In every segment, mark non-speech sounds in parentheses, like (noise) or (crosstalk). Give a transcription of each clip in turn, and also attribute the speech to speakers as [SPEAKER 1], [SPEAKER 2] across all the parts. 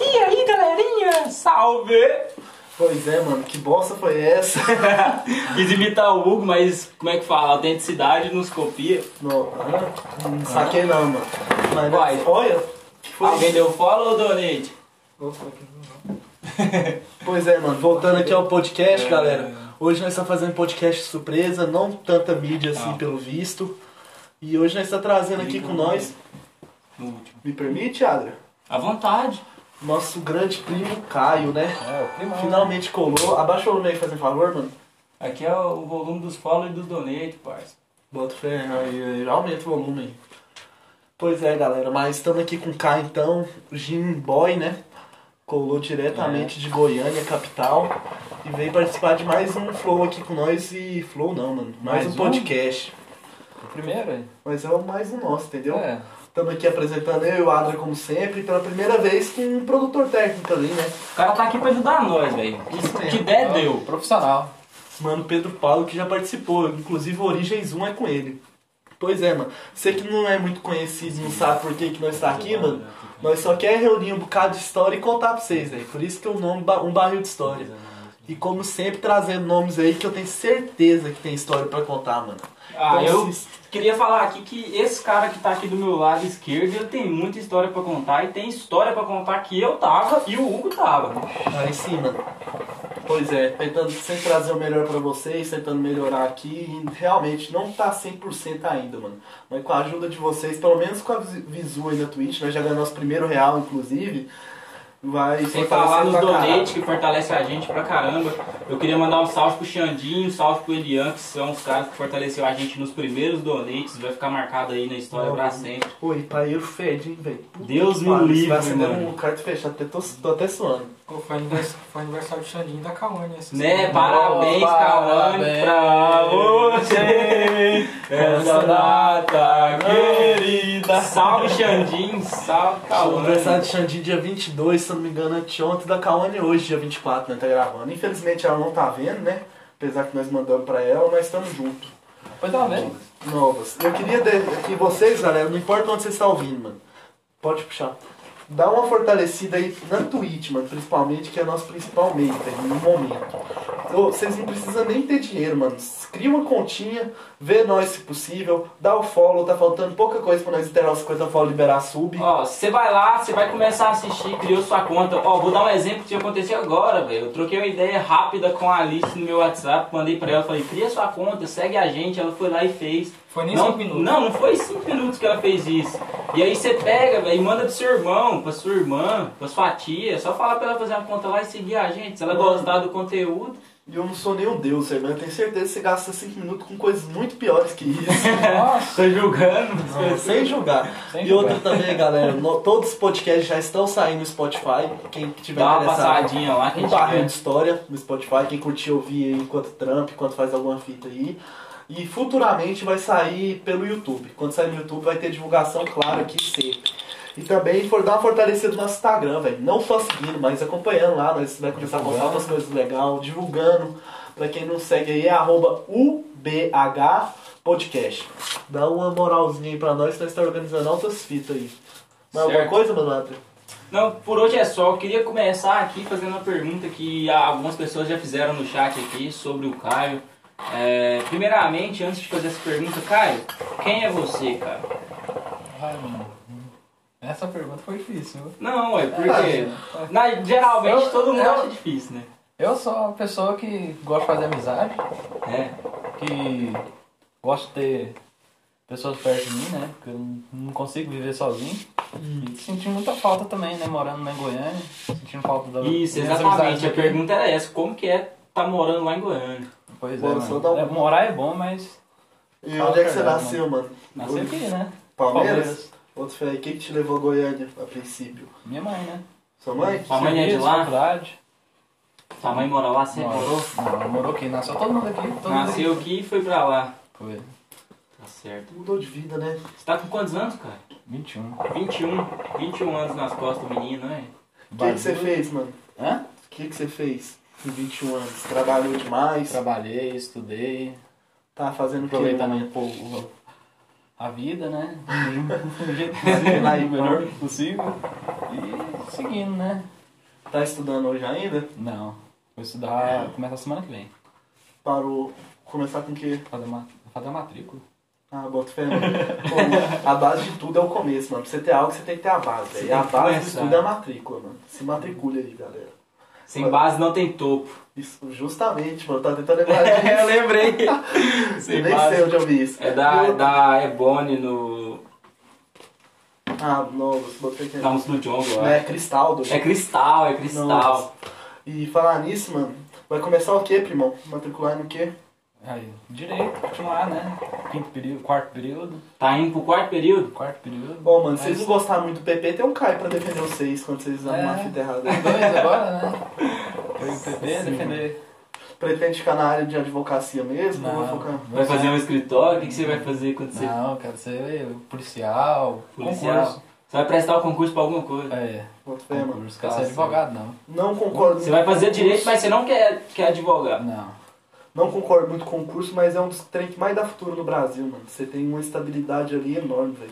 [SPEAKER 1] E aí, galerinha? Salve!
[SPEAKER 2] Pois é, mano, que bosta foi
[SPEAKER 1] (laughs)
[SPEAKER 2] essa? (laughs)
[SPEAKER 1] Quis imitar o Hugo, mas como é que fala? A autenticidade nos copia.
[SPEAKER 2] Não, ah, não saquei não, mano. Mas, né,
[SPEAKER 1] Vai.
[SPEAKER 2] Olha, que foi
[SPEAKER 1] Alguém
[SPEAKER 2] isso?
[SPEAKER 1] deu follow ou donate?
[SPEAKER 2] Opa, que não. Pois é, mano, voltando aqui ao podcast, galera. Hoje nós estamos fazendo podcast surpresa, não tanta mídia assim,
[SPEAKER 1] Não.
[SPEAKER 2] pelo visto. E hoje nós estamos trazendo aqui com nós,
[SPEAKER 1] No último.
[SPEAKER 2] me permite, Adra?
[SPEAKER 1] À vontade.
[SPEAKER 2] Nosso grande primo Caio, né?
[SPEAKER 1] É, o primão.
[SPEAKER 2] Finalmente colou. Abaixa o volume aí, fazendo favor, mano.
[SPEAKER 1] Aqui é o volume dos follow e dos donate, parça.
[SPEAKER 2] Bota fé, né? aí, aí, aumenta o volume aí. um Pois é, galera, mas estamos aqui com o K então, Jim Boy, né? Colou diretamente de Goiânia, capital, e veio participar de mais um Flow aqui com nós e. Flow não, mano. Mais,
[SPEAKER 1] Mais
[SPEAKER 2] um
[SPEAKER 1] um?
[SPEAKER 2] podcast.
[SPEAKER 1] O primeiro, hein?
[SPEAKER 2] Mas é o mais um nosso, entendeu?
[SPEAKER 1] É.
[SPEAKER 2] Estamos aqui apresentando eu e o Adra como sempre, pela primeira vez com um produtor técnico ali, né?
[SPEAKER 1] O cara tá aqui pra ajudar nós, velho. É,
[SPEAKER 2] Isso
[SPEAKER 1] O que der, deu.
[SPEAKER 3] Profissional.
[SPEAKER 2] Mano, Pedro Paulo que já participou, inclusive o Origens 1 é com ele. Pois é, mano. Você que não é muito conhecido, não sabe por que, que nós tá aqui, mano. Nós só quer reunir um bocado de história e contar pra vocês, velho. Por isso que o nome ba- Um Barril de História. E como sempre, trazendo nomes aí que eu tenho certeza que tem história pra contar, mano.
[SPEAKER 1] Ah,
[SPEAKER 2] Então,
[SPEAKER 1] eu
[SPEAKER 2] se-
[SPEAKER 1] queria falar aqui que esse cara que tá aqui do meu lado esquerdo, ele tem muita história pra contar e tem história pra contar que eu tava e o Hugo tava.
[SPEAKER 2] Aí sim, mano. Pois é, tentando sempre trazer o melhor pra vocês, tentando melhorar aqui. E realmente não tá 100% ainda, mano. Mas com a ajuda de vocês, pelo menos com a vis- Visu aí na Twitch, nós já ganhamos nosso primeiro real, inclusive. Vai
[SPEAKER 1] Sem falar
[SPEAKER 2] fortalecer
[SPEAKER 1] nos
[SPEAKER 2] assim pra
[SPEAKER 1] donates
[SPEAKER 2] caralho.
[SPEAKER 1] que fortalece a gente pra caramba. Eu queria mandar um salve pro Xandinho, um salve pro Elian, que são os caras que fortaleceu a gente nos primeiros donates. Vai ficar marcado aí na história
[SPEAKER 2] Não,
[SPEAKER 1] pra
[SPEAKER 2] mano.
[SPEAKER 1] sempre.
[SPEAKER 2] Oi, paeiro fede, hein, velho. Puta
[SPEAKER 1] Deus
[SPEAKER 2] que
[SPEAKER 1] me
[SPEAKER 2] pariu,
[SPEAKER 1] livre,
[SPEAKER 2] Vai ser
[SPEAKER 1] mano.
[SPEAKER 2] um cartão fechado, até tô, tô até suando.
[SPEAKER 3] Pô, foi, anivers- foi aniversário do Xandinho e da Kawane. essa
[SPEAKER 1] Né,
[SPEAKER 3] semana.
[SPEAKER 1] parabéns,
[SPEAKER 3] Ó,
[SPEAKER 1] Cauane,
[SPEAKER 3] parabéns.
[SPEAKER 1] pra você, essa data querida. Salve, Xandinho, salve,
[SPEAKER 3] né?
[SPEAKER 2] Aniversário
[SPEAKER 1] Cauane.
[SPEAKER 2] de Xandinho dia 22, se eu não me engano, é de ontem, da Kaone hoje, dia 24, né? Tá gravando. Infelizmente ela não tá vendo, né? Apesar que nós mandamos pra ela, mas estamos juntos.
[SPEAKER 3] Pois tá vendo?
[SPEAKER 2] novas. Eu queria de- que vocês, galera, não importa onde vocês estão ouvindo, mano. Pode puxar. Dá uma fortalecida aí na Twitch, mano, principalmente, que é nosso principal meio, tá, no momento. Ô, Vocês não precisam nem ter dinheiro, mano. Cria uma continha, vê nós se possível, dá o follow, tá faltando pouca coisa pra nós inteirar os 50 follow liberar sub.
[SPEAKER 1] Ó, você vai lá, você vai começar a assistir, criou sua conta. Ó, vou dar um exemplo que aconteceu agora, velho. Eu troquei uma ideia rápida com a Alice no meu WhatsApp, mandei pra ela, falei, cria sua conta, segue a gente. Ela foi lá e fez.
[SPEAKER 3] Foi nem
[SPEAKER 1] não,
[SPEAKER 3] 5 minutos.
[SPEAKER 1] Não, não foi 5 minutos que ela fez isso. E aí você pega, velho, e manda pro seu irmão, pra sua irmã, pra sua tia. Só falar pra ela fazer uma conta lá e seguir a gente. Se ela gostar do conteúdo.
[SPEAKER 2] E eu não sou nenhum deus, velho, mas eu tenho certeza que você gasta 5 minutos com coisas muito piores que isso.
[SPEAKER 3] (laughs) Nossa.
[SPEAKER 1] Tô julgando.
[SPEAKER 2] Não, sem julgar.
[SPEAKER 3] Sem
[SPEAKER 2] e
[SPEAKER 3] julgar.
[SPEAKER 2] outra também, galera, no- todos os podcasts já estão saindo no Spotify. Quem tiver
[SPEAKER 1] Dá uma
[SPEAKER 2] interessado,
[SPEAKER 1] passadinha lá que a
[SPEAKER 2] um
[SPEAKER 1] gente
[SPEAKER 2] barril
[SPEAKER 1] vê.
[SPEAKER 2] de história no Spotify. Quem curtir, ouvir aí enquanto trampa, enquanto faz alguma fita aí. E futuramente vai sair pelo YouTube. Quando sair no YouTube, vai ter divulgação clara aqui sempre. E também for dar uma fortalecida no nosso Instagram, velho. Não só seguindo, mas acompanhando lá. Nós vai começar a postar umas coisas legais, divulgando. Pra quem não segue aí, é arroba UBH Podcast. Dá uma moralzinha aí pra nós, nós estamos organizando altas fitas aí. Mais alguma
[SPEAKER 1] Certo.
[SPEAKER 2] coisa, mano?
[SPEAKER 1] Não, por hoje é só. Eu queria começar aqui fazendo uma pergunta que algumas pessoas já fizeram no chat aqui sobre o Caio. É, primeiramente, antes de fazer essa pergunta, Caio, quem é você, cara?
[SPEAKER 3] Ai, mano. Essa pergunta foi difícil, viu?
[SPEAKER 1] Não, é porque na- geralmente
[SPEAKER 3] Eu-
[SPEAKER 1] todo mundo
[SPEAKER 3] eu-
[SPEAKER 1] acha difícil, né?
[SPEAKER 3] Eu sou uma pessoa que gosta de fazer amizade,
[SPEAKER 1] É.
[SPEAKER 3] que gosta de ter pessoas perto de mim, né? Porque eu não- não consigo viver sozinho. E senti muita falta também, né? Morando lá em Goiânia. Sentindo falta da
[SPEAKER 1] Isso,
[SPEAKER 3] das amizades
[SPEAKER 1] exatamente. A
[SPEAKER 3] aqui.
[SPEAKER 1] pergunta era essa: como que é tá morando lá em Goiânia?
[SPEAKER 3] Pois
[SPEAKER 2] Bom,
[SPEAKER 3] é,
[SPEAKER 2] só dá um-
[SPEAKER 3] mano. É, morar é bom, mas
[SPEAKER 2] E
[SPEAKER 3] Fala
[SPEAKER 2] onde é que
[SPEAKER 3] a
[SPEAKER 2] você
[SPEAKER 3] verdade,
[SPEAKER 2] nasceu, mano?
[SPEAKER 3] nasceu aqui, né?
[SPEAKER 2] Palmeiras? Outro foi aí, quem que te levou a Goiânia a princípio?
[SPEAKER 3] Minha mãe, né?
[SPEAKER 2] Sua mãe?
[SPEAKER 1] Sua mãe é de lá?
[SPEAKER 3] Faculdade.
[SPEAKER 1] Sua mãe mora lá, você morou?
[SPEAKER 3] Morou? Não, morou aqui. Nasceu todo mundo aqui. Todo
[SPEAKER 1] Nasceu
[SPEAKER 3] mundo
[SPEAKER 1] aqui e foi pra lá.
[SPEAKER 3] aqui. Foi.
[SPEAKER 1] Tá certo.
[SPEAKER 2] Mudou de vida, né?
[SPEAKER 1] Você tá com quantos anos, cara?
[SPEAKER 3] 21.
[SPEAKER 1] 21. 21 anos nas costas do menino, né?
[SPEAKER 2] O que, que você fez, mano?
[SPEAKER 3] Hã?
[SPEAKER 2] O que, que você fez com 21 anos? Trabalhou demais?
[SPEAKER 3] Trabalhei, estudei,
[SPEAKER 2] Tá fazendo o quê?
[SPEAKER 3] aproveitando um pouco a vida, né? Do jeito
[SPEAKER 2] Lá em
[SPEAKER 3] (laughs) possível, do melhor
[SPEAKER 2] Palmas.
[SPEAKER 3] possível. E seguindo, né?
[SPEAKER 2] Tá estudando hoje ainda?
[SPEAKER 3] Não. Vou estudar. Começa a semana que vem.
[SPEAKER 2] Parou. Começar com o quê?
[SPEAKER 3] Fazer, ma... fazer a matrícula.
[SPEAKER 2] Ah, bota fé.
[SPEAKER 1] (laughs)
[SPEAKER 2] mano. Pô, a base de tudo é o começo, mano. Pra você ter algo, você tem que ter a base. velho. E a
[SPEAKER 1] tem que
[SPEAKER 2] base de
[SPEAKER 1] começar.
[SPEAKER 2] tudo é a matrícula, mano. Se matricule aí, galera.
[SPEAKER 1] Sem base não tem topo.
[SPEAKER 2] Isso, justamente, mano.
[SPEAKER 1] (laughs)
[SPEAKER 2] Tá tentando lembrar disso.
[SPEAKER 1] É, eu lembrei.
[SPEAKER 2] Eu
[SPEAKER 1] Sem
[SPEAKER 2] nem
[SPEAKER 1] base.
[SPEAKER 2] sei onde eu vi isso.
[SPEAKER 1] É da,
[SPEAKER 2] E
[SPEAKER 1] é
[SPEAKER 2] eu-
[SPEAKER 1] da Ebony no.
[SPEAKER 2] Ah, não, você botei que é.
[SPEAKER 1] Não, no Jungle, eu
[SPEAKER 2] Não, é
[SPEAKER 1] acho.
[SPEAKER 2] cristal, do
[SPEAKER 1] Então, É cristal, é
[SPEAKER 2] Nossa.
[SPEAKER 1] cristal.
[SPEAKER 2] E falar nisso, mano, vai começar o quê, primão? Matricular no quê?
[SPEAKER 3] Aí, direito, continuar, né? Quinto período, quarto período,
[SPEAKER 1] Tá indo pro quarto período?
[SPEAKER 3] quarto período.
[SPEAKER 2] Bom, mano, se
[SPEAKER 3] Aí,
[SPEAKER 2] vocês não gostarem muito do PP, tem um Caio pra defender vocês quando vocês arrumam a
[SPEAKER 3] É.
[SPEAKER 2] fita errada.
[SPEAKER 3] Dois agora, né? Eu e o PP, defender.
[SPEAKER 2] Pretende ficar na área de advocacia mesmo?
[SPEAKER 3] Não.
[SPEAKER 2] Ou vai focar...
[SPEAKER 1] Vai fazer um escritório? O que, que você vai fazer quando
[SPEAKER 2] Ah,
[SPEAKER 1] você. é
[SPEAKER 3] Não, eu quero ser policial,
[SPEAKER 1] Policial.
[SPEAKER 3] concurso.
[SPEAKER 1] Você vai prestar o concurso pra alguma coisa.
[SPEAKER 3] É,
[SPEAKER 2] Bota fé, mano.
[SPEAKER 3] concurso. Quero ser
[SPEAKER 1] Tá,
[SPEAKER 3] advogado, não.
[SPEAKER 2] Não concordo
[SPEAKER 1] Você vai fazer direito, mas você não quer, quer advogar.
[SPEAKER 3] Não.
[SPEAKER 2] Não concordo muito com o curso, mas é um dos trem que mais dá futuro no Brasil, mano. Você tem uma estabilidade ali enorme, velho.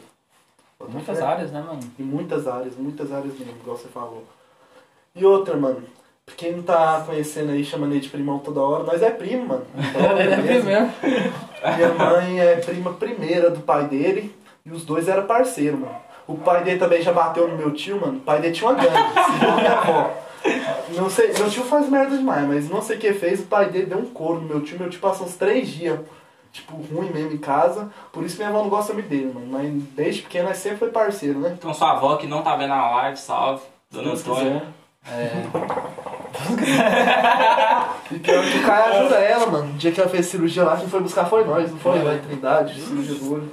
[SPEAKER 2] Bota
[SPEAKER 3] Muitas
[SPEAKER 2] fé.
[SPEAKER 3] áreas, né, mano?
[SPEAKER 2] Em muitas áreas, muitas áreas mesmo, igual você falou. E outra, mano. Pra quem não tá conhecendo aí, chamando ele de primão toda hora, nós é primo,
[SPEAKER 3] (laughs)
[SPEAKER 2] mano. Então,
[SPEAKER 3] Ele é
[SPEAKER 2] beleza?
[SPEAKER 3] primeiro.
[SPEAKER 2] Minha mãe é prima primeira do pai dele e os dois eram parceiros, mano. O pai dele também já bateu no meu tio, mano. O pai dele tinha uma gangue, (laughs) segundo minha avó. Não sei, meu tio faz merda demais, mas não sei o que fez, o pai dele deu um couro no meu tio, meu tio passou uns três dias, tipo, ruim mesmo em casa. Por isso minha avó não gosta muito dele, mano. Mas desde pequeno nós sempre foi parceiro, né?
[SPEAKER 1] Então sua avó que não tá vendo a live, salve.
[SPEAKER 2] Se
[SPEAKER 1] Dona
[SPEAKER 2] Deus
[SPEAKER 1] Antônia.
[SPEAKER 2] quiser.
[SPEAKER 3] É,
[SPEAKER 2] E pior que o cara ajuda ela, mano. O dia que ela fez cirurgia lá, quem foi buscar foi nós, não foi? Lá em Trindade, cirurgia do olho.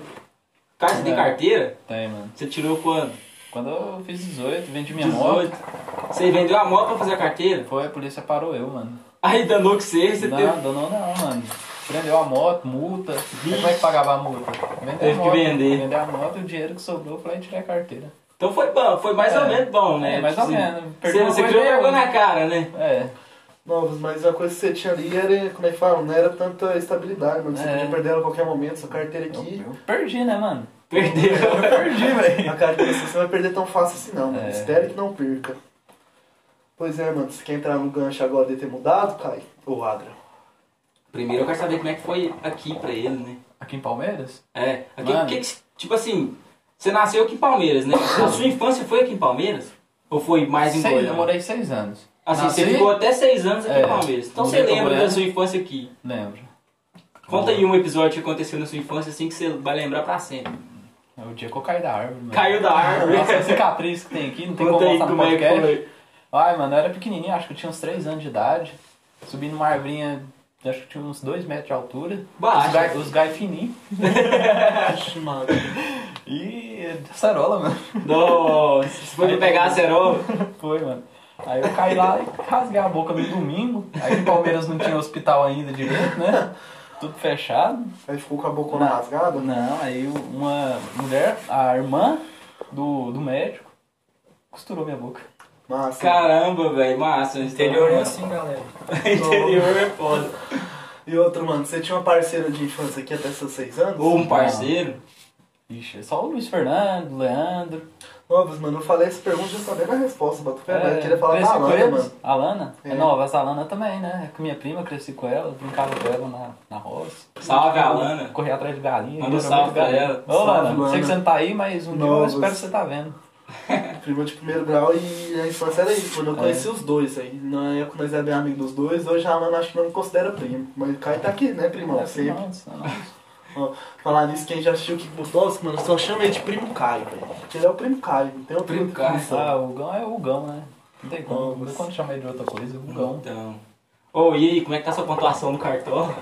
[SPEAKER 1] Cara, você tem
[SPEAKER 3] É.
[SPEAKER 1] carteira?
[SPEAKER 3] tem, mano.
[SPEAKER 1] Você tirou quando?
[SPEAKER 3] Quando eu fiz 18, vendi minha moto.
[SPEAKER 1] 18. Você vendeu a moto pra fazer a carteira?
[SPEAKER 3] Foi, a polícia parou eu, mano.
[SPEAKER 1] Aí danou que você, você
[SPEAKER 3] não,
[SPEAKER 1] teve,
[SPEAKER 3] danou não, mano. Prendeu a moto, multa. Aí Como é que pagava a multa? Vendeu
[SPEAKER 1] Teve que vender.
[SPEAKER 3] Vender a moto e o dinheiro que sobrou eu falei tirei a carteira.
[SPEAKER 1] Então foi bom, foi mais ou
[SPEAKER 3] É.
[SPEAKER 1] menos bom, né?
[SPEAKER 3] É, mais ou
[SPEAKER 1] Tipo assim,
[SPEAKER 3] menos.
[SPEAKER 1] Você, você criou vergonha na cara, né?
[SPEAKER 3] É,
[SPEAKER 2] novos, mas a coisa que você tinha ali era, como é que fala, não era tanta estabilidade, mano. Você
[SPEAKER 3] É.
[SPEAKER 2] podia perder ela a qualquer momento, sua carteira
[SPEAKER 3] eu,
[SPEAKER 2] aqui.
[SPEAKER 3] eu perdi, né, mano?
[SPEAKER 1] Perdeu.
[SPEAKER 3] (laughs) Eu perdi,
[SPEAKER 2] (laughs)
[SPEAKER 3] velho.
[SPEAKER 2] A carteira assim, você não vai perder tão fácil assim não, mano.
[SPEAKER 3] É.
[SPEAKER 2] Espero que não perca. Pois é, mano, você quer entrar no gancho agora de ter mudado, Kai? Ou Adra?
[SPEAKER 1] Primeiro eu quero saber como é que foi aqui pra ele, né?
[SPEAKER 3] Aqui em Palmeiras?
[SPEAKER 1] É. Aqui,
[SPEAKER 3] Mano.
[SPEAKER 1] que que- tipo assim, você nasceu aqui em Palmeiras,
[SPEAKER 3] (laughs)
[SPEAKER 1] né? A sua infância foi aqui em Palmeiras? Ou foi mais em
[SPEAKER 3] seis, eu
[SPEAKER 1] Goiânia?
[SPEAKER 3] morei seis anos.
[SPEAKER 1] Assim,
[SPEAKER 3] Nasci-
[SPEAKER 1] você ficou até seis anos aqui
[SPEAKER 3] É.
[SPEAKER 1] em Palmeiras. Então
[SPEAKER 3] Mudei
[SPEAKER 1] você
[SPEAKER 3] pra
[SPEAKER 1] lembra da
[SPEAKER 3] Goiânia.
[SPEAKER 1] sua infância aqui.
[SPEAKER 3] Lembro.
[SPEAKER 1] Conta aí um episódio que aconteceu na sua infância, assim, que você vai lembrar pra sempre.
[SPEAKER 3] É o dia que eu caí da árvore, mano.
[SPEAKER 1] Caiu da árvore.
[SPEAKER 3] Nossa, a cicatriz que tem aqui, não tem como
[SPEAKER 1] Conta aí
[SPEAKER 3] voltar no
[SPEAKER 1] como é
[SPEAKER 3] podcast.
[SPEAKER 1] que foi.
[SPEAKER 3] Ai, mano, eu era pequenininho, acho que eu tinha uns 3 anos de idade. Subi numa arvinha, acho que tinha uns 2 metros de altura. Os gai,
[SPEAKER 1] Baixa.
[SPEAKER 3] os gai fininhos.
[SPEAKER 2] Oxi, mano.
[SPEAKER 3] E é, sarola, mano. (laughs)
[SPEAKER 1] Nossa, você foi pegar a cerola.
[SPEAKER 3] Foi, mano. Aí eu caí lá e rasguei a boca no domingo. Aí em Palmeiras não tinha hospital ainda direito, né? Tudo fechado.
[SPEAKER 2] Aí ficou com a bocona
[SPEAKER 3] Não.
[SPEAKER 2] rasgada?
[SPEAKER 3] Não, aí uma mulher, a irmã do, do médico, costurou minha boca.
[SPEAKER 2] Massa. (laughs)
[SPEAKER 1] Caramba, velho, massa. Interior é assim.
[SPEAKER 3] galera.
[SPEAKER 1] (laughs) Interior é foda.
[SPEAKER 2] E outro, mano, você tinha uma parceira de infância aqui até seus seis anos?
[SPEAKER 1] Ou um parceiro.
[SPEAKER 3] Ixi, é só o Luiz Fernando, o Leandro.
[SPEAKER 2] Novos, mano, eu falei essa pergunta já sabendo a resposta, Batucé, mas né? eu
[SPEAKER 3] é,
[SPEAKER 2] queria falar da
[SPEAKER 3] cresci com
[SPEAKER 2] Alana,
[SPEAKER 3] eles.
[SPEAKER 2] mano.
[SPEAKER 3] A Lana? É.
[SPEAKER 2] É.
[SPEAKER 3] nova, essa Lana também, né? Com minha prima, cresci com ela, brincava com ela na, na roça.
[SPEAKER 1] Salve a Lana.
[SPEAKER 3] Corria atrás de galinha.
[SPEAKER 1] Manda um
[SPEAKER 3] era
[SPEAKER 1] salve
[SPEAKER 3] muito
[SPEAKER 1] pra
[SPEAKER 3] galinha.
[SPEAKER 1] ela.
[SPEAKER 3] Ô,
[SPEAKER 2] Salve,
[SPEAKER 3] Lana, sei
[SPEAKER 2] Lana.
[SPEAKER 3] que você não tá aí, mas um dia eu
[SPEAKER 2] Novas.
[SPEAKER 3] espero que você tá vendo.
[SPEAKER 2] Prima de primeiro grau e a infância era isso, mano. Eu
[SPEAKER 3] É.
[SPEAKER 2] conheci os dois aí. Na época nós era bem amigo dos dois, hoje a Alana acho que não me considera primo. Mas o Caio tá aqui, né,
[SPEAKER 1] É,
[SPEAKER 2] primão? Sempre.
[SPEAKER 3] Nossa, nossa.
[SPEAKER 2] Falar nisso, quem já assistiu o Kickbox, mano, só chama ele de primo Caio, velho. Porque ele é o primo Caio, não tem outro
[SPEAKER 1] Primo
[SPEAKER 2] primo
[SPEAKER 1] Caio.
[SPEAKER 3] Ah, o Gão é o Gão, né? Não tem como.
[SPEAKER 2] Novas.
[SPEAKER 3] Quando chamei de outra coisa, é o (laughs) Gão.
[SPEAKER 1] Então. Ô, e aí, como é que tá sua pontuação no cartola?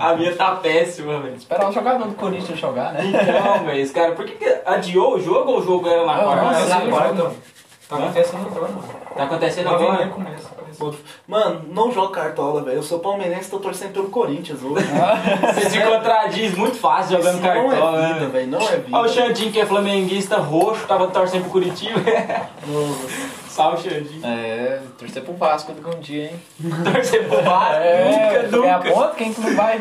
[SPEAKER 1] (laughs) A minha tá péssima, velho.
[SPEAKER 3] É, Esperar o jogador do Corinthians jogar, né?
[SPEAKER 1] Então, velho, esse cara, por que, que adiou o jogo ou o jogo era na
[SPEAKER 3] Eu não
[SPEAKER 1] quarta?
[SPEAKER 3] sei.
[SPEAKER 2] na quarta.
[SPEAKER 4] Tá acontecendo agora, mano.
[SPEAKER 1] Tá acontecendo
[SPEAKER 4] Lá vem
[SPEAKER 1] agora?
[SPEAKER 4] nem começa, parece.
[SPEAKER 2] Mano, não joga cartola, velho. Eu sou palmeirense, tô torcendo pelo Corinthians hoje.
[SPEAKER 1] Você se contradiz muito fácil (laughs) jogando
[SPEAKER 2] Isso não
[SPEAKER 1] cartola,
[SPEAKER 2] é vida,
[SPEAKER 1] né?
[SPEAKER 2] velho. Não é vida.
[SPEAKER 1] Olha o Xandinho que é flamenguista roxo, tava torcendo pro Curitiba. (laughs)
[SPEAKER 2] Nossa.
[SPEAKER 1] Salve,
[SPEAKER 3] (laughs)
[SPEAKER 1] Xandinho.
[SPEAKER 3] É, torcer pro Vasco algum dia, hein?
[SPEAKER 1] Torcer pro Vasco,
[SPEAKER 3] É,
[SPEAKER 1] Ah, nunca,
[SPEAKER 3] é a
[SPEAKER 1] nunca.
[SPEAKER 3] ponta, quem que não vai?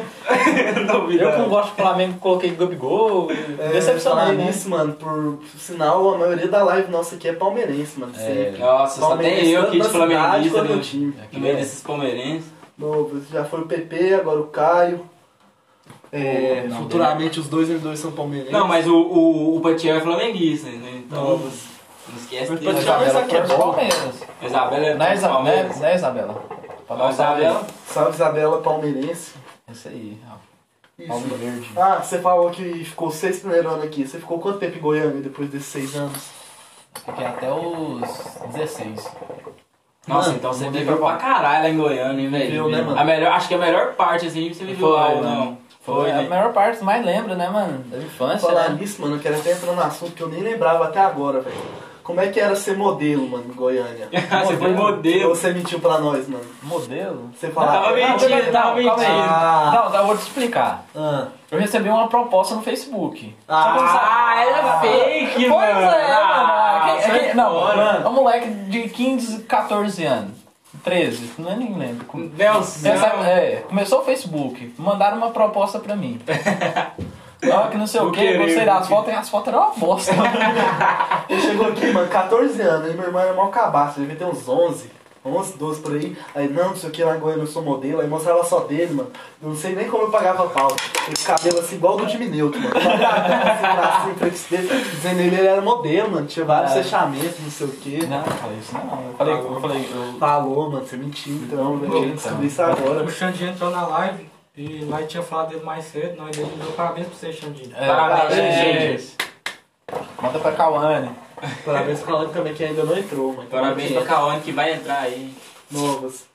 [SPEAKER 1] Não vi,
[SPEAKER 3] Eu que
[SPEAKER 1] não.
[SPEAKER 3] não gosto do Flamengo, coloquei Gabigol,
[SPEAKER 2] É,
[SPEAKER 3] decepcionei,
[SPEAKER 2] falar
[SPEAKER 3] né?
[SPEAKER 2] nisso, mano. Por sinal, a maioria da live nossa aqui é palmeirense, mano. Sempre.
[SPEAKER 1] Nossa, só tem
[SPEAKER 2] Palmeirense,
[SPEAKER 1] eu aqui de
[SPEAKER 2] tanto na
[SPEAKER 1] flamenguista
[SPEAKER 2] cidade
[SPEAKER 1] né?
[SPEAKER 2] quanto no
[SPEAKER 1] no,
[SPEAKER 2] time.
[SPEAKER 1] no meio desses palmeirenses.
[SPEAKER 2] Novo, já foi o PP, agora o Caio. É,
[SPEAKER 3] Pô, não,
[SPEAKER 2] futuramente os dois eles dois são palmeirenses.
[SPEAKER 1] Não, mas o, o, o Patiel é flamenguista, né? Então,
[SPEAKER 2] Novo.
[SPEAKER 1] não esquece
[SPEAKER 2] Mas
[SPEAKER 1] dele.
[SPEAKER 3] A
[SPEAKER 2] Patiel-
[SPEAKER 1] Isabela.
[SPEAKER 2] Mas
[SPEAKER 3] Isabela
[SPEAKER 2] aqui é
[SPEAKER 3] torce pro
[SPEAKER 2] bom.
[SPEAKER 3] Palmeiras.
[SPEAKER 1] A Isabela é
[SPEAKER 3] Né,
[SPEAKER 1] do
[SPEAKER 3] Isa- né,
[SPEAKER 1] Palmeiras.
[SPEAKER 3] né, Isabela? Pra dar
[SPEAKER 1] Ó,
[SPEAKER 3] um salve. É
[SPEAKER 1] Isabela?
[SPEAKER 2] Salve Isabela, palmeirense.
[SPEAKER 3] Isso aí, ó.
[SPEAKER 2] Isso.
[SPEAKER 3] Palmo Verde.
[SPEAKER 2] Ah, você falou que ficou seis primeiros anos aqui. Você ficou quanto tempo em Goiânia depois desses seis anos?
[SPEAKER 3] Fiquei até os 16.
[SPEAKER 1] Nossa,
[SPEAKER 2] Mano,
[SPEAKER 1] então você
[SPEAKER 3] mudei
[SPEAKER 1] viveu
[SPEAKER 3] pra
[SPEAKER 1] pra caralho lá em Goiânia, hein, velho?
[SPEAKER 2] Viveu, né, mano?
[SPEAKER 1] A melhor, acho que a melhor parte, assim, você viveu
[SPEAKER 3] Foi,
[SPEAKER 1] lá ou
[SPEAKER 3] né?
[SPEAKER 1] não.
[SPEAKER 3] Foi
[SPEAKER 1] Foi,
[SPEAKER 3] a
[SPEAKER 1] né? (laughs)
[SPEAKER 3] maior parte, você mais lembra, né, mano? Da infância,
[SPEAKER 2] Falar
[SPEAKER 3] né?
[SPEAKER 2] nisso, mano, eu quero até entrar num assunto que eu nem lembrava até agora, velho. Como é que era ser modelo, mano, em Goiânia?
[SPEAKER 1] Você foi modelo.
[SPEAKER 2] Você mentiu pra nós, mano.
[SPEAKER 3] Modelo?
[SPEAKER 2] Você
[SPEAKER 1] Tava
[SPEAKER 2] falava.
[SPEAKER 1] mentindo,
[SPEAKER 3] não,
[SPEAKER 1] tava
[SPEAKER 3] calma aí.
[SPEAKER 1] mentindo.
[SPEAKER 2] Ah,
[SPEAKER 3] Não, eu vou te explicar.
[SPEAKER 2] ah,
[SPEAKER 3] Eu recebi uma proposta no Facebook.
[SPEAKER 1] Ah, era fake,
[SPEAKER 3] Pois
[SPEAKER 1] mano.
[SPEAKER 3] é,
[SPEAKER 1] Ah,
[SPEAKER 3] mano. Aquele-
[SPEAKER 1] sai
[SPEAKER 3] aquele- não,
[SPEAKER 1] fora.
[SPEAKER 3] mano, é um moleque de 15, 14 anos. 13, não é nem lembro. Com-
[SPEAKER 1] Deus,
[SPEAKER 3] É, sabe,
[SPEAKER 1] não.
[SPEAKER 3] é, começou o Facebook, mandaram uma proposta
[SPEAKER 1] (laughs)
[SPEAKER 3] pra mim. Ó, que não sei o
[SPEAKER 1] Vou
[SPEAKER 3] que,
[SPEAKER 1] querer,
[SPEAKER 3] gostei
[SPEAKER 1] vou
[SPEAKER 3] das
[SPEAKER 1] querer.
[SPEAKER 3] fotos, e as fotos eram uma bosta.
[SPEAKER 1] (laughs)
[SPEAKER 2] Ele chegou aqui, mano, 14 anos, aí meu irmão era mal cabaço, devia ter uns 11, 11, 12 por aí. Aí, não, não sei o que, lá em Goiânia eu sou modelo, aí mostrava só dele, mano. Eu não sei nem como eu pagava pau. Esse cabelo assim, igual do Jimmy Neutron, mano. Assim, pra cima, pra esse dedo, tá. Dizendo ele, ele era modelo, mano, tinha vários
[SPEAKER 3] Ah.
[SPEAKER 2] fechamentos, não sei o que.
[SPEAKER 3] não, eu falei isso não. Eu falei, eu falei, eu-
[SPEAKER 2] Falou, mano, você mentiu então, velho. Eu
[SPEAKER 3] Então.
[SPEAKER 2] descobri isso agora.
[SPEAKER 4] O Xandinho entrou na live e lá tinha falado dele mais cedo, nós dele deu parabéns pra você, Xandinho.
[SPEAKER 3] é,
[SPEAKER 1] Tá Parabéns,
[SPEAKER 3] é,
[SPEAKER 1] gente.
[SPEAKER 3] Manda pra Cauane.
[SPEAKER 2] Parabéns pro Alan também que ainda não entrou, mano. Então,
[SPEAKER 1] Parabéns pra Kaone que vai entrar aí.
[SPEAKER 2] tá Novas.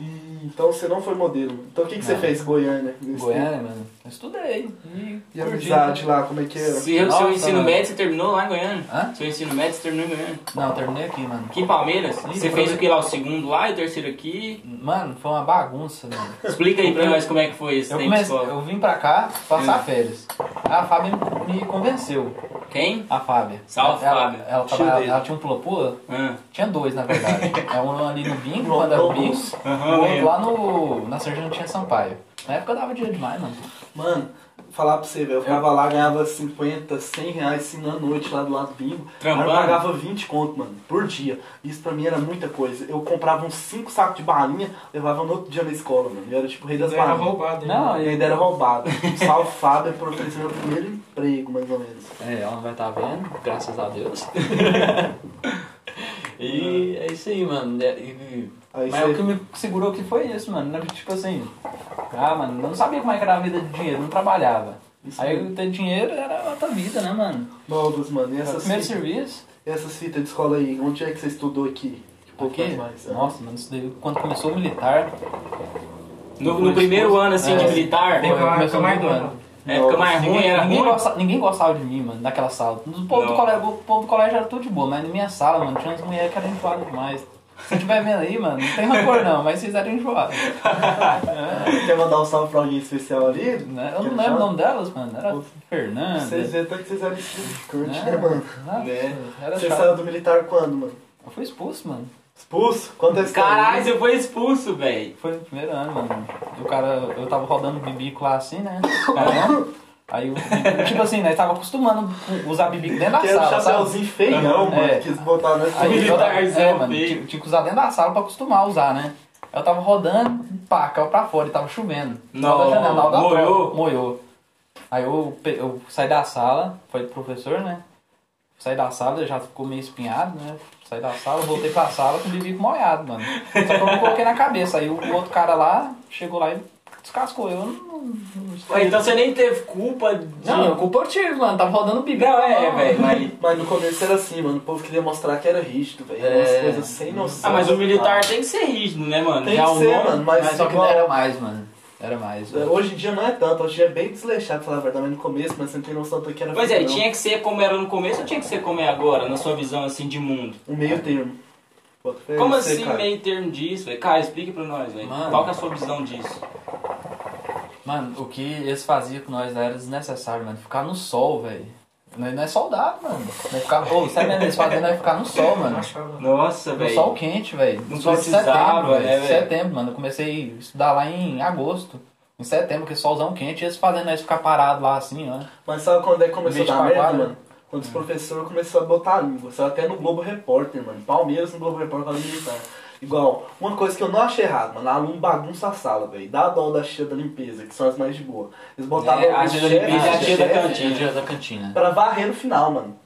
[SPEAKER 2] E, então você não foi modelo. mano. Então o que, que você
[SPEAKER 3] Não.
[SPEAKER 2] fez, Goiânia? nesse tempo?
[SPEAKER 3] Goiânia, mano. Eu estudei. E,
[SPEAKER 2] E a amizade lá, como é que era?
[SPEAKER 1] Se- Seu,
[SPEAKER 3] Nossa,
[SPEAKER 1] ensino
[SPEAKER 3] mano.
[SPEAKER 1] médio você terminou lá em Goiânia?
[SPEAKER 3] Hã?
[SPEAKER 1] Seu ensino médio você terminou em Goiânia?
[SPEAKER 3] Não, eu terminei aqui, mano.
[SPEAKER 1] Aqui em Palmeiras? você
[SPEAKER 3] foi.
[SPEAKER 1] fez o que lá? O segundo lá e o terceiro aqui?
[SPEAKER 3] Mano, foi uma bagunça, mano.
[SPEAKER 1] Explica aí pra nós como é que foi esse
[SPEAKER 3] Eu,
[SPEAKER 1] tempo de
[SPEAKER 3] comecei,
[SPEAKER 1] escola.
[SPEAKER 3] eu vim pra cá passar férias. A Fábia me convenceu.
[SPEAKER 1] Quem?
[SPEAKER 3] A Fábia.
[SPEAKER 1] Salve,
[SPEAKER 3] ela,
[SPEAKER 1] Fábia.
[SPEAKER 3] Ela,
[SPEAKER 2] Tio
[SPEAKER 3] trabalhava-
[SPEAKER 2] dele.
[SPEAKER 3] ela tinha um pula-pula.
[SPEAKER 1] Ah,
[SPEAKER 3] Tinha dois, na verdade. (laughs) é um ali no Bingo,
[SPEAKER 2] No
[SPEAKER 3] quando era o Bingo.
[SPEAKER 2] autobus.
[SPEAKER 1] Aham,
[SPEAKER 3] e o outro
[SPEAKER 1] lembro.
[SPEAKER 3] lá no, na Sergentinha Sampaio. Na época eu dava dinheiro demais, mano.
[SPEAKER 2] Mano, falar pra você, velho. Eu ficava lá, ganhava 50, 100 reais assim, na noite lá do lado do bingo.
[SPEAKER 1] Trampando?
[SPEAKER 2] Aí eu pagava 20 conto, mano, por dia. Isso pra mim era muita coisa. Eu comprava uns 5 sacos de balinha, levava no outro dia na escola, mano. Eu era tipo o rei das
[SPEAKER 4] Era
[SPEAKER 2] balinhas.
[SPEAKER 4] roubado, hein?
[SPEAKER 3] Não,
[SPEAKER 2] E ainda era roubado. Salve Fábio por oferecer meu primeiro emprego, mais ou menos.
[SPEAKER 3] É, ela não vai estar vendo, graças a (laughs) Deus. e é isso aí, mano. É, e-
[SPEAKER 2] Aí
[SPEAKER 3] mas
[SPEAKER 2] você-
[SPEAKER 3] o que me segurou que foi isso, mano. né? Tipo assim, ah, mano, eu não sabia como é que era a vida de dinheiro, não trabalhava.
[SPEAKER 2] Isso
[SPEAKER 3] Aí
[SPEAKER 2] mesmo.
[SPEAKER 3] eu ter dinheiro era outra vida, né, mano?
[SPEAKER 2] Novos, mano. E
[SPEAKER 3] Era o
[SPEAKER 2] essas,
[SPEAKER 3] primeiro
[SPEAKER 2] fitas,
[SPEAKER 3] serviço.
[SPEAKER 2] essas fitas de escola aí, onde é que você estudou aqui? Um pouco
[SPEAKER 3] Aqui,
[SPEAKER 2] mais. né?
[SPEAKER 3] nossa, mano, isso daí, quando começou o militar,
[SPEAKER 1] No, no primeiro ano, assim, de
[SPEAKER 3] É.
[SPEAKER 1] militar,
[SPEAKER 4] Tem
[SPEAKER 3] Foi,
[SPEAKER 4] uma
[SPEAKER 3] começou
[SPEAKER 4] época mais
[SPEAKER 3] muito,
[SPEAKER 4] dura.
[SPEAKER 3] mano.
[SPEAKER 1] na época mais ruim
[SPEAKER 3] ninguém,
[SPEAKER 1] era
[SPEAKER 3] ninguém,
[SPEAKER 1] ruim.
[SPEAKER 3] gosta- ninguém gostava de mim, mano, naquela sala. O povo, do
[SPEAKER 1] Não.
[SPEAKER 3] colégio, o povo do colégio era tudo de boa, mas na minha sala, mano, tinha umas mulheres que eram enjoadas demais. Se estiver vendo aí, mano, não tem rancor não, mas vocês eram enjoados.
[SPEAKER 2] Quer mandar um salve pra alguém especial ali?
[SPEAKER 3] né? Eu não lembro o nome delas, mano. Era Fernanda.
[SPEAKER 2] Vocês vê tanto que vocês eram insignificantes,
[SPEAKER 3] né?
[SPEAKER 2] né, mano?
[SPEAKER 3] Nossa,
[SPEAKER 1] Né?
[SPEAKER 3] Era
[SPEAKER 2] Você
[SPEAKER 3] chato.
[SPEAKER 2] saiu do militar quando, mano?
[SPEAKER 3] Eu fui expulso, mano.
[SPEAKER 2] Expulso? Quanto é isso?
[SPEAKER 1] Caralho,
[SPEAKER 3] né?
[SPEAKER 1] você foi expulso, velho.
[SPEAKER 3] Foi no primeiro ano, mano. E o cara, eu tava rodando bibico lá assim, né? Caramba. Aí, o- tipo assim, né? Tava acostumando a usar bibico dentro da
[SPEAKER 2] Que era um
[SPEAKER 3] sala, sabe?
[SPEAKER 2] chapéuzinho feião,
[SPEAKER 3] Aham,
[SPEAKER 2] mano.
[SPEAKER 3] é.
[SPEAKER 2] Que eles botaram nessa
[SPEAKER 3] Aí eu tava,
[SPEAKER 1] Militarzão
[SPEAKER 3] é, mano,
[SPEAKER 1] feio.
[SPEAKER 3] tinha, tinha que usar dentro da sala pra acostumar a usar, né? Eu tava rodando, pá, caiu pra fora e tava chovendo.
[SPEAKER 1] Não,
[SPEAKER 3] Lá da janela, lá da
[SPEAKER 1] molhou?
[SPEAKER 3] porta, Molhou. Aí eu, pe- eu saí da sala, falei pro professor, né? Saí da sala, já ficou meio espinhado, né? Saí da sala, voltei pra sala com o bibico molhado, mano. Só que eu não coloquei na cabeça. Aí o o outro cara lá chegou lá e descascou. Eu não. não-
[SPEAKER 1] Ué, Então você nem teve culpa de.
[SPEAKER 3] Não, eu culpa eu tive, mano. Tava rodando o bibico.
[SPEAKER 1] Não,
[SPEAKER 3] na
[SPEAKER 1] é,
[SPEAKER 3] mão.
[SPEAKER 1] velho,
[SPEAKER 3] (laughs)
[SPEAKER 1] mas.
[SPEAKER 2] Mas no começo era assim, mano. O povo queria mostrar que era rígido, velho. Era
[SPEAKER 3] É.
[SPEAKER 2] umas coisas sem noção.
[SPEAKER 1] Ah, mas o militar tem que ser rígido, né, mano?
[SPEAKER 2] Tem
[SPEAKER 1] Já
[SPEAKER 2] que
[SPEAKER 1] o
[SPEAKER 2] ser,
[SPEAKER 1] nome-
[SPEAKER 2] mano. Mas,
[SPEAKER 3] Mas só que não
[SPEAKER 2] igual-
[SPEAKER 3] era mais, mano. Era mais.
[SPEAKER 2] É, Hoje em dia não é tanto, hoje em dia é bem desleixado, pra falar a verdade, mas no começo, mas você não tem noção do que era
[SPEAKER 1] Pois é,
[SPEAKER 2] não.
[SPEAKER 1] tinha que ser como era no começo ou tinha que ser como é agora, na sua visão assim de mundo?
[SPEAKER 2] Um meio termo. Bota fé,
[SPEAKER 1] Como
[SPEAKER 2] você,
[SPEAKER 1] assim
[SPEAKER 2] cara.
[SPEAKER 1] meio termo disso, velho? Cara, explica pra nós, velho.
[SPEAKER 3] Mano.
[SPEAKER 1] Qual que é a sua visão disso?
[SPEAKER 3] Mano, o que eles faziam com nós lá era desnecessário, mano. Ficar no sol, velho. Nós não é soldado, mano. Nós ficar... Ô, sabe mesmo? Eles fazendo nós ficar no sol, mano.
[SPEAKER 4] Achava.
[SPEAKER 1] Nossa,
[SPEAKER 3] No
[SPEAKER 1] é, velho.
[SPEAKER 3] sol quente, velho. No
[SPEAKER 1] Não
[SPEAKER 3] sol de setembro,
[SPEAKER 1] precisava, né,
[SPEAKER 3] velho.
[SPEAKER 1] velho?
[SPEAKER 3] Setembro, mano. Eu comecei a estudar lá em agosto. Em setembro, que é solzão quente, eles fazendo nós ficar parado lá assim, ó.
[SPEAKER 2] Mas sabe quando é que começou a
[SPEAKER 3] Bicho
[SPEAKER 2] dar merda,
[SPEAKER 3] paguado.
[SPEAKER 1] né?
[SPEAKER 2] mano? Quando
[SPEAKER 1] Hum.
[SPEAKER 2] os professores começaram a botar a língua. Saiu até no Globo Repórter, mano. Palmeiras no Globo Repórter pra militar. Igual, uma coisa que eu não achei errado, mano. Aluno bagunça a sala, velho. Dá a dó da tia da limpeza, que são as mais de boa. Eles botavam
[SPEAKER 1] É, a
[SPEAKER 2] o
[SPEAKER 1] tia da
[SPEAKER 2] chefe,
[SPEAKER 1] limpeza
[SPEAKER 3] Ah,
[SPEAKER 1] e a tia da
[SPEAKER 2] chefe,
[SPEAKER 3] né?
[SPEAKER 1] cantina. Tinha.
[SPEAKER 3] dia da cantina.
[SPEAKER 2] Pra varrer no final, mano.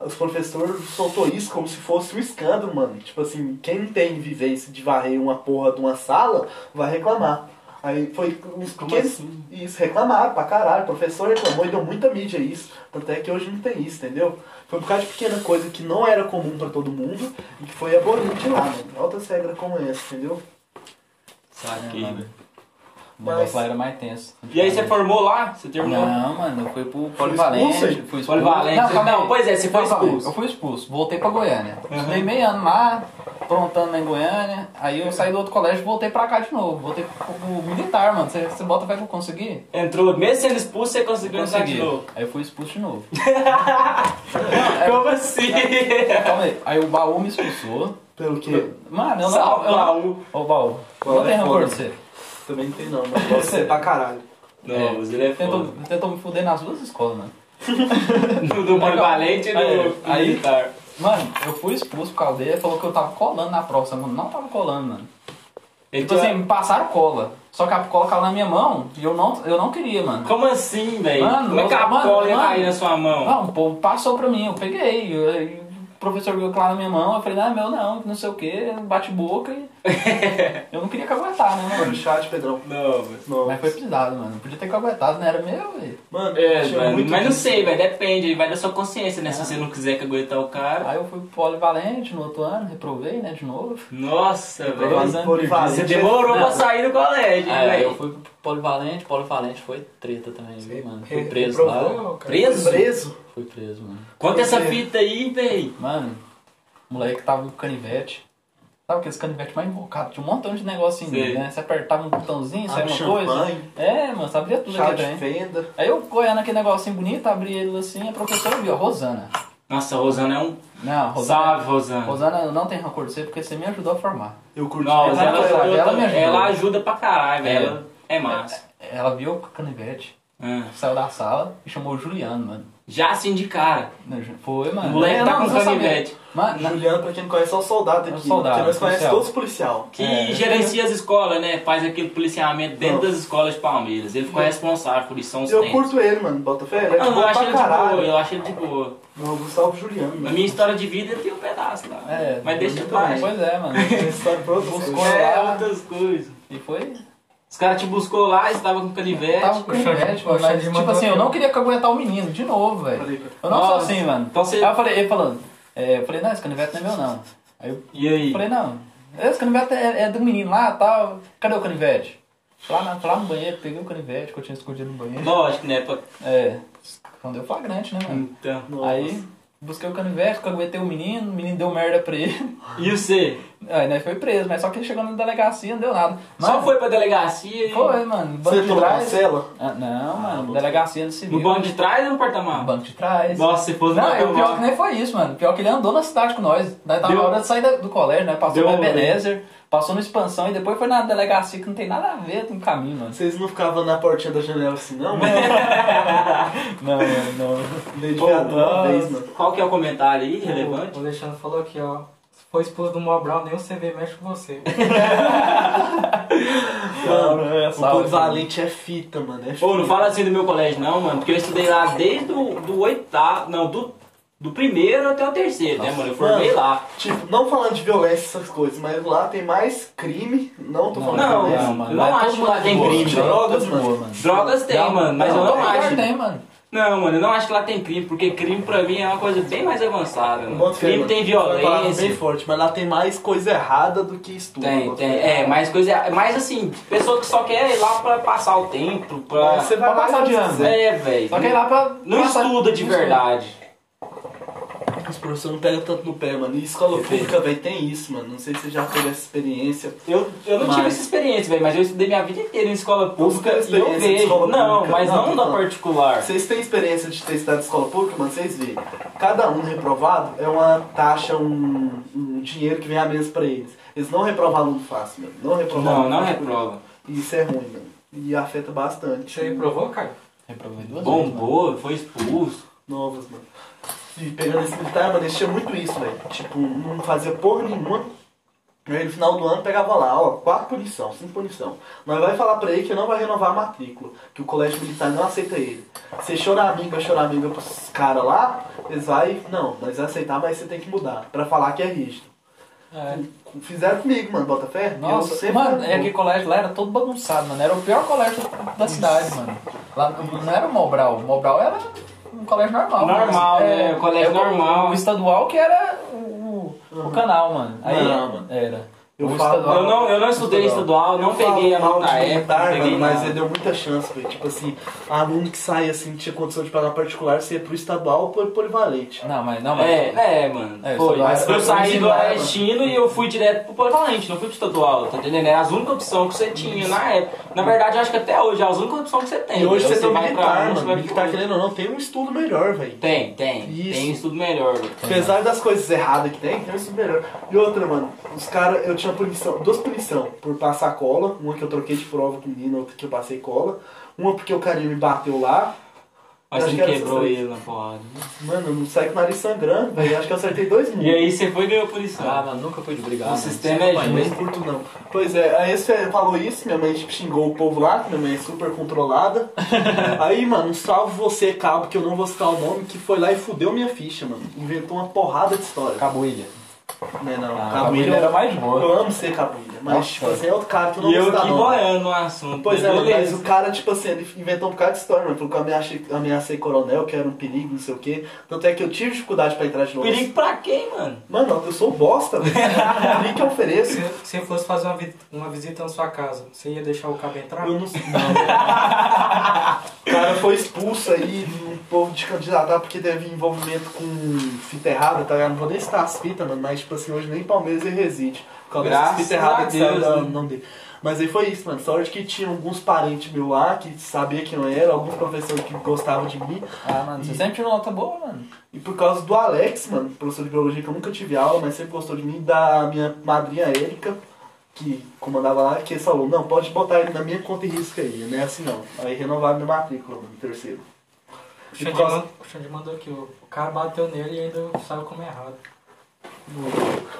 [SPEAKER 2] Os professores soltou isso como se fosse um escândalo, mano. Tipo assim, quem não tem vivência de varrer uma porra de uma sala, vai reclamar. Aí foi uns
[SPEAKER 1] Como
[SPEAKER 2] pequenos.
[SPEAKER 1] assim?
[SPEAKER 2] Isso, reclamaram pra caralho. O professor reclamou e deu muita mídia a isso. Tanto é que hoje não tem isso, entendeu? Foi por causa de pequena coisa que não era comum pra todo mundo e que foi abolido de lá, mano. Outras regras como é essa, entendeu?
[SPEAKER 1] Saquei,
[SPEAKER 3] É, mano.
[SPEAKER 1] velho.
[SPEAKER 3] O
[SPEAKER 2] Mas-
[SPEAKER 3] negócio lá era mais tenso.
[SPEAKER 1] E aí você formou lá? Você terminou?
[SPEAKER 3] Não, mano, eu fui pro
[SPEAKER 2] expulso,
[SPEAKER 3] Polivalente.
[SPEAKER 2] hein?
[SPEAKER 3] Fui expulso.
[SPEAKER 1] Polivalente.
[SPEAKER 3] Não, calma
[SPEAKER 1] Não,
[SPEAKER 3] aí.
[SPEAKER 1] pois é, você foi
[SPEAKER 3] Polivalente.
[SPEAKER 1] expulso.
[SPEAKER 3] Eu fui expulso, voltei pra Goiânia. Estudei meio ano lá, aprontando lá em Goiânia. Aí eu saí do outro colégio e voltei pra cá de novo. Voltei pro, pro militar, mano. Você, você bota, vai que eu consegui?
[SPEAKER 1] Entrou, mesmo sendo expulso, você conseguiu entrar de novo.
[SPEAKER 3] Aí eu fui expulso de novo.
[SPEAKER 1] Como assim?
[SPEAKER 3] calma aí. Aí o baú me expulsou.
[SPEAKER 2] Pelo que?
[SPEAKER 3] Mano, eu não.
[SPEAKER 1] Salve,
[SPEAKER 3] eu não-
[SPEAKER 1] Laú.
[SPEAKER 3] Ô, baú.
[SPEAKER 2] Baú
[SPEAKER 3] não
[SPEAKER 2] é
[SPEAKER 3] tem rancor
[SPEAKER 2] foda.
[SPEAKER 3] de você.
[SPEAKER 2] Também não tem não, mano. (laughs) Gosto de ser pra caralho.
[SPEAKER 1] Não, mas ele é
[SPEAKER 3] Tentou,
[SPEAKER 1] foda. (laughs)
[SPEAKER 3] tentou me fuder nas duas escolas, mano.
[SPEAKER 1] No do polivalente e do
[SPEAKER 3] É, Aí-
[SPEAKER 1] militar.
[SPEAKER 3] Mano, eu fui expulso por causa dele, ele falou que eu tava colando na próxima, mano. Não tava colando, mano.
[SPEAKER 1] Ele
[SPEAKER 4] Então
[SPEAKER 3] Tipo
[SPEAKER 4] é-
[SPEAKER 3] assim, me passaram cola. Só que a cola caiu na minha mão e eu não, eu não queria, mano.
[SPEAKER 4] Então.
[SPEAKER 1] Como assim, velho?
[SPEAKER 3] Mano,
[SPEAKER 1] Como é que a
[SPEAKER 3] mano,
[SPEAKER 1] bola ia
[SPEAKER 3] mano.
[SPEAKER 1] cair na sua mão?
[SPEAKER 3] Não, o povo passou pra mim, eu peguei. eu- eu- o professor viu claro na minha mão, eu falei, não, é meu não, não sei o que, bate boca
[SPEAKER 4] (laughs)
[SPEAKER 3] e. eu não queria que aguentar, né,
[SPEAKER 2] Foi no
[SPEAKER 3] mano?
[SPEAKER 2] chat, Pedrão.
[SPEAKER 1] Não, mas...
[SPEAKER 2] Não.
[SPEAKER 3] Mas foi pisado, mano. Podia ter que aguentado, não era meu, velho.
[SPEAKER 2] Mano,
[SPEAKER 1] É,
[SPEAKER 2] tinha
[SPEAKER 1] mano,
[SPEAKER 2] muito
[SPEAKER 1] mas não
[SPEAKER 2] disso.
[SPEAKER 1] sei, velho, depende, aí vai da sua consciência, né? Se
[SPEAKER 3] É.
[SPEAKER 1] você não quiser que aguentar o cara.
[SPEAKER 3] Aí eu fui pro polivalente no outro ano, reprovei, né, de novo.
[SPEAKER 1] Nossa,
[SPEAKER 3] Dois
[SPEAKER 1] velho.
[SPEAKER 3] anos
[SPEAKER 2] Por
[SPEAKER 3] perdidos.
[SPEAKER 2] vários.
[SPEAKER 1] Você demorou pra sair do colégio,
[SPEAKER 4] Ah,
[SPEAKER 5] É,
[SPEAKER 1] velho.
[SPEAKER 5] eu fui pro Polivalente, Polivalente foi treta também, viu, mano? Fui
[SPEAKER 4] Re-
[SPEAKER 5] preso lá.
[SPEAKER 4] reprovou, cara.
[SPEAKER 1] Preso?
[SPEAKER 2] Preso?
[SPEAKER 5] Fui preso, mano.
[SPEAKER 1] Conta essa fita aí, velho.
[SPEAKER 3] Mano, o moleque tava com canivete. Sabe aqueles canivete mais invocados? Tinha um montão de negócio em
[SPEAKER 1] Sei.
[SPEAKER 3] mim, né? Você apertava um botãozinho, saia
[SPEAKER 2] Abre
[SPEAKER 3] uma coisa.
[SPEAKER 2] champanhe.
[SPEAKER 3] É, mano, sabia tudo
[SPEAKER 2] Chá
[SPEAKER 3] aqui
[SPEAKER 2] de
[SPEAKER 3] dentro.
[SPEAKER 2] fenda.
[SPEAKER 3] Aí eu goiando aquele negocinho bonito, abri ele assim, a professora viu, a Rosana.
[SPEAKER 1] Nossa, a Rosana é um.
[SPEAKER 3] Não,
[SPEAKER 1] Salve,
[SPEAKER 3] Rosana.
[SPEAKER 1] Rosana.
[SPEAKER 3] Rosana, eu não tenho rancor de você porque você me ajudou a formar.
[SPEAKER 2] Eu curti.
[SPEAKER 1] Não, a
[SPEAKER 2] demais.
[SPEAKER 1] Rosana
[SPEAKER 3] Ela foi lá,
[SPEAKER 1] ajudou,
[SPEAKER 3] ela me ajudou.
[SPEAKER 1] ela ajuda pra caralho,
[SPEAKER 3] É.
[SPEAKER 1] velho. Ela é massa.
[SPEAKER 3] Ela viu o canivete,
[SPEAKER 1] Ah.
[SPEAKER 3] saiu da sala e chamou o Juliano, mano.
[SPEAKER 1] Já assim de cara.
[SPEAKER 3] Não, Ju- Foi,
[SPEAKER 1] O
[SPEAKER 3] mano.
[SPEAKER 1] moleque
[SPEAKER 3] Eu
[SPEAKER 1] tá
[SPEAKER 3] não-
[SPEAKER 1] com
[SPEAKER 3] não sabia.
[SPEAKER 1] canivete.
[SPEAKER 3] Mas, na-
[SPEAKER 2] Juliano, pra quem não conhece, é o soldado
[SPEAKER 3] É o
[SPEAKER 2] aqui.
[SPEAKER 3] soldado,
[SPEAKER 2] porque nós conhecemos
[SPEAKER 3] policial.
[SPEAKER 2] todos os policial.
[SPEAKER 1] Que
[SPEAKER 3] É.
[SPEAKER 1] gerencia as escolas, né? Faz aquele policiamento dentro
[SPEAKER 2] Não.
[SPEAKER 1] das escolas de Palmeiras. Ele
[SPEAKER 3] É.
[SPEAKER 1] ficou responsável por isso, são os
[SPEAKER 2] Eu
[SPEAKER 1] tempos.
[SPEAKER 2] curto ele, mano. Botafé, ele é
[SPEAKER 1] Não,
[SPEAKER 2] de
[SPEAKER 1] eu
[SPEAKER 2] boa
[SPEAKER 1] acho ele
[SPEAKER 2] pra
[SPEAKER 1] de boa,
[SPEAKER 2] caralho.
[SPEAKER 1] eu acho ele de boa.
[SPEAKER 2] Não, eu salvo o Juliano, né?
[SPEAKER 1] Na
[SPEAKER 2] mano.
[SPEAKER 1] minha história de vida tem um pedaço lá.
[SPEAKER 3] É,
[SPEAKER 1] Mas deixa
[SPEAKER 2] muito
[SPEAKER 1] pra lá.
[SPEAKER 2] bem.
[SPEAKER 3] Pois
[SPEAKER 1] (laughs)
[SPEAKER 3] é, mano.
[SPEAKER 2] história pra outras
[SPEAKER 3] Buscou
[SPEAKER 2] coisas.
[SPEAKER 1] É,
[SPEAKER 3] lá.
[SPEAKER 1] outras coisas.
[SPEAKER 3] E foi.
[SPEAKER 1] Os caras te buscou lá, você tava com
[SPEAKER 3] Eu
[SPEAKER 1] canivete.
[SPEAKER 3] Tava com canivete, mano. Mas, tipo assim, eu não queria que aguentar o menino de novo, velho.
[SPEAKER 2] Peraí, cara.
[SPEAKER 3] Eu não sou
[SPEAKER 1] Nossa.
[SPEAKER 3] assim, mano.
[SPEAKER 1] Então você-
[SPEAKER 3] Aí eu falei, ele falando, é, eu falei, não, esse canivete não é meu não. Aí eu
[SPEAKER 1] E aí?
[SPEAKER 3] falei, não, esse canivete é, é do menino lá tal. Cadê o canivete? Fui Lá, na, fui lá no banheiro, peguei o canivete que eu tinha escondido no banheiro.
[SPEAKER 1] Lógico, né? pra-
[SPEAKER 3] É, não deu flagrante, né, mano?
[SPEAKER 1] Então.
[SPEAKER 2] Nossa.
[SPEAKER 3] Aí busquei o canivete, que eu aguentei o menino, o menino deu merda pra ele. (laughs)
[SPEAKER 1] E você?
[SPEAKER 3] Aí nós foi preso, mas só que ele chegou na delegacia, não deu nada.
[SPEAKER 1] Só
[SPEAKER 3] Mano,
[SPEAKER 1] foi pra delegacia e.
[SPEAKER 3] Foi, mano. Banco
[SPEAKER 2] Você
[SPEAKER 3] de
[SPEAKER 2] tomou a
[SPEAKER 3] trás.
[SPEAKER 2] cela?
[SPEAKER 3] Ah, não, mano, delegacia do civil.
[SPEAKER 1] No banco de trás ou no
[SPEAKER 3] No
[SPEAKER 1] porta-malas?
[SPEAKER 3] um banco de trás.
[SPEAKER 1] Nossa, se fosse
[SPEAKER 3] Não, e
[SPEAKER 2] é
[SPEAKER 1] no
[SPEAKER 3] o pior que
[SPEAKER 1] porta-malas.
[SPEAKER 3] nem foi isso, mano. Pior que ele andou na cidade com nós. Daí tava
[SPEAKER 1] Deu-
[SPEAKER 3] na hora de sair da- do colégio, né? Passou
[SPEAKER 1] Deu
[SPEAKER 3] na
[SPEAKER 1] um rolê.
[SPEAKER 3] Ebenezer, passou no Expansão e depois foi na delegacia que não tem nada a ver com o caminho, mano.
[SPEAKER 2] Vocês não ficavam na portinha da janela assim, não, mano?
[SPEAKER 3] Não, mano,
[SPEAKER 2] Dei de
[SPEAKER 1] Pô,
[SPEAKER 2] viado uma
[SPEAKER 1] nossa.
[SPEAKER 2] vez, mano.
[SPEAKER 1] Qual que é o comentário aí,
[SPEAKER 4] O
[SPEAKER 1] relevante?
[SPEAKER 4] Alexandre falou aqui, ó. Se for expulso do Mobral, nem o CV mexe com você.
[SPEAKER 2] Mano,
[SPEAKER 3] é
[SPEAKER 2] o
[SPEAKER 3] salve,
[SPEAKER 2] polivalente é fita, mano. É fita.
[SPEAKER 1] Pô, não fala assim do meu colégio, não, mano. Porque eu estudei lá desde o do oitavo. Não, do, do primeiro até o terceiro, né, mano? Eu formei
[SPEAKER 2] Mano.
[SPEAKER 1] lá.
[SPEAKER 2] Tipo, não falando de violência essas coisas, mas lá tem mais crime. Não tô falando
[SPEAKER 3] Não,
[SPEAKER 1] Não, é
[SPEAKER 2] de violência.
[SPEAKER 1] não,
[SPEAKER 3] mano,
[SPEAKER 1] não
[SPEAKER 3] mas
[SPEAKER 1] acho que lá é tem
[SPEAKER 3] boa,
[SPEAKER 1] crime. né?
[SPEAKER 3] mano.
[SPEAKER 2] Drogas,
[SPEAKER 3] Boa,
[SPEAKER 2] mano.
[SPEAKER 3] mano.
[SPEAKER 2] é
[SPEAKER 1] Drogas tem, mano, mas eu não
[SPEAKER 3] pior
[SPEAKER 1] acho.
[SPEAKER 3] Tem, mano.
[SPEAKER 1] Não, mano, eu não acho que lá tem crime, porque crime pra mim é uma coisa bem mais avançada. Mano.
[SPEAKER 2] Bota fé,
[SPEAKER 1] crime
[SPEAKER 2] mano.
[SPEAKER 1] tem
[SPEAKER 2] Uma palavra bem
[SPEAKER 1] violência.
[SPEAKER 2] forte, mas lá tem mais coisa errada do que estudo.
[SPEAKER 1] Tem,
[SPEAKER 2] bota
[SPEAKER 1] tem.
[SPEAKER 2] fé.
[SPEAKER 1] É, mais coisa. Mais assim, pessoa que só quer ir lá pra passar o tempo, pra.
[SPEAKER 2] Mas Então Você vai
[SPEAKER 3] Pra
[SPEAKER 2] passar
[SPEAKER 3] passar
[SPEAKER 2] de
[SPEAKER 3] de
[SPEAKER 2] ano.
[SPEAKER 1] É, velho.
[SPEAKER 3] Só que é lá pra.
[SPEAKER 1] Não
[SPEAKER 3] passar-
[SPEAKER 1] estuda de
[SPEAKER 3] não estuda.
[SPEAKER 1] verdade.
[SPEAKER 2] Os professores não pegam tanto no pé, mano. E escola pública, velho, tem isso, mano. Não sei se você já teve essa experiência.
[SPEAKER 1] Eu, eu não tive
[SPEAKER 2] Mas-
[SPEAKER 1] essa experiência, velho, mas eu estudei minha vida inteira em escola pública
[SPEAKER 2] Você
[SPEAKER 1] e
[SPEAKER 2] teve
[SPEAKER 1] eu
[SPEAKER 2] experiência de escola
[SPEAKER 1] vejo. Não,
[SPEAKER 2] pública?
[SPEAKER 1] mas
[SPEAKER 2] Não,
[SPEAKER 1] não, da
[SPEAKER 2] não.
[SPEAKER 1] particular.
[SPEAKER 2] Vocês têm experiência de ter estudado em escola pública, mano? Vocês veem. Cada um reprovado é uma taxa, um, um dinheiro que vem a menos pra eles. Eles não reprovam aluno fácil, mano. Não reprovam
[SPEAKER 1] Não,
[SPEAKER 2] aluno
[SPEAKER 1] não
[SPEAKER 2] fácil.
[SPEAKER 1] reprova.
[SPEAKER 2] Isso é ruim, mano. E afeta bastante.
[SPEAKER 4] Você reprovou, cara?
[SPEAKER 3] Reprovei duas vezes. mano.
[SPEAKER 1] Bombou, foi expulso.
[SPEAKER 2] novas, mano. E pegando esse militar, mano, eles tinham muito isso, velho. Tipo, não fazia porra nenhuma. E aí no final do ano pegava lá, ó, quatro punição, cinco punição. Mas vai falar pra ele que não vai renovar a matrícula, que o colégio militar não aceita ele. Você chorar amiga, chorar amiga pros caras lá, eles vai, não, nós vai aceitar, mas você tem que mudar, pra falar que é rígido.
[SPEAKER 3] É.
[SPEAKER 2] Fizeram comigo, mano, Botafé.
[SPEAKER 3] Nossa, mano, é que colégio lá era todo bagunçado, mano. Era o pior colégio da cidade, mano. Lá não era o Mobral. O Mobral era um colégio normal.
[SPEAKER 1] Normal,
[SPEAKER 3] mas-
[SPEAKER 1] né? Colégio
[SPEAKER 3] o-
[SPEAKER 1] normal.
[SPEAKER 3] O estadual que era o, o- o canal, mano. Aí
[SPEAKER 2] Uhum. Não, mano.
[SPEAKER 3] era.
[SPEAKER 2] Eu
[SPEAKER 3] o
[SPEAKER 2] falo-
[SPEAKER 1] Eu não, eu não estudei estadual, não peguei a
[SPEAKER 2] falo
[SPEAKER 1] nota
[SPEAKER 2] mal de
[SPEAKER 1] época,
[SPEAKER 2] militar,
[SPEAKER 1] não peguei
[SPEAKER 2] mano, mas é- ele
[SPEAKER 1] nada.
[SPEAKER 2] deu muita chance, velho. Tipo assim, aluno que sai assim, tinha condição de pagar particular, você ia pro estadual ou pro polivalente.
[SPEAKER 3] Não, mas não, mas.
[SPEAKER 1] É, é, mano.
[SPEAKER 3] É,
[SPEAKER 1] foi.
[SPEAKER 3] estadual
[SPEAKER 1] Mas
[SPEAKER 2] era
[SPEAKER 1] eu saí do
[SPEAKER 2] estadual, mano.
[SPEAKER 1] Argentino e eu fui direto pro Polivalente, não fui pro estadual, tá entendendo? Era as únicas opções que você tinha na época. Na verdade, eu acho que até hoje é as únicas opções que você tem.
[SPEAKER 2] E hoje
[SPEAKER 1] Ou
[SPEAKER 2] você tem um
[SPEAKER 1] vai pra um,
[SPEAKER 2] militar,
[SPEAKER 1] você
[SPEAKER 2] mano.
[SPEAKER 1] vai pro
[SPEAKER 2] Militar,
[SPEAKER 1] outro.
[SPEAKER 2] querendo ou não, tem um estudo melhor, velho.
[SPEAKER 1] Tem, tem.
[SPEAKER 2] Isso.
[SPEAKER 1] Tem estudo melhor, velho.
[SPEAKER 2] Apesar das coisas erradas que tem, tem um estudo melhor. E outra, mano, os caras, eu tinha punição, duas punição por passar cola, uma que eu troquei de prova com o menino, outra que eu passei cola, uma porque o carinha me bateu lá.
[SPEAKER 1] Mas
[SPEAKER 2] Acho
[SPEAKER 1] você
[SPEAKER 2] que era
[SPEAKER 1] quebrou
[SPEAKER 2] essas
[SPEAKER 1] ele na porrada.
[SPEAKER 2] Mano, eu não saí com o nariz sangrando, velho. Acho que eu acertei dois mil.
[SPEAKER 1] E aí você foi e ganhou punição.
[SPEAKER 5] Ah, mano, nunca fui de brigar.
[SPEAKER 1] O
[SPEAKER 5] mano.
[SPEAKER 1] sistema é
[SPEAKER 5] Mas-
[SPEAKER 2] Eu não curto não. Pois é, aí você falou isso, minha mãe tipo, xingou o povo lá, que minha mãe é
[SPEAKER 1] (laughs)
[SPEAKER 2] super controlada. aí, mano, salve você, cabo, que eu não vou citar o nome, que foi lá e fudeu minha ficha, mano. Inventou uma porrada de história.
[SPEAKER 3] Cabuilha.
[SPEAKER 2] Não é não,
[SPEAKER 3] Ah,
[SPEAKER 2] Cabo
[SPEAKER 3] Cabuilha
[SPEAKER 2] Ilha
[SPEAKER 3] era mais boa.
[SPEAKER 2] Eu amo ser Cabuilha, mas
[SPEAKER 3] Nossa.
[SPEAKER 2] tipo assim, é outro cara que eu não
[SPEAKER 1] E eu
[SPEAKER 2] vou citar
[SPEAKER 1] aqui
[SPEAKER 2] nome.
[SPEAKER 1] boiando no assunto.
[SPEAKER 2] Pois é, mano, mas
[SPEAKER 1] beleza.
[SPEAKER 2] o cara, tipo assim, ele inventou um bocado de história, mano. Falou que eu ameacei, ameacei coronel, que era um perigo, não sei o quê. Tanto é que eu tive dificuldade pra entrar de novo.
[SPEAKER 1] Perigo pra quem, mano?
[SPEAKER 2] Mano, eu sou bosta,
[SPEAKER 1] (laughs)
[SPEAKER 2] velho. Perigo que eu ofereço.
[SPEAKER 4] Se você fosse fazer uma, vi- uma visita na sua casa, você ia deixar o cabo
[SPEAKER 1] (laughs)
[SPEAKER 4] entrar?
[SPEAKER 2] Eu não sei. o cara foi expulso aí, um povo de candidatar porque teve envolvimento com fita errada, tá ligado? Não vou nem citar as fitas, mano, mas tipo assim, hoje nem Palmeiras ele reside. Por causa dessas
[SPEAKER 1] Graças
[SPEAKER 2] fitas erradas que
[SPEAKER 1] a
[SPEAKER 2] saiu
[SPEAKER 1] Deus,
[SPEAKER 2] da-
[SPEAKER 1] né?
[SPEAKER 2] não dele. Mas aí foi isso, mano. Sorte que tinha alguns parentes meu lá que sabia quem eu era, alguns professores que gostavam de mim.
[SPEAKER 3] Ah, mano, você sempre tirou nota boa, mano.
[SPEAKER 2] E por causa do Alex, mano, professor de biologia que eu nunca tive aula, mas sempre gostou de mim, da minha madrinha Érica, que comandava lá, que ele falou, não, pode botar ele na minha conta e risco aí, não é assim não. Aí renovaram minha matrícula, mano, terceiro.
[SPEAKER 4] O
[SPEAKER 2] E por
[SPEAKER 4] Xande
[SPEAKER 2] causa...
[SPEAKER 4] mandou- o Xande mandou aqui, o o cara bateu nele e ainda saiu como errado.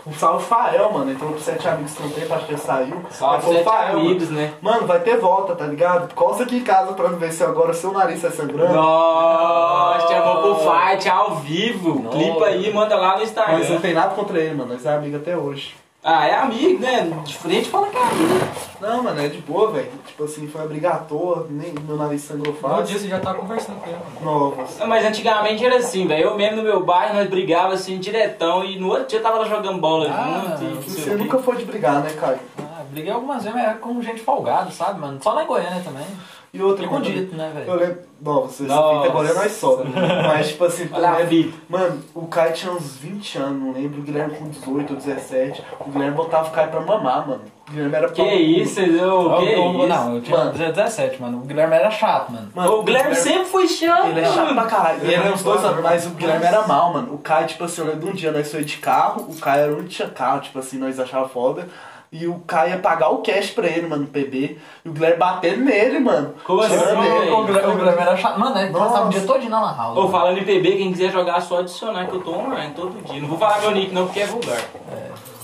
[SPEAKER 2] O salve Fael, mano, entrou pro Sete Amigos que não tem, acho que ele saiu. Mas
[SPEAKER 1] Salve
[SPEAKER 2] foi o
[SPEAKER 1] sete
[SPEAKER 2] Fael, mano.
[SPEAKER 1] amigos, né?
[SPEAKER 2] Mano, vai ter volta, tá ligado? Costa aqui em casa pra não ver se agora seu nariz sai sangrando.
[SPEAKER 1] Nossa, chamou pro fight ao vivo.
[SPEAKER 5] Nossa.
[SPEAKER 1] Clipa aí, manda lá no
[SPEAKER 2] Mas é não
[SPEAKER 1] Instagram.
[SPEAKER 2] tem nada contra ele, mano, nós é amigo até hoje.
[SPEAKER 1] Ah, é amigo, né? De frente fala que é amigo.
[SPEAKER 2] Não, mano, é de boa, velho. Tipo assim, foi uma briga à toa, nem meu nariz sangrou
[SPEAKER 4] No
[SPEAKER 2] fácil.
[SPEAKER 4] dia você já tá conversando com ele, mano.
[SPEAKER 2] Novas.
[SPEAKER 1] Ah, Mas antigamente era assim, velho. Eu mesmo no meu bairro, nós brigava assim, diretão. E no outro dia tava lá jogando bola
[SPEAKER 3] Ah,
[SPEAKER 1] junto. E não
[SPEAKER 2] Você
[SPEAKER 1] sei o quê.
[SPEAKER 2] nunca foi de brigar, né, Caio?
[SPEAKER 3] Ah, briguei algumas vezes, mas era com gente folgada, sabe, mano? Só na Goiânia também.
[SPEAKER 2] E outra
[SPEAKER 3] E com
[SPEAKER 2] quando-
[SPEAKER 3] dito, né,
[SPEAKER 2] Eu
[SPEAKER 3] velho?
[SPEAKER 2] lembro. Não, você
[SPEAKER 1] Nossa.
[SPEAKER 2] fica agora é nós
[SPEAKER 1] (laughs)
[SPEAKER 2] só. Mas, tipo assim, tu
[SPEAKER 1] Olha a
[SPEAKER 2] lembra-
[SPEAKER 1] vida.
[SPEAKER 2] Mano, o Caio tinha uns 20 anos, não lembro. O Guilherme com 18 ou 17. O Guilherme botava o Caio pra mamar, mano. O Guilherme era
[SPEAKER 1] Que
[SPEAKER 2] pau no cu.
[SPEAKER 1] isso, eu, que
[SPEAKER 3] Eu- eu-
[SPEAKER 1] isso.
[SPEAKER 3] Não, eu tinha
[SPEAKER 2] Mano.
[SPEAKER 3] 17, mano. O Guilherme era chato, mano.
[SPEAKER 2] Mano,
[SPEAKER 1] o Guilherme sempre foi é chato, né?
[SPEAKER 2] Ele era chato
[SPEAKER 1] mano.
[SPEAKER 2] pra caralho. Ele era uns dois anos, mas o Guilherme
[SPEAKER 3] Nossa.
[SPEAKER 2] era mal, mano. O Caio, tipo assim, eu lembro de um dia nós foi de carro, o Caio era o único que tinha carro, tipo assim, nós achava foda. E o Caio ia pagar o cash pra ele, mano, no PB. E o Guilherme batendo nele, mano.
[SPEAKER 1] Como assim,
[SPEAKER 2] Tirando
[SPEAKER 1] mano?
[SPEAKER 2] ele.
[SPEAKER 3] O Guilherme, o Guilherme era chato. Mano, ele passava o
[SPEAKER 2] Nossa.
[SPEAKER 3] dia todo na lan house.
[SPEAKER 1] Ô, falando em PB, quem quiser jogar é só adicionar que eu tô online todo dia. Não vou falar meu nick não, porque é vulgar.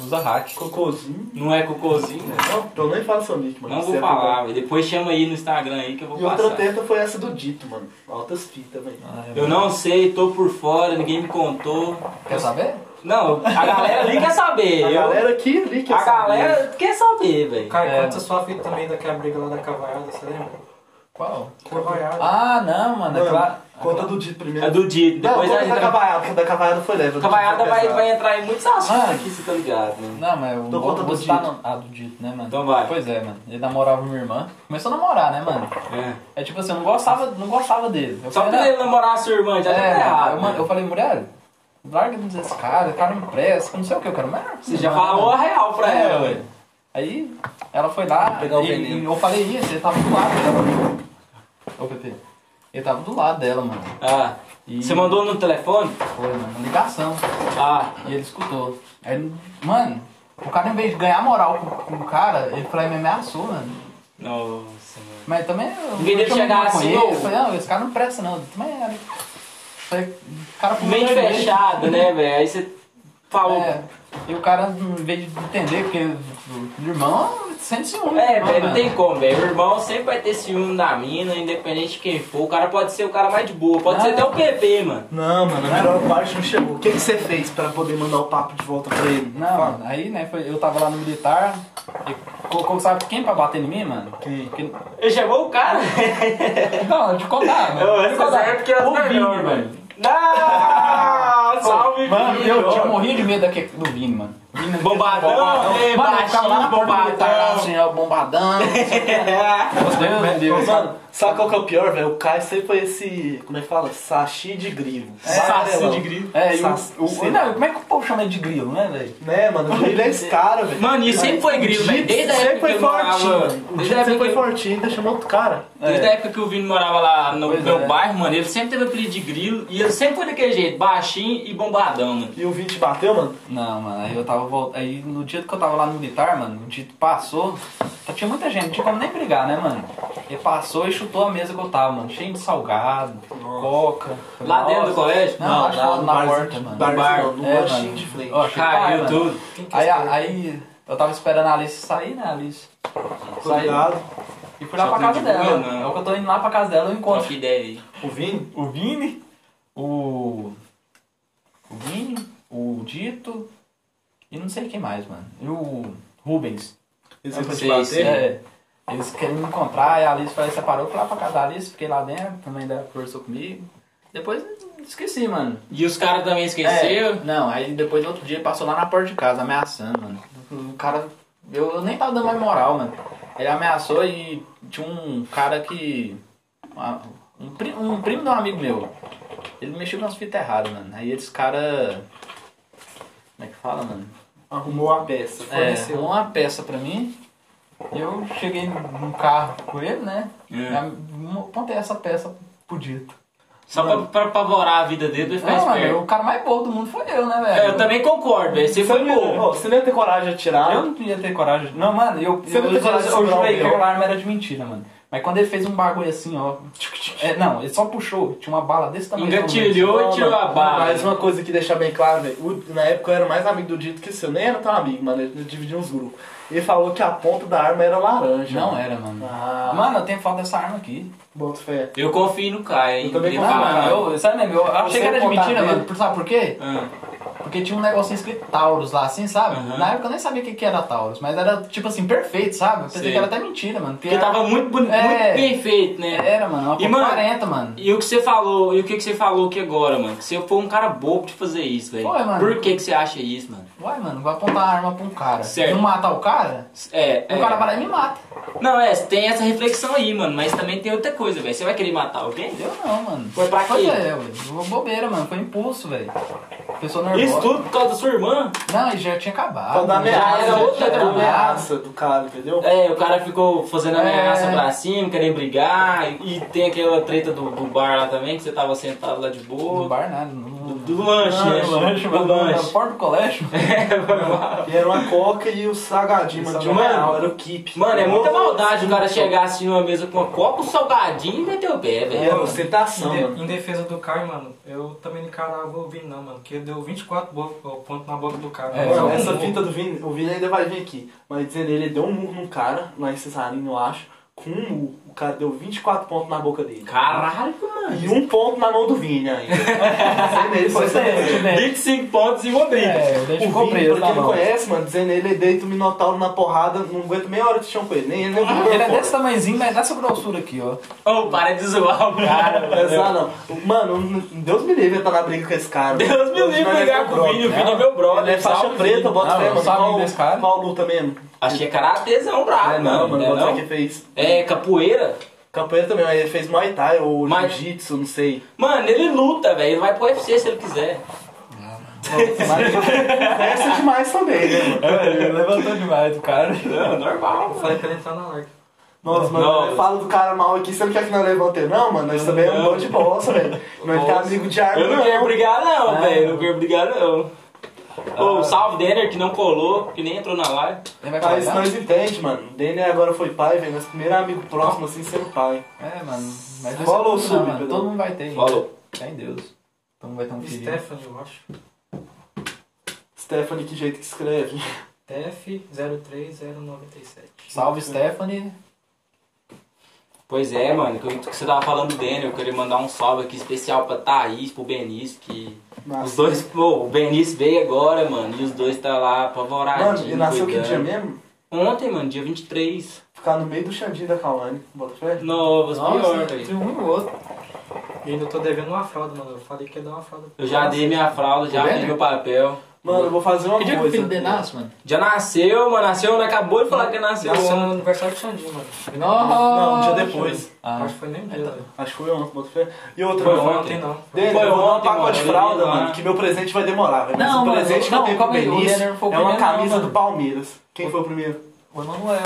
[SPEAKER 3] Usa hack.
[SPEAKER 2] Cocôzinho.
[SPEAKER 1] Não é cocôzinho, né?
[SPEAKER 2] Não, eu nem falo seu nick, mano.
[SPEAKER 1] Não
[SPEAKER 2] Você
[SPEAKER 1] vou
[SPEAKER 2] é
[SPEAKER 1] falar,
[SPEAKER 2] vulgar.
[SPEAKER 1] velho. Depois chama aí no Instagram aí que eu vou
[SPEAKER 2] E outra
[SPEAKER 1] passar. Ah,
[SPEAKER 2] treta foi essa do Dito, mano. Altas fitas, velho.
[SPEAKER 3] É,
[SPEAKER 1] Eu não sei, tô por fora, ninguém me contou.
[SPEAKER 3] Quer saber?
[SPEAKER 1] Não, a galera ali quer saber.
[SPEAKER 2] A
[SPEAKER 1] é. eu-
[SPEAKER 2] galera aqui, é ali que
[SPEAKER 1] a
[SPEAKER 2] eu sabia.
[SPEAKER 1] galera quer saber, velho.
[SPEAKER 4] Cara,
[SPEAKER 3] É.
[SPEAKER 4] conta a sua fita também daquela briga lá da cavaiada, você lembra?
[SPEAKER 3] Qual?
[SPEAKER 4] Cavaiada.
[SPEAKER 3] Ah, não, mano. É
[SPEAKER 2] Mano.
[SPEAKER 3] claro.
[SPEAKER 2] Conta do Dito primeiro.
[SPEAKER 1] A É do Dito,
[SPEAKER 2] Não,
[SPEAKER 1] depois
[SPEAKER 2] conta
[SPEAKER 1] a
[SPEAKER 2] da
[SPEAKER 1] entra...
[SPEAKER 2] cavaiada, da cavaiada foi leve. a do Dito foi
[SPEAKER 1] Cavaiada vai,
[SPEAKER 2] pesada.
[SPEAKER 1] vai entrar em muitos assuntos
[SPEAKER 3] Mano.
[SPEAKER 1] aqui, você tá ligado, né?
[SPEAKER 3] Não, mas eu
[SPEAKER 2] Dou conta do
[SPEAKER 3] citar
[SPEAKER 2] Dito.
[SPEAKER 3] no- Ah, do Dito, né, mano?
[SPEAKER 1] Então vai.
[SPEAKER 3] Pois é, mano. Ele namorava minha irmã. Começou a namorar, né, mano?
[SPEAKER 1] É.
[SPEAKER 3] É tipo assim, eu não gostava, não gostava dele. Eu
[SPEAKER 1] Só porque
[SPEAKER 3] falei,
[SPEAKER 1] ele namorar a sua irmã, já
[SPEAKER 3] "Não,
[SPEAKER 1] tá
[SPEAKER 3] é,
[SPEAKER 1] errado.
[SPEAKER 3] eu,
[SPEAKER 1] né?
[SPEAKER 3] mano, eu falei, mulher, larga desse cara, o cara me presta, não sei o que, eu quero melhor.
[SPEAKER 1] Você já falou a real pra
[SPEAKER 3] assim, É,
[SPEAKER 1] ela,
[SPEAKER 3] ué.
[SPEAKER 1] velho.
[SPEAKER 3] Aí ela foi lá
[SPEAKER 1] pegar o
[SPEAKER 3] e,
[SPEAKER 1] veneno.
[SPEAKER 3] e eu falei isso, ele tava do lado dela. Ô Pepe, ele tava do lado dela, mano.
[SPEAKER 1] Ah.
[SPEAKER 3] E
[SPEAKER 1] Você mandou no telefone?
[SPEAKER 3] foi, mano, uma ligação.
[SPEAKER 1] Ah.
[SPEAKER 3] E ele escutou. Aí, mano, o cara em vez de ganhar moral com, com o cara, ele foi lá e me ameaçou, mano.
[SPEAKER 1] Nossa, mano.
[SPEAKER 3] Mas também eu
[SPEAKER 1] Em vez de
[SPEAKER 3] eu chamei
[SPEAKER 1] chegar
[SPEAKER 3] uma
[SPEAKER 1] assim,
[SPEAKER 3] maconheira,
[SPEAKER 1] ô.
[SPEAKER 3] eu falei, não, esse cara não presta não. Eu Também era. Falei, o cara pulou
[SPEAKER 1] Mente
[SPEAKER 3] na igreja.
[SPEAKER 1] fechada, né, velho? Aí você falou.
[SPEAKER 3] É, e o cara, em vez de entender, porque o irmão sente ciúme.
[SPEAKER 1] É,
[SPEAKER 3] irmão,
[SPEAKER 1] velho, não
[SPEAKER 3] mano.
[SPEAKER 1] tem como, velho. O irmão sempre vai ter ciúme da mina, independente de quem for. O cara pode ser o cara mais de boa, pode
[SPEAKER 3] Ah.
[SPEAKER 1] ser até o PP, mano.
[SPEAKER 2] Não, mano, a melhor parte não chegou. O que, que você fez pra poder mandar o papo de volta pra ele?
[SPEAKER 3] Não, mano, aí, né, foi- eu tava lá no militar, e colocou, sabe quem pra bater em mim, mano?
[SPEAKER 2] Quem?
[SPEAKER 3] Porque-
[SPEAKER 1] Ele chamou o cara.
[SPEAKER 3] Não, deixa eu contar, mano.
[SPEAKER 1] É. Ô,
[SPEAKER 3] Deixa eu
[SPEAKER 1] essa
[SPEAKER 3] contar.
[SPEAKER 1] é porque é
[SPEAKER 3] O
[SPEAKER 1] melhor,
[SPEAKER 3] Vini,
[SPEAKER 1] mano.
[SPEAKER 3] mano.
[SPEAKER 1] (laughs) Não! Salve,
[SPEAKER 3] Mano,
[SPEAKER 1] Vini,
[SPEAKER 3] eu
[SPEAKER 1] ó.
[SPEAKER 3] tinha morrido de medo daquele- do Vini, mano. Vini,
[SPEAKER 1] Bombadão, né,
[SPEAKER 3] Mano, eu ficava lá na
[SPEAKER 1] baixinho,
[SPEAKER 3] porta do militar, lá,
[SPEAKER 1] bombadão. É.
[SPEAKER 3] assim, ó, bombadão.
[SPEAKER 1] (laughs)
[SPEAKER 3] Meu Deus, meu Deus.
[SPEAKER 2] Mano, sabe qual que é o pior, velho? O Caio sempre foi esse, como é que fala? Sachi de grilo.
[SPEAKER 3] É,
[SPEAKER 2] Saci
[SPEAKER 1] de grilo.
[SPEAKER 3] É, e o,
[SPEAKER 2] Saci-
[SPEAKER 3] o, não, como é que o povo chama ele de grilo, né, velho?
[SPEAKER 2] Né, mano? O grilo é esse cara, velho.
[SPEAKER 1] Mano, e sempre foi grilo,
[SPEAKER 2] O
[SPEAKER 1] velho.
[SPEAKER 2] Dito
[SPEAKER 1] Desde a época
[SPEAKER 2] sempre
[SPEAKER 1] que
[SPEAKER 2] foi
[SPEAKER 1] eu morava.
[SPEAKER 2] fortinho. O
[SPEAKER 1] Desde
[SPEAKER 2] Dito
[SPEAKER 1] a época
[SPEAKER 2] sempre foi
[SPEAKER 1] que eu-
[SPEAKER 2] fortinho, ainda chamou outro cara.
[SPEAKER 1] Desde a época que o Vini morava lá no
[SPEAKER 3] Pois
[SPEAKER 1] meu
[SPEAKER 3] é.
[SPEAKER 1] bairro, mano, ele sempre teve apelido de grilo e ele sempre foi daquele jeito, baixinho e bombadão, mano.
[SPEAKER 2] E o Vini te bateu, mano?
[SPEAKER 3] Não, mano, aí eu tava voltando. Aí no dia que eu tava lá no militar, mano, o Dito passou. só Tinha muita gente, não tinha como nem brigar, né, mano? Ele passou e chutou a mesa que eu tava, mano. Cheio de salgado, coca.
[SPEAKER 1] Lá dentro do colégio?
[SPEAKER 3] Não, lá de fora, na
[SPEAKER 2] barzinho-
[SPEAKER 3] porta, mano.
[SPEAKER 2] barzinho,
[SPEAKER 1] Bar.
[SPEAKER 2] não, no
[SPEAKER 3] É,
[SPEAKER 2] lanchinho
[SPEAKER 3] mano.
[SPEAKER 2] de frente.
[SPEAKER 3] Ó,
[SPEAKER 1] Caiu
[SPEAKER 3] mano.
[SPEAKER 1] tudo.
[SPEAKER 3] Aí,
[SPEAKER 1] é
[SPEAKER 3] aí eu tava esperando a Alice sair, né, Alice?
[SPEAKER 2] Tá
[SPEAKER 3] Saí
[SPEAKER 2] Cuidado.
[SPEAKER 3] e fui lá
[SPEAKER 1] Só
[SPEAKER 3] pra
[SPEAKER 1] tem
[SPEAKER 3] casa
[SPEAKER 1] de
[SPEAKER 3] dela.
[SPEAKER 1] boa, né?
[SPEAKER 3] É o que eu tô indo lá pra casa dela, eu
[SPEAKER 1] Qual
[SPEAKER 3] encontro
[SPEAKER 1] que ideia aí?
[SPEAKER 2] O Vini?
[SPEAKER 3] o Vini, o. O Vini, o Dito e não sei quem mais, mano. E o Rubens.
[SPEAKER 2] Eles
[SPEAKER 1] Eu
[SPEAKER 2] iam te
[SPEAKER 1] sei,
[SPEAKER 2] bater?
[SPEAKER 1] sei.
[SPEAKER 3] É, eles querem me encontrar, e a Alice falou, separou, eu fui lá pra casa da Alice, fiquei lá dentro, também dela conversou comigo. Depois esqueci, mano.
[SPEAKER 1] E os caras também
[SPEAKER 3] É,
[SPEAKER 1] esqueceram?
[SPEAKER 3] não, aí depois outro dia passou lá na porta de casa, ameaçando, mano. O cara. Eu, eu nem tava dando mais moral, mano. Ele ameaçou e tinha um cara que. uma- um, pri- um primo de um amigo meu. Ele mexeu com as fitas erradas, mano. Aí esse cara. Como é que fala, mano?
[SPEAKER 2] Arrumou a peça.
[SPEAKER 3] É, arrumou uma peça pra mim. Eu cheguei num carro com ele, né?
[SPEAKER 1] É.
[SPEAKER 3] Eu Apontei essa peça pro Dito.
[SPEAKER 1] Só pra, pra apavorar a vida dele, pra ele ficar
[SPEAKER 3] Não, Ah, mano,
[SPEAKER 1] esperto.
[SPEAKER 3] o cara mais bobo do mundo foi eu, né, velho?
[SPEAKER 1] É, eu também concordo, velho. Você foi
[SPEAKER 2] não ia-
[SPEAKER 1] bom.
[SPEAKER 2] Ô, Você não ia ter coragem de atirar.
[SPEAKER 3] Eu não ia ter coragem. Não, mano, eu,
[SPEAKER 2] Você
[SPEAKER 3] eu,
[SPEAKER 2] não
[SPEAKER 3] eu,
[SPEAKER 2] tem coragem de
[SPEAKER 3] eu
[SPEAKER 2] segurar
[SPEAKER 3] jurei
[SPEAKER 2] o
[SPEAKER 3] que
[SPEAKER 2] meu?
[SPEAKER 3] aquela arma era de mentira, mano. Mas quando ele fez um bagulho assim, ó. É, não, ele só puxou, tinha uma bala desse tamanho.
[SPEAKER 1] Engatilhou e tirou a bala.
[SPEAKER 2] Mas uma coisa que deixar bem claro, velho, o- na época eu era mais amigo do Dito que o seu, nem era tão amigo, mano, ele dividia uns grupos. Ele falou que a ponta da arma era laranja.
[SPEAKER 1] é.
[SPEAKER 3] Não era, mano.
[SPEAKER 2] Ah,
[SPEAKER 3] Mano, eu tenho foto dessa arma aqui.
[SPEAKER 2] boto fé.
[SPEAKER 1] Eu confio no Caio, hein?
[SPEAKER 2] Eu também
[SPEAKER 1] Ele
[SPEAKER 2] confio,
[SPEAKER 3] Não,
[SPEAKER 1] fala,
[SPEAKER 3] mano, eu, sabe mesmo, eu achei que era de
[SPEAKER 2] contar
[SPEAKER 3] mentira,
[SPEAKER 2] dele.
[SPEAKER 3] mano. por- Sabe por quê?
[SPEAKER 1] Ah,
[SPEAKER 3] Porque tinha um negocinho escrito Taurus lá, assim, sabe?
[SPEAKER 1] Aham.
[SPEAKER 3] Na época eu nem sabia o que, que era Taurus, mas era tipo assim, perfeito, sabe? Eu pensei
[SPEAKER 1] Sei.
[SPEAKER 3] que era até mentira, mano.
[SPEAKER 1] Porque tava muito bonito,
[SPEAKER 3] É.
[SPEAKER 1] muito bem feito, né?
[SPEAKER 3] Era, mano, uma
[SPEAKER 1] E, mano,
[SPEAKER 3] 40, mano.
[SPEAKER 1] E o que você falou, e o que que você falou aqui agora, mano? Que você foi um cara bobo de fazer isso, velho.
[SPEAKER 3] Foi, mano.
[SPEAKER 1] Por que que você acha isso, mano?
[SPEAKER 3] Vai, mano, vai apontar a arma pra um cara.
[SPEAKER 1] Certo.
[SPEAKER 3] Não matar o cara,
[SPEAKER 1] É, é.
[SPEAKER 3] o Um cara vai lá e me mata.
[SPEAKER 1] Não, é, tem essa reflexão aí, mano, mas também tem outra coisa, velho. Você vai querer matar alguém?
[SPEAKER 3] Eu não, mano.
[SPEAKER 1] Foi pra
[SPEAKER 3] Pois
[SPEAKER 1] quê?
[SPEAKER 3] é, ué. Uma bobeira, mano. Foi impulso, velho. Pessoa nervosa.
[SPEAKER 1] Isso tudo por causa da sua irmã?
[SPEAKER 3] Não, e já tinha acabado. né?
[SPEAKER 2] Então da
[SPEAKER 3] mano.
[SPEAKER 1] já
[SPEAKER 2] ameaça,
[SPEAKER 1] Ah, era outra
[SPEAKER 2] já era
[SPEAKER 1] coisa.
[SPEAKER 2] ameaça do cara, entendeu?
[SPEAKER 1] É, o cara ficou fazendo ameaça
[SPEAKER 3] É.
[SPEAKER 1] pra cima, querendo brigar, e tem aquela treta do, do bar lá também, que você tava sentado lá de
[SPEAKER 3] No
[SPEAKER 1] boa.
[SPEAKER 3] bar, nada. No, no,
[SPEAKER 1] Do lanche, né?
[SPEAKER 3] no lanche,
[SPEAKER 1] Do
[SPEAKER 3] mano. Na (laughs)
[SPEAKER 1] lanche.
[SPEAKER 3] porta do colégio.
[SPEAKER 1] É, mano.
[SPEAKER 2] E era uma coca e o sagadinho, mano, de um
[SPEAKER 1] Mano,
[SPEAKER 2] real, era o keep.
[SPEAKER 1] é Mano, é muita
[SPEAKER 2] Nossa,
[SPEAKER 1] maldade o cara chegar assim numa mesa com uma copa, um salgadinho e meter o pé,
[SPEAKER 2] Era
[SPEAKER 1] velho.
[SPEAKER 2] uma ostentação,
[SPEAKER 4] em, de-
[SPEAKER 2] mano.
[SPEAKER 4] em defesa do Caio, mano, eu também não encarava o Vini, não, mano. Porque deu 24 bo- pontos na boca do cara.
[SPEAKER 3] É,
[SPEAKER 4] Mas
[SPEAKER 2] Mano,
[SPEAKER 4] eu
[SPEAKER 2] essa
[SPEAKER 4] não-
[SPEAKER 2] fita do Vini, o Vini ainda vai vir aqui. Mas dizendo ele, ele deu um murro num cara, lá em Cesarino, eu acho. Como o cara deu 24 pontos na boca dele.
[SPEAKER 1] Caralho, mano.
[SPEAKER 2] E um ponto na mão do Vini ainda. Sem nele, foi sem nele.
[SPEAKER 1] 25 pontos e uma briga.
[SPEAKER 3] É, o
[SPEAKER 2] O
[SPEAKER 3] dente ficou
[SPEAKER 2] Vini, pra
[SPEAKER 3] preso
[SPEAKER 2] quem
[SPEAKER 3] na
[SPEAKER 2] não
[SPEAKER 3] mão. Ele
[SPEAKER 2] conhece, mano, dizendo ele, ele deita o Minotauro na porrada, não aguento meia hora de chão com ele. Nem ele, nem o Vini.
[SPEAKER 3] é desse tamanhozinho, mas dessa grossura aqui, ó.
[SPEAKER 1] Ô, para de zoar o cara.
[SPEAKER 2] Pesar, não. Mano, Deus me livre eu estar na briga com esse
[SPEAKER 1] (laughs)
[SPEAKER 2] cara.
[SPEAKER 1] Deus me livre de brigar com o Vini. O Vini é meu brother.
[SPEAKER 2] Ele é faixa
[SPEAKER 1] salve,
[SPEAKER 2] preta,
[SPEAKER 1] Vini.
[SPEAKER 2] bota
[SPEAKER 3] Não,
[SPEAKER 2] fé,
[SPEAKER 3] eu sou amigo desse cara.
[SPEAKER 2] mano. Mal luta mesmo.
[SPEAKER 1] Acho que é karatezão brabo,
[SPEAKER 2] É,
[SPEAKER 1] mano.
[SPEAKER 2] não, mano,
[SPEAKER 1] É,
[SPEAKER 2] bota fé
[SPEAKER 1] não?
[SPEAKER 2] que fez.
[SPEAKER 1] É, capoeira.
[SPEAKER 2] Capoeira também, mas ele fez Muay Thai ou
[SPEAKER 1] Mas-
[SPEAKER 2] Jiu-Jitsu, não sei.
[SPEAKER 1] Mano, ele luta, velho. Ele vai pro UFC se ele quiser.
[SPEAKER 2] (laughs) Essa é demais também, né, mano?
[SPEAKER 3] Ele levantou demais o cara.
[SPEAKER 1] Não, normal,
[SPEAKER 4] Eu
[SPEAKER 1] mano.
[SPEAKER 4] falei pra ele entrar na orca.
[SPEAKER 2] Nossa, mano,
[SPEAKER 1] Não.
[SPEAKER 2] eu falo do cara mal aqui, você não quer que nós levantemos? Não, mano, nós também é um
[SPEAKER 1] Não.
[SPEAKER 2] bom de bolsa, velho. Nós não é
[SPEAKER 4] Bolsa.
[SPEAKER 2] amigo de arma,
[SPEAKER 1] Eu não quero brigar, não,
[SPEAKER 3] Ah.
[SPEAKER 1] velho. Eu não quero brigar, não. Ô, salve Denner, que não colou, que nem entrou na live.
[SPEAKER 3] Ele vai
[SPEAKER 2] Mas
[SPEAKER 3] trabalhar?
[SPEAKER 2] um nós entende, mano. Dene agora foi pai, velho. Nosso primeiro amigo próximo, assim, sendo pai.
[SPEAKER 3] É, mano. Mas
[SPEAKER 2] Rola o
[SPEAKER 3] não,
[SPEAKER 2] sub,
[SPEAKER 3] né, mano.
[SPEAKER 2] Pedro.
[SPEAKER 3] Todo mundo vai ter. gente.
[SPEAKER 1] Falou.
[SPEAKER 3] Fé em Deus. Todo mundo vai ter um filho.
[SPEAKER 4] Stephanie, eu acho.
[SPEAKER 2] Stephanie, que jeito que escreve.
[SPEAKER 4] TF03097.
[SPEAKER 3] Salve, Stephanie.
[SPEAKER 1] Pois é, mano, que, eu- que você tava falando do Denner, eu queria mandar um salve aqui especial pra Thaís, pro Benício, que.
[SPEAKER 2] Nasce-
[SPEAKER 1] Os dois, pô, o Benício veio agora, mano, e os dois tá lá apavoradinho.
[SPEAKER 2] Mano, e nasceu que
[SPEAKER 1] cuidando.
[SPEAKER 2] dia mesmo?
[SPEAKER 1] Ontem, mano, dia 23.
[SPEAKER 2] Ficar no meio do Xandinho da Kalani. Bota fé?
[SPEAKER 1] Novas, pior,
[SPEAKER 3] entre
[SPEAKER 1] velho.
[SPEAKER 3] um e o outro.
[SPEAKER 4] E ainda tô devendo uma fralda, mano. Eu falei que ia dar uma fralda.
[SPEAKER 1] Eu já dei minha fralda, já
[SPEAKER 3] Tá
[SPEAKER 1] dei
[SPEAKER 3] vendo?
[SPEAKER 1] meu papel.
[SPEAKER 2] Mano, eu vou fazer uma
[SPEAKER 3] Que dia que o
[SPEAKER 2] coisa.
[SPEAKER 3] filho dele nasce, mano?
[SPEAKER 1] Já nasceu, mano, nasceu, acabou de falar que nasceu.
[SPEAKER 4] Nasceu
[SPEAKER 1] ontem.
[SPEAKER 4] no aniversário do Xandinho, mano.
[SPEAKER 2] Não, um
[SPEAKER 3] Nossa.
[SPEAKER 2] dia depois.
[SPEAKER 3] Ah,
[SPEAKER 4] Acho que foi nem um dia, velho.
[SPEAKER 2] Acho que foi ontem, bota fé. E outra,
[SPEAKER 1] Foi
[SPEAKER 4] Não
[SPEAKER 2] mano.
[SPEAKER 4] foi
[SPEAKER 1] ontem.
[SPEAKER 4] ontem, não.
[SPEAKER 2] Dene,
[SPEAKER 1] Foi
[SPEAKER 2] eu vou dar um
[SPEAKER 1] ontem, mano,
[SPEAKER 2] pacote de
[SPEAKER 1] eu
[SPEAKER 2] fralda,
[SPEAKER 1] levei lá.
[SPEAKER 2] mano, que meu presente vai demorar, velho. Mas
[SPEAKER 3] né? Não,
[SPEAKER 2] o
[SPEAKER 3] mano,
[SPEAKER 2] presente
[SPEAKER 3] não,
[SPEAKER 2] que eu tenho pro
[SPEAKER 3] calma aí, o
[SPEAKER 2] Benício
[SPEAKER 3] Denner foi o
[SPEAKER 2] é uma
[SPEAKER 3] primeiro,
[SPEAKER 2] camisa
[SPEAKER 3] não,
[SPEAKER 2] do
[SPEAKER 3] mano.
[SPEAKER 2] Palmeiras. Quem foi o primeiro?
[SPEAKER 3] O Emanuel.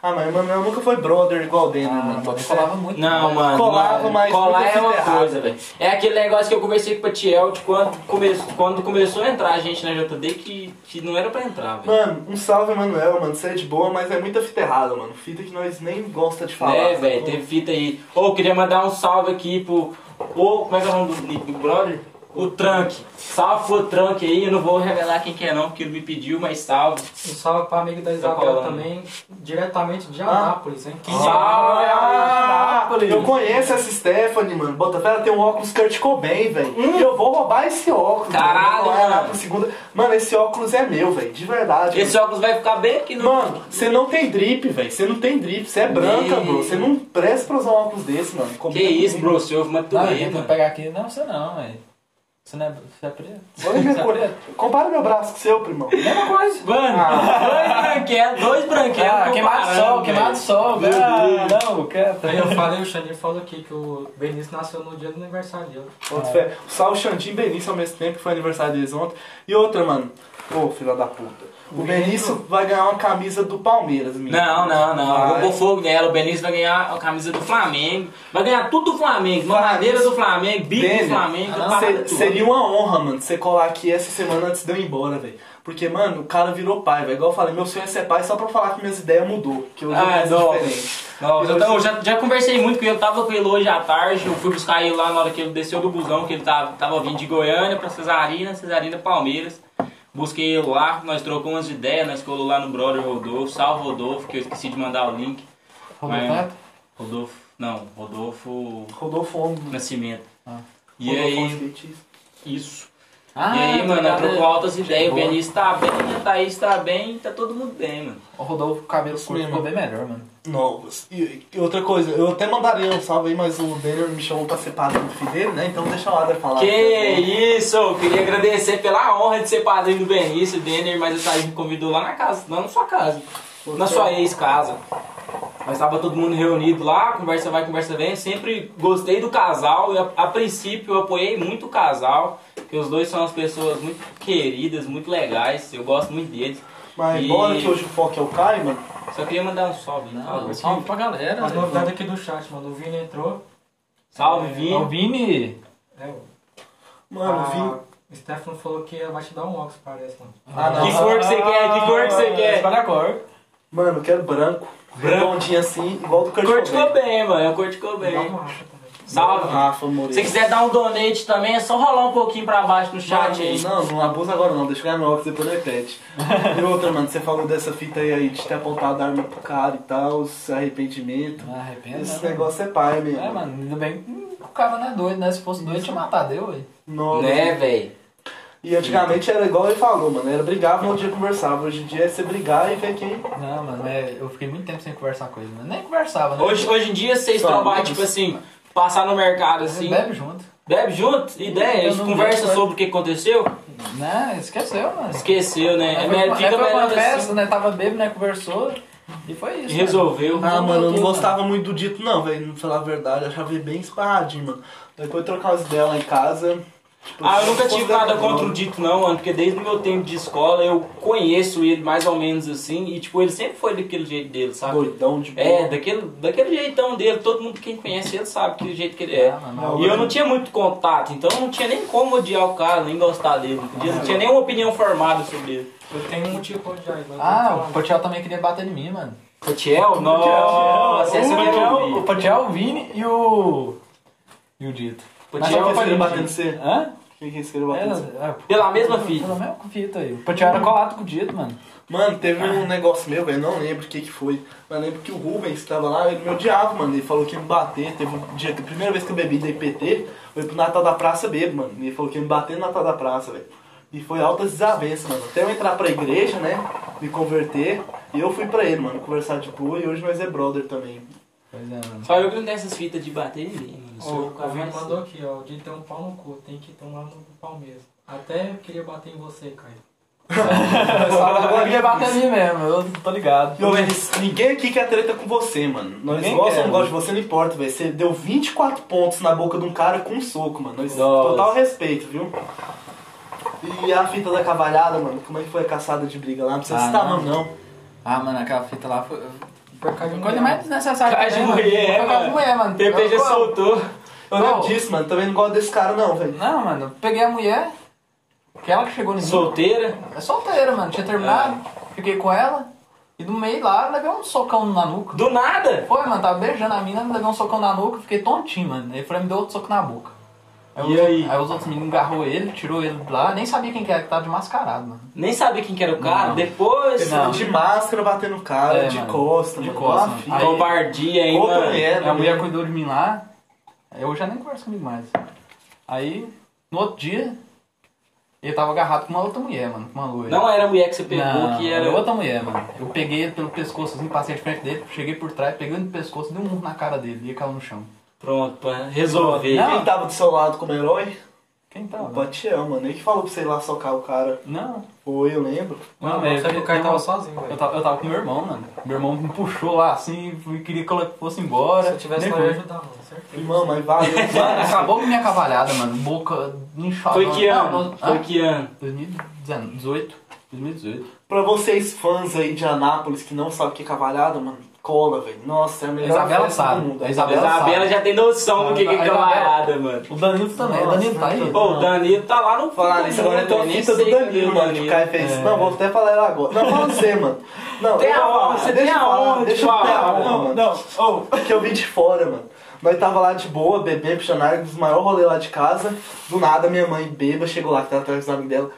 [SPEAKER 2] Ah, mas o Emanuel nunca foi brother igual o Denner,
[SPEAKER 3] Ah,
[SPEAKER 2] mano. Bota
[SPEAKER 3] mas
[SPEAKER 2] fé.
[SPEAKER 3] falava muito.
[SPEAKER 1] Não, mano.
[SPEAKER 2] Colava,
[SPEAKER 1] não,
[SPEAKER 2] mas
[SPEAKER 1] Colar
[SPEAKER 2] nunca
[SPEAKER 1] é uma
[SPEAKER 2] fiz errado.
[SPEAKER 1] coisa, velho. É aquele negócio que eu conversei com o Patiel de quando, come... quando começou a entrar a gente na JD que, que não era pra entrar, velho.
[SPEAKER 2] Mano, um salve, Emanuel, mano. Você é de boa, mas é muita fita errada, mano. Fita que nós nem gosta de falar. tá
[SPEAKER 1] É, velho, teve fita aí. Ô, eu queria mandar um salve aqui pro. Ô, como é que é o nome do, do brother? O Trunk. Salve pro Trunk aí, eu não vou revelar quem que é não, porque ele me pediu, mas salve.
[SPEAKER 4] Um salve pra
[SPEAKER 3] Tá
[SPEAKER 4] amigo da Isabel
[SPEAKER 1] colando.
[SPEAKER 4] também, diretamente
[SPEAKER 3] Ah.
[SPEAKER 4] de Anápolis, hein? Que
[SPEAKER 1] Salve,
[SPEAKER 3] é
[SPEAKER 2] Ah,
[SPEAKER 1] Anápolis.
[SPEAKER 2] eu conheço essa Stephanie, mano. Bota fé, ela tem um óculos Kurt Cobain, velho.
[SPEAKER 3] Hum.
[SPEAKER 2] E eu vou roubar esse óculos.
[SPEAKER 1] Caralho,
[SPEAKER 2] mano. Eu vou lá
[SPEAKER 1] mano.
[SPEAKER 2] pro Segunda... Mano, esse óculos é meu, velho. De verdade.
[SPEAKER 1] Esse óculos vai ficar bem aqui no.
[SPEAKER 2] Mano, você não tem drip, velho. Você não tem drip. Você é branca,
[SPEAKER 1] Meu.
[SPEAKER 2] bro. Você não presta pra usar um óculos desse, mano.
[SPEAKER 1] que isso, bro? Você ouve uma
[SPEAKER 3] Não,
[SPEAKER 1] doer,
[SPEAKER 3] ele
[SPEAKER 1] mano.
[SPEAKER 3] pegar aqui. Não, você não, velho. Você não é, você é preto?
[SPEAKER 2] Olha minha cor. Compara meu braço com o seu, primão.
[SPEAKER 3] Mesma coisa.
[SPEAKER 1] Mano, dois branquelos, dois branquelos.
[SPEAKER 3] Ah, queimado
[SPEAKER 1] comparando,
[SPEAKER 3] sol,
[SPEAKER 1] velho.
[SPEAKER 3] queimado sol, velho. Ah, Não,
[SPEAKER 4] Aí
[SPEAKER 3] quieto.
[SPEAKER 4] eu falei, o Xandinho falou aqui que o Benício nasceu no dia do aniversário dele.
[SPEAKER 2] Bota fé. O Sal, o Xandinho e o Benício ao mesmo tempo, que foi aniversário deles ontem. E outra, mano. Ô, filha da puta. O Benício vai ganhar uma camisa do Palmeiras, menino.
[SPEAKER 1] Não, não, não.
[SPEAKER 2] Vai.
[SPEAKER 1] Vou pôr fogo nela. O Benício vai ganhar a camisa do Flamengo. Vai ganhar tudo do Flamengo. Mamadeira do Flamengo, bico do
[SPEAKER 2] Daniel,
[SPEAKER 1] Flamengo.
[SPEAKER 3] Ah,
[SPEAKER 2] se-
[SPEAKER 1] parada toda.
[SPEAKER 2] seria uma honra, mano, você colar aqui essa semana antes de eu ir embora, velho. Porque, mano, o cara virou pai, velho. Igual eu falei, meu sonho é ser pai só pra falar que minhas ideias mudou. Que eu
[SPEAKER 1] Ah,
[SPEAKER 2] ah,
[SPEAKER 1] não.
[SPEAKER 2] diferente.
[SPEAKER 1] Não, eu, tava- então, eu já, já conversei muito com ele. Eu tava com ele hoje à tarde. Eu fui buscar ele lá na hora que ele desceu do busão, que ele tava, tava vindo de Goiânia pra Cesarina, Cesarina Palmeiras. Busquei ele lá, nós trocamos umas ideias, nós colou lá no brother Rodolfo, salve Rodolfo, que eu esqueci de mandar o link.
[SPEAKER 3] Roberto
[SPEAKER 1] Mas-
[SPEAKER 3] Neto?
[SPEAKER 1] Rodolfo, não, Rodolfo
[SPEAKER 2] Rodolfo Homem.
[SPEAKER 1] Nascimento.
[SPEAKER 3] Ah.
[SPEAKER 1] E
[SPEAKER 2] Rodolfo Homem
[SPEAKER 1] aí,
[SPEAKER 2] Skatista.
[SPEAKER 1] isso.
[SPEAKER 3] Ah,
[SPEAKER 1] e
[SPEAKER 2] tá
[SPEAKER 1] aí, mano,
[SPEAKER 3] obrigado.
[SPEAKER 1] trocou altas ideias. O
[SPEAKER 3] Boa.
[SPEAKER 1] Benício tá bem, a Thaís tá bem, tá todo mundo bem, mano.
[SPEAKER 3] O Rodolfo, cabelo
[SPEAKER 2] Isso
[SPEAKER 3] curto,
[SPEAKER 2] mesmo.
[SPEAKER 3] ficou bem melhor, mano.
[SPEAKER 2] Novos. E, e outra coisa, eu até mandaria um salve aí, mas o Daniel me chamou pra ser padrinho do filho dele, né? Então deixa o Adler falar.
[SPEAKER 1] Que isso! Eu queria agradecer pela honra de ser padrinho do Benício, Denner, mas a Thaís me convidou lá na casa, não na sua casa, na sua ex-casa. Mas tava todo mundo reunido lá, conversa vai, conversa vem. Sempre gostei do casal, e a, a princípio eu apoiei muito o casal, porque os dois são as pessoas muito queridas, muito legais, eu gosto muito deles.
[SPEAKER 2] Mas
[SPEAKER 1] E-
[SPEAKER 2] bora que hoje o foco é o Caio, mano.
[SPEAKER 1] Só queria mandar um salve, né?
[SPEAKER 3] Ah,
[SPEAKER 5] Não, salve pra
[SPEAKER 3] É,
[SPEAKER 5] galera.
[SPEAKER 4] As
[SPEAKER 3] né?
[SPEAKER 5] velho.
[SPEAKER 4] novidades aqui do chat, mano. O Vini entrou.
[SPEAKER 1] Salve, Vini.
[SPEAKER 3] O Vini.
[SPEAKER 4] É, o-
[SPEAKER 3] Ah,
[SPEAKER 2] Mano,
[SPEAKER 1] Ah,
[SPEAKER 4] a
[SPEAKER 2] vim.
[SPEAKER 4] Stefano falou que vai te dar um óculos, parece, mano.
[SPEAKER 2] Ah, não.
[SPEAKER 1] Que cor que você quer? Que cor que você quer?
[SPEAKER 3] Escolhe a cor.
[SPEAKER 2] Mano, eu quero branco.
[SPEAKER 1] Branco.
[SPEAKER 2] Redondinho assim, igual do Kurt
[SPEAKER 1] Kurt
[SPEAKER 2] Cobain.
[SPEAKER 1] Cobain, mano. É o Kurt Cobain.
[SPEAKER 4] Dá uma racha também.
[SPEAKER 1] Salve.
[SPEAKER 2] Rafa Moreira.
[SPEAKER 1] Se você quiser dar um donate também, é só rolar um pouquinho pra baixo no chat aí.
[SPEAKER 2] Não, não abusa agora não, deixa eu ganhar meu óculos depois eu repete. E outra, mano, você falou dessa fita aí, aí de ter apontado a arma pro cara e tal, esse arrependimento.
[SPEAKER 3] Não arrependo,
[SPEAKER 2] Esse
[SPEAKER 3] né?
[SPEAKER 2] negócio é pai mesmo.
[SPEAKER 3] É, mano, ainda bem que o cara não é doido, né? Se fosse doido, tinha matado eu, velho.
[SPEAKER 2] Nossa.
[SPEAKER 1] Né, velho?
[SPEAKER 2] E antigamente era igual ele falou, mano, era brigar, no outro dia conversava. Hoje em dia é você brigar e ver quem.
[SPEAKER 3] Não, mano, é- eu fiquei muito tempo sem conversar com ele, mano. Nem conversava, né?
[SPEAKER 1] Hoje, hoje em dia vocês
[SPEAKER 2] Só
[SPEAKER 1] trabalham,
[SPEAKER 2] amigos.
[SPEAKER 1] tipo assim, passar no mercado
[SPEAKER 3] A gente
[SPEAKER 1] assim,
[SPEAKER 3] É, bebe junto.
[SPEAKER 1] bebe junto, ideia,
[SPEAKER 3] Eu
[SPEAKER 1] a gente
[SPEAKER 3] não
[SPEAKER 1] conversa
[SPEAKER 3] bebo,
[SPEAKER 1] sobre o que aconteceu,
[SPEAKER 3] Não, Né? esqueceu, mano.
[SPEAKER 1] esqueceu, né? É
[SPEAKER 3] Nós
[SPEAKER 1] melhor-
[SPEAKER 3] nós
[SPEAKER 1] fica
[SPEAKER 3] pra uma
[SPEAKER 1] melhor
[SPEAKER 3] festa,
[SPEAKER 1] assim.
[SPEAKER 3] né? Tava bêbado, né? Conversou. E foi isso.
[SPEAKER 1] E resolveu.
[SPEAKER 2] Ah, mano, eu não
[SPEAKER 3] Mano.
[SPEAKER 2] gostava muito do dito, não, velho. Não falar a verdade, eu achava ele bem esparradinho, mano. Depois trocar as dela em casa. tipo,
[SPEAKER 1] Ah, eu nunca tive nada
[SPEAKER 2] não.
[SPEAKER 1] contra o Dito, não, mano, porque desde o meu tempo de escola eu conheço ele mais ou menos assim, e tipo, ele sempre foi daquele jeito dele, sabe?
[SPEAKER 2] Doidão de
[SPEAKER 1] É, daquele, daquele jeitão dele, todo mundo quem conhece ele sabe que jeito que ele
[SPEAKER 3] É,
[SPEAKER 1] é.
[SPEAKER 3] mano.
[SPEAKER 1] E eu não tinha muito contato, então eu não tinha nem como odiar o cara, nem gostar dele, não podia- não tinha nenhuma opinião formada sobre ele.
[SPEAKER 4] Eu tenho um motivo pra odiar ele. mas eu
[SPEAKER 3] Ah,
[SPEAKER 4] vou
[SPEAKER 3] o
[SPEAKER 4] falar.
[SPEAKER 3] Potiel também queria bater em mim, mano.
[SPEAKER 1] Cotiel? Nossa, essa eu quero
[SPEAKER 3] é O
[SPEAKER 1] ouvir.
[SPEAKER 3] Potiel, o Vini e o. E é o Dito.
[SPEAKER 2] Mas
[SPEAKER 1] Cotiel
[SPEAKER 2] quem que
[SPEAKER 1] foi
[SPEAKER 2] ele batendo
[SPEAKER 1] demitido.
[SPEAKER 2] você?
[SPEAKER 3] Hã?
[SPEAKER 2] Quem que ele batendo você?
[SPEAKER 3] É, é,
[SPEAKER 1] Pela mesma fita.
[SPEAKER 3] Pelo menos com fita aí. O Potiel era colado com o Dito, mano.
[SPEAKER 2] Mano, teve um negócio meu, velho, não lembro o que que foi. Mas lembro que o Rubens que tava lá, ele me odiava, mano. Ele falou que ia me bater. Teve um dia que a primeira vez que eu bebi da IPT, foi pro Natal da Praça bebo, mano. E ele falou que ia me bater no Natal da Praça, velho. E foi altas desavenças, mano. Até eu entrar pra igreja, né? Me converter. E eu fui pra ele, mano, conversar de boa. E hoje nós é brother também.
[SPEAKER 3] Pois é, mano.
[SPEAKER 1] Só eu que não tenho essas fitas de bater em ninguém, mano.
[SPEAKER 4] Ó,
[SPEAKER 1] Sou
[SPEAKER 4] o Vini
[SPEAKER 1] assim.
[SPEAKER 4] mandou aqui, ó. O Dito tem um pau no cu, tem que tomar no Palmeiras. Até eu queria bater em você, Caio.
[SPEAKER 3] Eu queria bater em mim mesmo, eu tô ligado.
[SPEAKER 2] E, ô, Vênis, ninguém aqui quer treta com você, mano. Nós
[SPEAKER 3] Ninguém
[SPEAKER 2] gosta ou
[SPEAKER 3] quer,
[SPEAKER 2] não gosta de
[SPEAKER 3] mano.
[SPEAKER 2] você, não importa, velho. Você deu 24 pontos na boca de um cara com um soco, mano. Nós,
[SPEAKER 1] Nossa.
[SPEAKER 2] total respeito, viu? E a fita da cavalhada, mano, como é que foi a caçada de briga lá? Não precisa
[SPEAKER 3] Ah,
[SPEAKER 2] citar
[SPEAKER 3] não.
[SPEAKER 2] não. não.
[SPEAKER 3] Ah, mano, aquela fita lá foi.
[SPEAKER 4] Foi Caio
[SPEAKER 3] foi
[SPEAKER 4] de
[SPEAKER 3] Coisa
[SPEAKER 4] mulher.
[SPEAKER 3] mais desnecessária
[SPEAKER 1] Cara de
[SPEAKER 3] também, mano.
[SPEAKER 1] mulher,
[SPEAKER 3] Foi cara de
[SPEAKER 1] mano.
[SPEAKER 3] mulher, mano.
[SPEAKER 1] TPG
[SPEAKER 3] Eu-
[SPEAKER 1] Ah, soltou.
[SPEAKER 2] Eu lembro
[SPEAKER 3] Não.
[SPEAKER 2] disso, mano. Também não gosto desse cara, não, velho.
[SPEAKER 3] Não, mano, eu peguei a mulher, que ela que chegou em mim.
[SPEAKER 1] Solteira.
[SPEAKER 3] É solteira, mano. Tinha terminado, fiquei com ela, e no meio lá, levei um socão na nuca.
[SPEAKER 1] Do nada.
[SPEAKER 3] Foi, mano, tava beijando a mina, levei um socão na nuca, fiquei tontinho, mano. Aí foi me deu outro soco na boca.
[SPEAKER 1] E
[SPEAKER 3] os-
[SPEAKER 1] aí?
[SPEAKER 3] os outros meninos agarrou ele, tirou ele de lá, nem sabia quem que era, que tava de mascarado, mano.
[SPEAKER 1] Nem sabia quem que era o cara.
[SPEAKER 3] Não.
[SPEAKER 1] Depois.
[SPEAKER 3] Não.
[SPEAKER 2] De máscara batendo o cara,
[SPEAKER 3] É,
[SPEAKER 2] de
[SPEAKER 3] mano.
[SPEAKER 2] costa,
[SPEAKER 3] De
[SPEAKER 2] mano.
[SPEAKER 3] costa,
[SPEAKER 2] Uma
[SPEAKER 3] mano.
[SPEAKER 2] fita.
[SPEAKER 3] Aí-
[SPEAKER 1] Covardia, hein,
[SPEAKER 2] Outra
[SPEAKER 1] mano.
[SPEAKER 2] mulher,
[SPEAKER 3] a
[SPEAKER 2] né?
[SPEAKER 3] mulher cuidou de mim lá, eu já nem converso comigo mais. Aí, no outro dia, ele tava agarrado com uma outra mulher, mano, com uma loira.
[SPEAKER 1] Não era a mulher que você pegou,
[SPEAKER 3] Não, é
[SPEAKER 1] que era.
[SPEAKER 3] outra mulher, mano. Eu peguei ele pelo pescoço, assim, passei de frente dele, cheguei por trás, peguei ele no pescoço, dei um murro na cara dele e caiu no chão.
[SPEAKER 1] Pronto, pra resolver.
[SPEAKER 3] Não.
[SPEAKER 2] Quem tava do seu lado como herói?
[SPEAKER 3] Quem
[SPEAKER 2] O
[SPEAKER 3] tava?
[SPEAKER 2] Patiel, mano. Ele que falou pra você ir lá socar o cara.
[SPEAKER 3] Não.
[SPEAKER 2] Foi, eu lembro.
[SPEAKER 4] Não,
[SPEAKER 3] mas
[SPEAKER 4] mas o Caio tava sozinho,
[SPEAKER 3] eu
[SPEAKER 4] velho.
[SPEAKER 3] tava, eu tava com meu irmão, mano. Meu irmão me puxou lá assim e queria que ela fosse
[SPEAKER 4] Se
[SPEAKER 3] embora.
[SPEAKER 4] eu tivesse
[SPEAKER 3] Nem
[SPEAKER 4] lá, eu ia
[SPEAKER 3] fui.
[SPEAKER 4] ajudar, mano. Certeza.
[SPEAKER 2] Irmão, mas
[SPEAKER 3] (laughs)
[SPEAKER 2] valeu.
[SPEAKER 3] Mano, acabou com minha cavalhada, mano. Boca inchada.
[SPEAKER 1] Foi que
[SPEAKER 3] Não,
[SPEAKER 1] ano?
[SPEAKER 3] não-
[SPEAKER 1] Foi
[SPEAKER 3] Hã?
[SPEAKER 1] que ano?
[SPEAKER 3] 2018. 2018.
[SPEAKER 2] Pra vocês fãs aí de Anápolis que não sabem o que é cavalhada, mano, cola, velho. Nossa, é a
[SPEAKER 3] A
[SPEAKER 2] melhor
[SPEAKER 3] Isabela
[SPEAKER 2] festa do
[SPEAKER 3] sabe.
[SPEAKER 2] mundo.
[SPEAKER 3] A
[SPEAKER 1] A
[SPEAKER 3] Isabela,
[SPEAKER 1] Isabela
[SPEAKER 3] sabe.
[SPEAKER 1] Tá, já tem noção do que que
[SPEAKER 3] A
[SPEAKER 1] é
[SPEAKER 3] Isabela-
[SPEAKER 1] camarada, mano.
[SPEAKER 3] O Danilo também. O
[SPEAKER 2] Nossa,
[SPEAKER 3] Danilo tá aí.
[SPEAKER 1] Pô, o Danilo tá lá no
[SPEAKER 2] Falar nisso, agora então a
[SPEAKER 1] Nem
[SPEAKER 2] fita do
[SPEAKER 1] sei cadê
[SPEAKER 2] Danilo, É. mano, que o Caio fez. Não, vou até falar ela agora. Não, fala você, (laughs) mano. Não,
[SPEAKER 1] Tem
[SPEAKER 2] eu
[SPEAKER 1] a
[SPEAKER 2] vou falar,
[SPEAKER 1] honra, você
[SPEAKER 2] deixa
[SPEAKER 1] tem
[SPEAKER 2] eu
[SPEAKER 1] a
[SPEAKER 2] falar,
[SPEAKER 1] honra de
[SPEAKER 2] Deixa eu ter a
[SPEAKER 1] falar.
[SPEAKER 2] honra,
[SPEAKER 1] Não, oh.
[SPEAKER 2] mano. que eu vim de fora, mano. Nós tava lá de boa, bebê, puxanário, dos maiores rolês lá de casa. Do nada, minha mãe beba, chegou lá, que tava atrás dos amigos dela.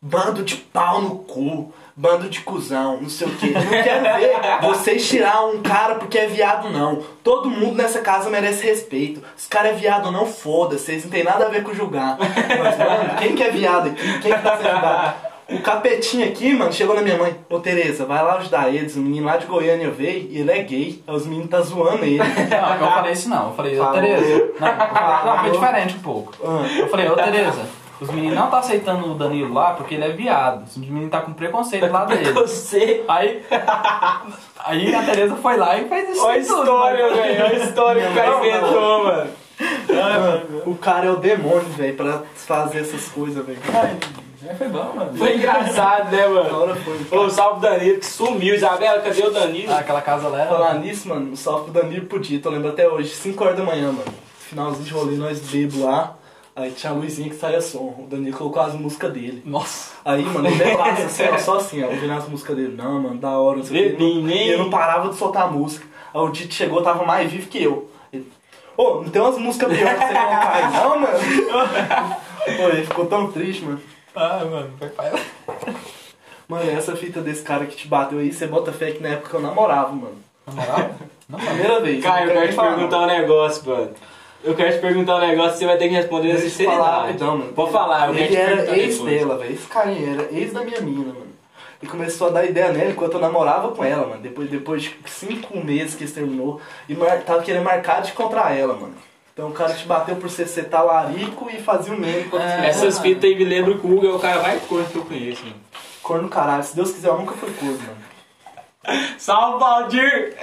[SPEAKER 2] Bando de pau no cu, bando de cuzão, não sei o quê. Não quero ver vocês tirar um cara porque é viado, não. Todo mundo nessa casa merece respeito. Se o cara é viado ou não, foda, vocês não tem nada a ver com julgar. Mas, mano, quem que é viado aqui? Quem que tá sendo viado? O capetinho aqui, mano, chegou na minha mãe. Ô, Tereza, vai lá ajudar eles. O menino lá de Goiânia veio e ele é gay. Aí os meninos tá zoando ele.
[SPEAKER 3] Não, é eu falei isso não. Eu falei, ô
[SPEAKER 2] Falou.
[SPEAKER 3] Tereza.
[SPEAKER 1] (laughs)
[SPEAKER 3] Não,
[SPEAKER 2] Falou.
[SPEAKER 3] foi diferente um pouco.
[SPEAKER 2] Ah,
[SPEAKER 3] Eu falei, ô Tereza, os meninos não tá aceitando o Danilo lá porque ele é viado. Os meninos tá com
[SPEAKER 2] é
[SPEAKER 1] (laughs)
[SPEAKER 3] preconceito lá dele.
[SPEAKER 1] Você.
[SPEAKER 3] Aí. Aí a Tereza foi lá e fez isso.
[SPEAKER 1] Olha a
[SPEAKER 3] tudo, né?
[SPEAKER 1] história,
[SPEAKER 3] mano.
[SPEAKER 1] velho. Olha a história que o
[SPEAKER 2] Não,
[SPEAKER 1] cara
[SPEAKER 2] não.
[SPEAKER 1] inventou, mano.
[SPEAKER 2] mano, o cara é o demônio, velho, pra fazer essas coisas, velho.
[SPEAKER 3] Aí Foi bom, mano.
[SPEAKER 1] Foi engraçado, né,
[SPEAKER 2] Na
[SPEAKER 1] mano?
[SPEAKER 2] hora foi.
[SPEAKER 1] Ô, salve o Danilo, que sumiu. Isabela, cadê o Danilo?
[SPEAKER 3] Ah, aquela casa lá era.
[SPEAKER 2] Falar nisso, mano, um salve pro Danilo Pudito, eu lembro até hoje, 5 horas da manhã, mano. Finalzinho de rolê, nós bebo lá. Aí tinha a luzinha que saia som. O Danilo colocou as músicas dele.
[SPEAKER 3] Nossa.
[SPEAKER 2] Aí, mano,
[SPEAKER 1] (laughs)
[SPEAKER 2] eu bebaço, assim, ó, só assim, ó, ouvindo as músicas dele. Não, mano, da hora. não sei o quê.
[SPEAKER 1] Bebinho, hein?
[SPEAKER 2] Eu não parava de soltar a música. Aí o Dito chegou, tava mais vivo que eu. Ele, Ô, Pô, não tem umas músicas piores que você
[SPEAKER 1] (laughs)
[SPEAKER 2] contar aí, não, mano? Pô, ele ficou tão triste, mano.
[SPEAKER 3] Ah, mano, foi pai.
[SPEAKER 2] Mano, essa fita desse cara que te bateu aí, você bota fé que na época eu namorava, mano.
[SPEAKER 3] Na
[SPEAKER 2] (laughs)
[SPEAKER 3] moral?
[SPEAKER 2] Primeira vez.
[SPEAKER 1] Caio, eu
[SPEAKER 2] não
[SPEAKER 1] quero te
[SPEAKER 2] falar, não.
[SPEAKER 1] perguntar um negócio, mano. Eu quero te perguntar um negócio, você vai ter que responder na
[SPEAKER 2] Deixa eu te falar
[SPEAKER 1] sinceridade.
[SPEAKER 2] rapidão, mano.
[SPEAKER 1] Pode falar, eu quero
[SPEAKER 2] Ele
[SPEAKER 1] te perguntar
[SPEAKER 2] era ex
[SPEAKER 1] depois.
[SPEAKER 2] dela, velho. Esse carinha era ex da minha mina, mano. E começou a dar ideia nela enquanto eu namorava com ela, mano. Depois, depois de cinco meses que eles terminou. E mar- tava querendo marcar de encontrar ela, mano. Então o cara te bateu por você ser talarico e fazia o meme enquanto
[SPEAKER 3] É.
[SPEAKER 2] você...
[SPEAKER 1] Essas fitas aí me lembram que o Hugo é o cara mais corno que eu conheço, mano.
[SPEAKER 2] Corno caralho. Se Deus quiser, eu nunca fui corno, mano.
[SPEAKER 1] Salve, (laughs) Baldir!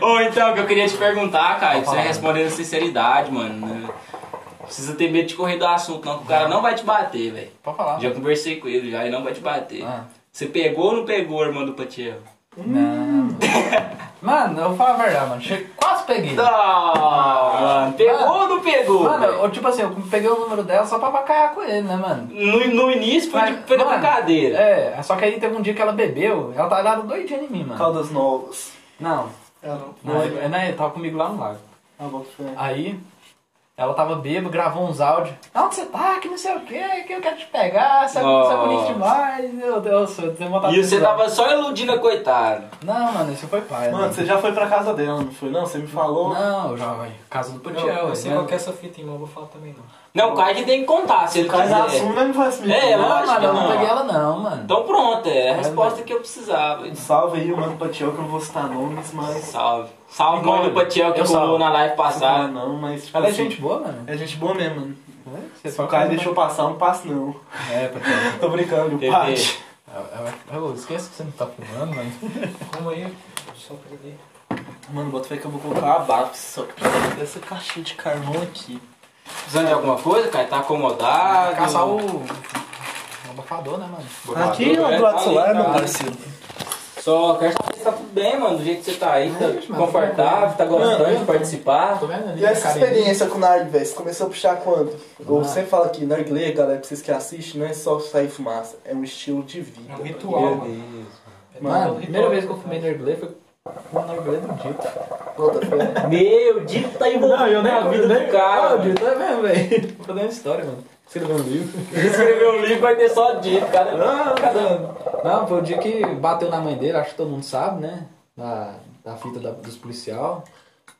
[SPEAKER 1] Ou então, o que eu queria te perguntar, Caio, pra você responder na sinceridade, mano. né? Não Precisa ter medo de correr do assunto, não, que o cara não vai te bater, velho.
[SPEAKER 3] Pode falar.
[SPEAKER 1] Já conversei com ele, já, ele não vai te bater.
[SPEAKER 3] Ah.
[SPEAKER 1] Você pegou ou não pegou a irmã do Patiel?
[SPEAKER 3] Não. Mano, eu vou falar a verdade, mano. Che- Quase peguei.
[SPEAKER 1] Não, mano. Pegou ou não pegou?
[SPEAKER 3] Ah. Mano,
[SPEAKER 1] velho?
[SPEAKER 3] eu, tipo assim, eu peguei o número dela só pra vacaiar com ele, né, mano?
[SPEAKER 1] no, no início foi de
[SPEAKER 3] Mas,
[SPEAKER 1] foi de
[SPEAKER 3] mano,
[SPEAKER 1] brincadeira.
[SPEAKER 3] É, só que aí teve um dia que ela bebeu, ela tava dando doidinha em mim, mano.
[SPEAKER 2] Caldas novas.
[SPEAKER 3] Não,
[SPEAKER 2] Ela não.
[SPEAKER 3] não, Tá é, não, é, tava comigo lá no lago.
[SPEAKER 2] Ah, bota fé.
[SPEAKER 3] Aí, ela tava bêbada, gravou uns áudios. Onde você tá? Que não sei o que, que eu quero te pegar, você é você é bonito
[SPEAKER 1] Nossa.
[SPEAKER 3] demais. Meu Deus, eu tenho vontade
[SPEAKER 1] E
[SPEAKER 3] de
[SPEAKER 1] você
[SPEAKER 3] pisar.
[SPEAKER 1] tava só iludindo a coitada.
[SPEAKER 3] Não, mano, isso foi pai. né?
[SPEAKER 2] Mano, você já foi pra casa dela, não foi? Não, você me falou.
[SPEAKER 3] Não, já, velho. Casa do Putiel,
[SPEAKER 4] Eu, eu sei
[SPEAKER 3] né?
[SPEAKER 4] qual que é essa fita, irmão, eu vou falar também não.
[SPEAKER 1] Não, o Caio que tem que contar, se ele
[SPEAKER 2] O cara já
[SPEAKER 1] quiser.
[SPEAKER 2] assume, mas né? não faz mentira.
[SPEAKER 1] É,
[SPEAKER 3] Não,
[SPEAKER 1] lógico
[SPEAKER 3] mano,
[SPEAKER 1] que
[SPEAKER 3] eu não
[SPEAKER 1] não.
[SPEAKER 3] peguei ela não, mano.
[SPEAKER 1] Então pronto, é a
[SPEAKER 3] É,
[SPEAKER 1] resposta
[SPEAKER 3] mano.
[SPEAKER 1] que eu precisava.
[SPEAKER 2] Um salve aí, mano, Patiel, que eu não vou citar nomes, mas.
[SPEAKER 1] Salve. Salve, mãe
[SPEAKER 3] Mano,
[SPEAKER 1] do Patiel que
[SPEAKER 3] eu
[SPEAKER 1] colou
[SPEAKER 3] salvo.
[SPEAKER 1] na live
[SPEAKER 2] Ah,
[SPEAKER 1] passada.
[SPEAKER 2] não, mas. Tipo,
[SPEAKER 3] Ela é
[SPEAKER 2] assim,
[SPEAKER 3] gente boa, mano.
[SPEAKER 2] É gente boa mesmo, mano.
[SPEAKER 3] É, você
[SPEAKER 2] Se o
[SPEAKER 3] só-
[SPEAKER 2] cara deixou passar, não passa não.
[SPEAKER 3] É, Putiel.
[SPEAKER 2] Tô brincando,
[SPEAKER 1] Teve.
[SPEAKER 2] Paty.
[SPEAKER 3] Eu, eu, eu esqueço que você não tá filmando, mano.
[SPEAKER 4] Como aí? Só peguei.
[SPEAKER 2] Mano, bota fé que eu vou colocar a BAF, só que precisa dessa caixinha de carvão aqui.
[SPEAKER 1] Precisando de alguma coisa, cara? Tá acomodado?
[SPEAKER 3] Caçar o. O abafador, né, mano?
[SPEAKER 1] Borrachador,
[SPEAKER 2] aqui, ó,
[SPEAKER 1] é,
[SPEAKER 2] do lado
[SPEAKER 1] tá
[SPEAKER 2] do celular,
[SPEAKER 1] ali,
[SPEAKER 2] meu
[SPEAKER 1] tá ali.
[SPEAKER 2] parceiro.
[SPEAKER 1] Só quero saber se tá tudo bem, mano, do jeito que você tá aí. Tá
[SPEAKER 3] Ixi, mano,
[SPEAKER 1] confortável, tá gostando
[SPEAKER 3] Mano,
[SPEAKER 1] de participar.
[SPEAKER 3] Tô vendo ali. né,
[SPEAKER 2] E
[SPEAKER 3] a
[SPEAKER 2] essa
[SPEAKER 3] carinha.
[SPEAKER 2] experiência com o Narg, velho? Você começou a puxar quando? Ou
[SPEAKER 3] Ah.
[SPEAKER 2] você fala que narguilé, galera, pra vocês que assistem, não é só sair fumaça, é um estilo de vida.
[SPEAKER 4] É um ritual, mano.
[SPEAKER 3] Mano, a
[SPEAKER 4] então-
[SPEAKER 3] primeira vez que eu fumei narguilé foi com o narguilé do Dito.
[SPEAKER 2] Bota fé.
[SPEAKER 1] Meu, Dito tá envolvido na vida do cara.
[SPEAKER 3] Ah, o Dito é mesmo, velho. Vou fazer uma história, mano. Escreveu um livro.
[SPEAKER 1] Ele escreveu um livro, vai ter só Dito, cara.
[SPEAKER 3] Ah, não. Não, foi o dia que bateu na mãe dele, acho que todo mundo sabe, né? Da, da fita da- dos policial.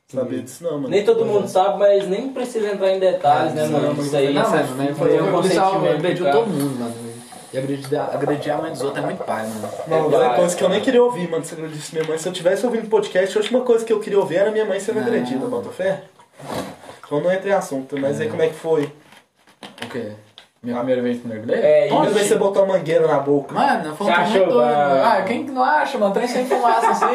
[SPEAKER 2] Sabia disso não, mano.
[SPEAKER 1] Nem todo mundo sabe, mas nem precisa entrar em detalhes, né, mano? Isso aí,
[SPEAKER 3] não,
[SPEAKER 1] sabe,
[SPEAKER 3] mano, né?
[SPEAKER 1] Foi um
[SPEAKER 3] o policial
[SPEAKER 1] consentimento do
[SPEAKER 3] agrediu
[SPEAKER 1] cara.
[SPEAKER 3] todo mundo, mano. E agredir, agredir a mãe dos outros é muito pai, mano.
[SPEAKER 2] Não,
[SPEAKER 1] Verdade.
[SPEAKER 2] é coisa que eu nem queria ouvir, mano, você agredisse minha mãe. Se eu tivesse ouvindo podcast, a última coisa que eu queria ouvir era minha mãe sendo
[SPEAKER 3] Não.
[SPEAKER 2] agredida, bota fé? Então não entra em assunto, mas aí como é que foi?
[SPEAKER 3] O quê? Minha primeira vez com narguilé?
[SPEAKER 1] É,
[SPEAKER 2] Toda vez que
[SPEAKER 1] isso.
[SPEAKER 2] você botou a mangueira na boca.
[SPEAKER 3] Mano, foi um
[SPEAKER 1] Você
[SPEAKER 3] trem
[SPEAKER 1] achou,
[SPEAKER 3] muito doido.
[SPEAKER 1] mano?
[SPEAKER 3] Ah, quem que não acha, mano? Trem sem fumaça assim.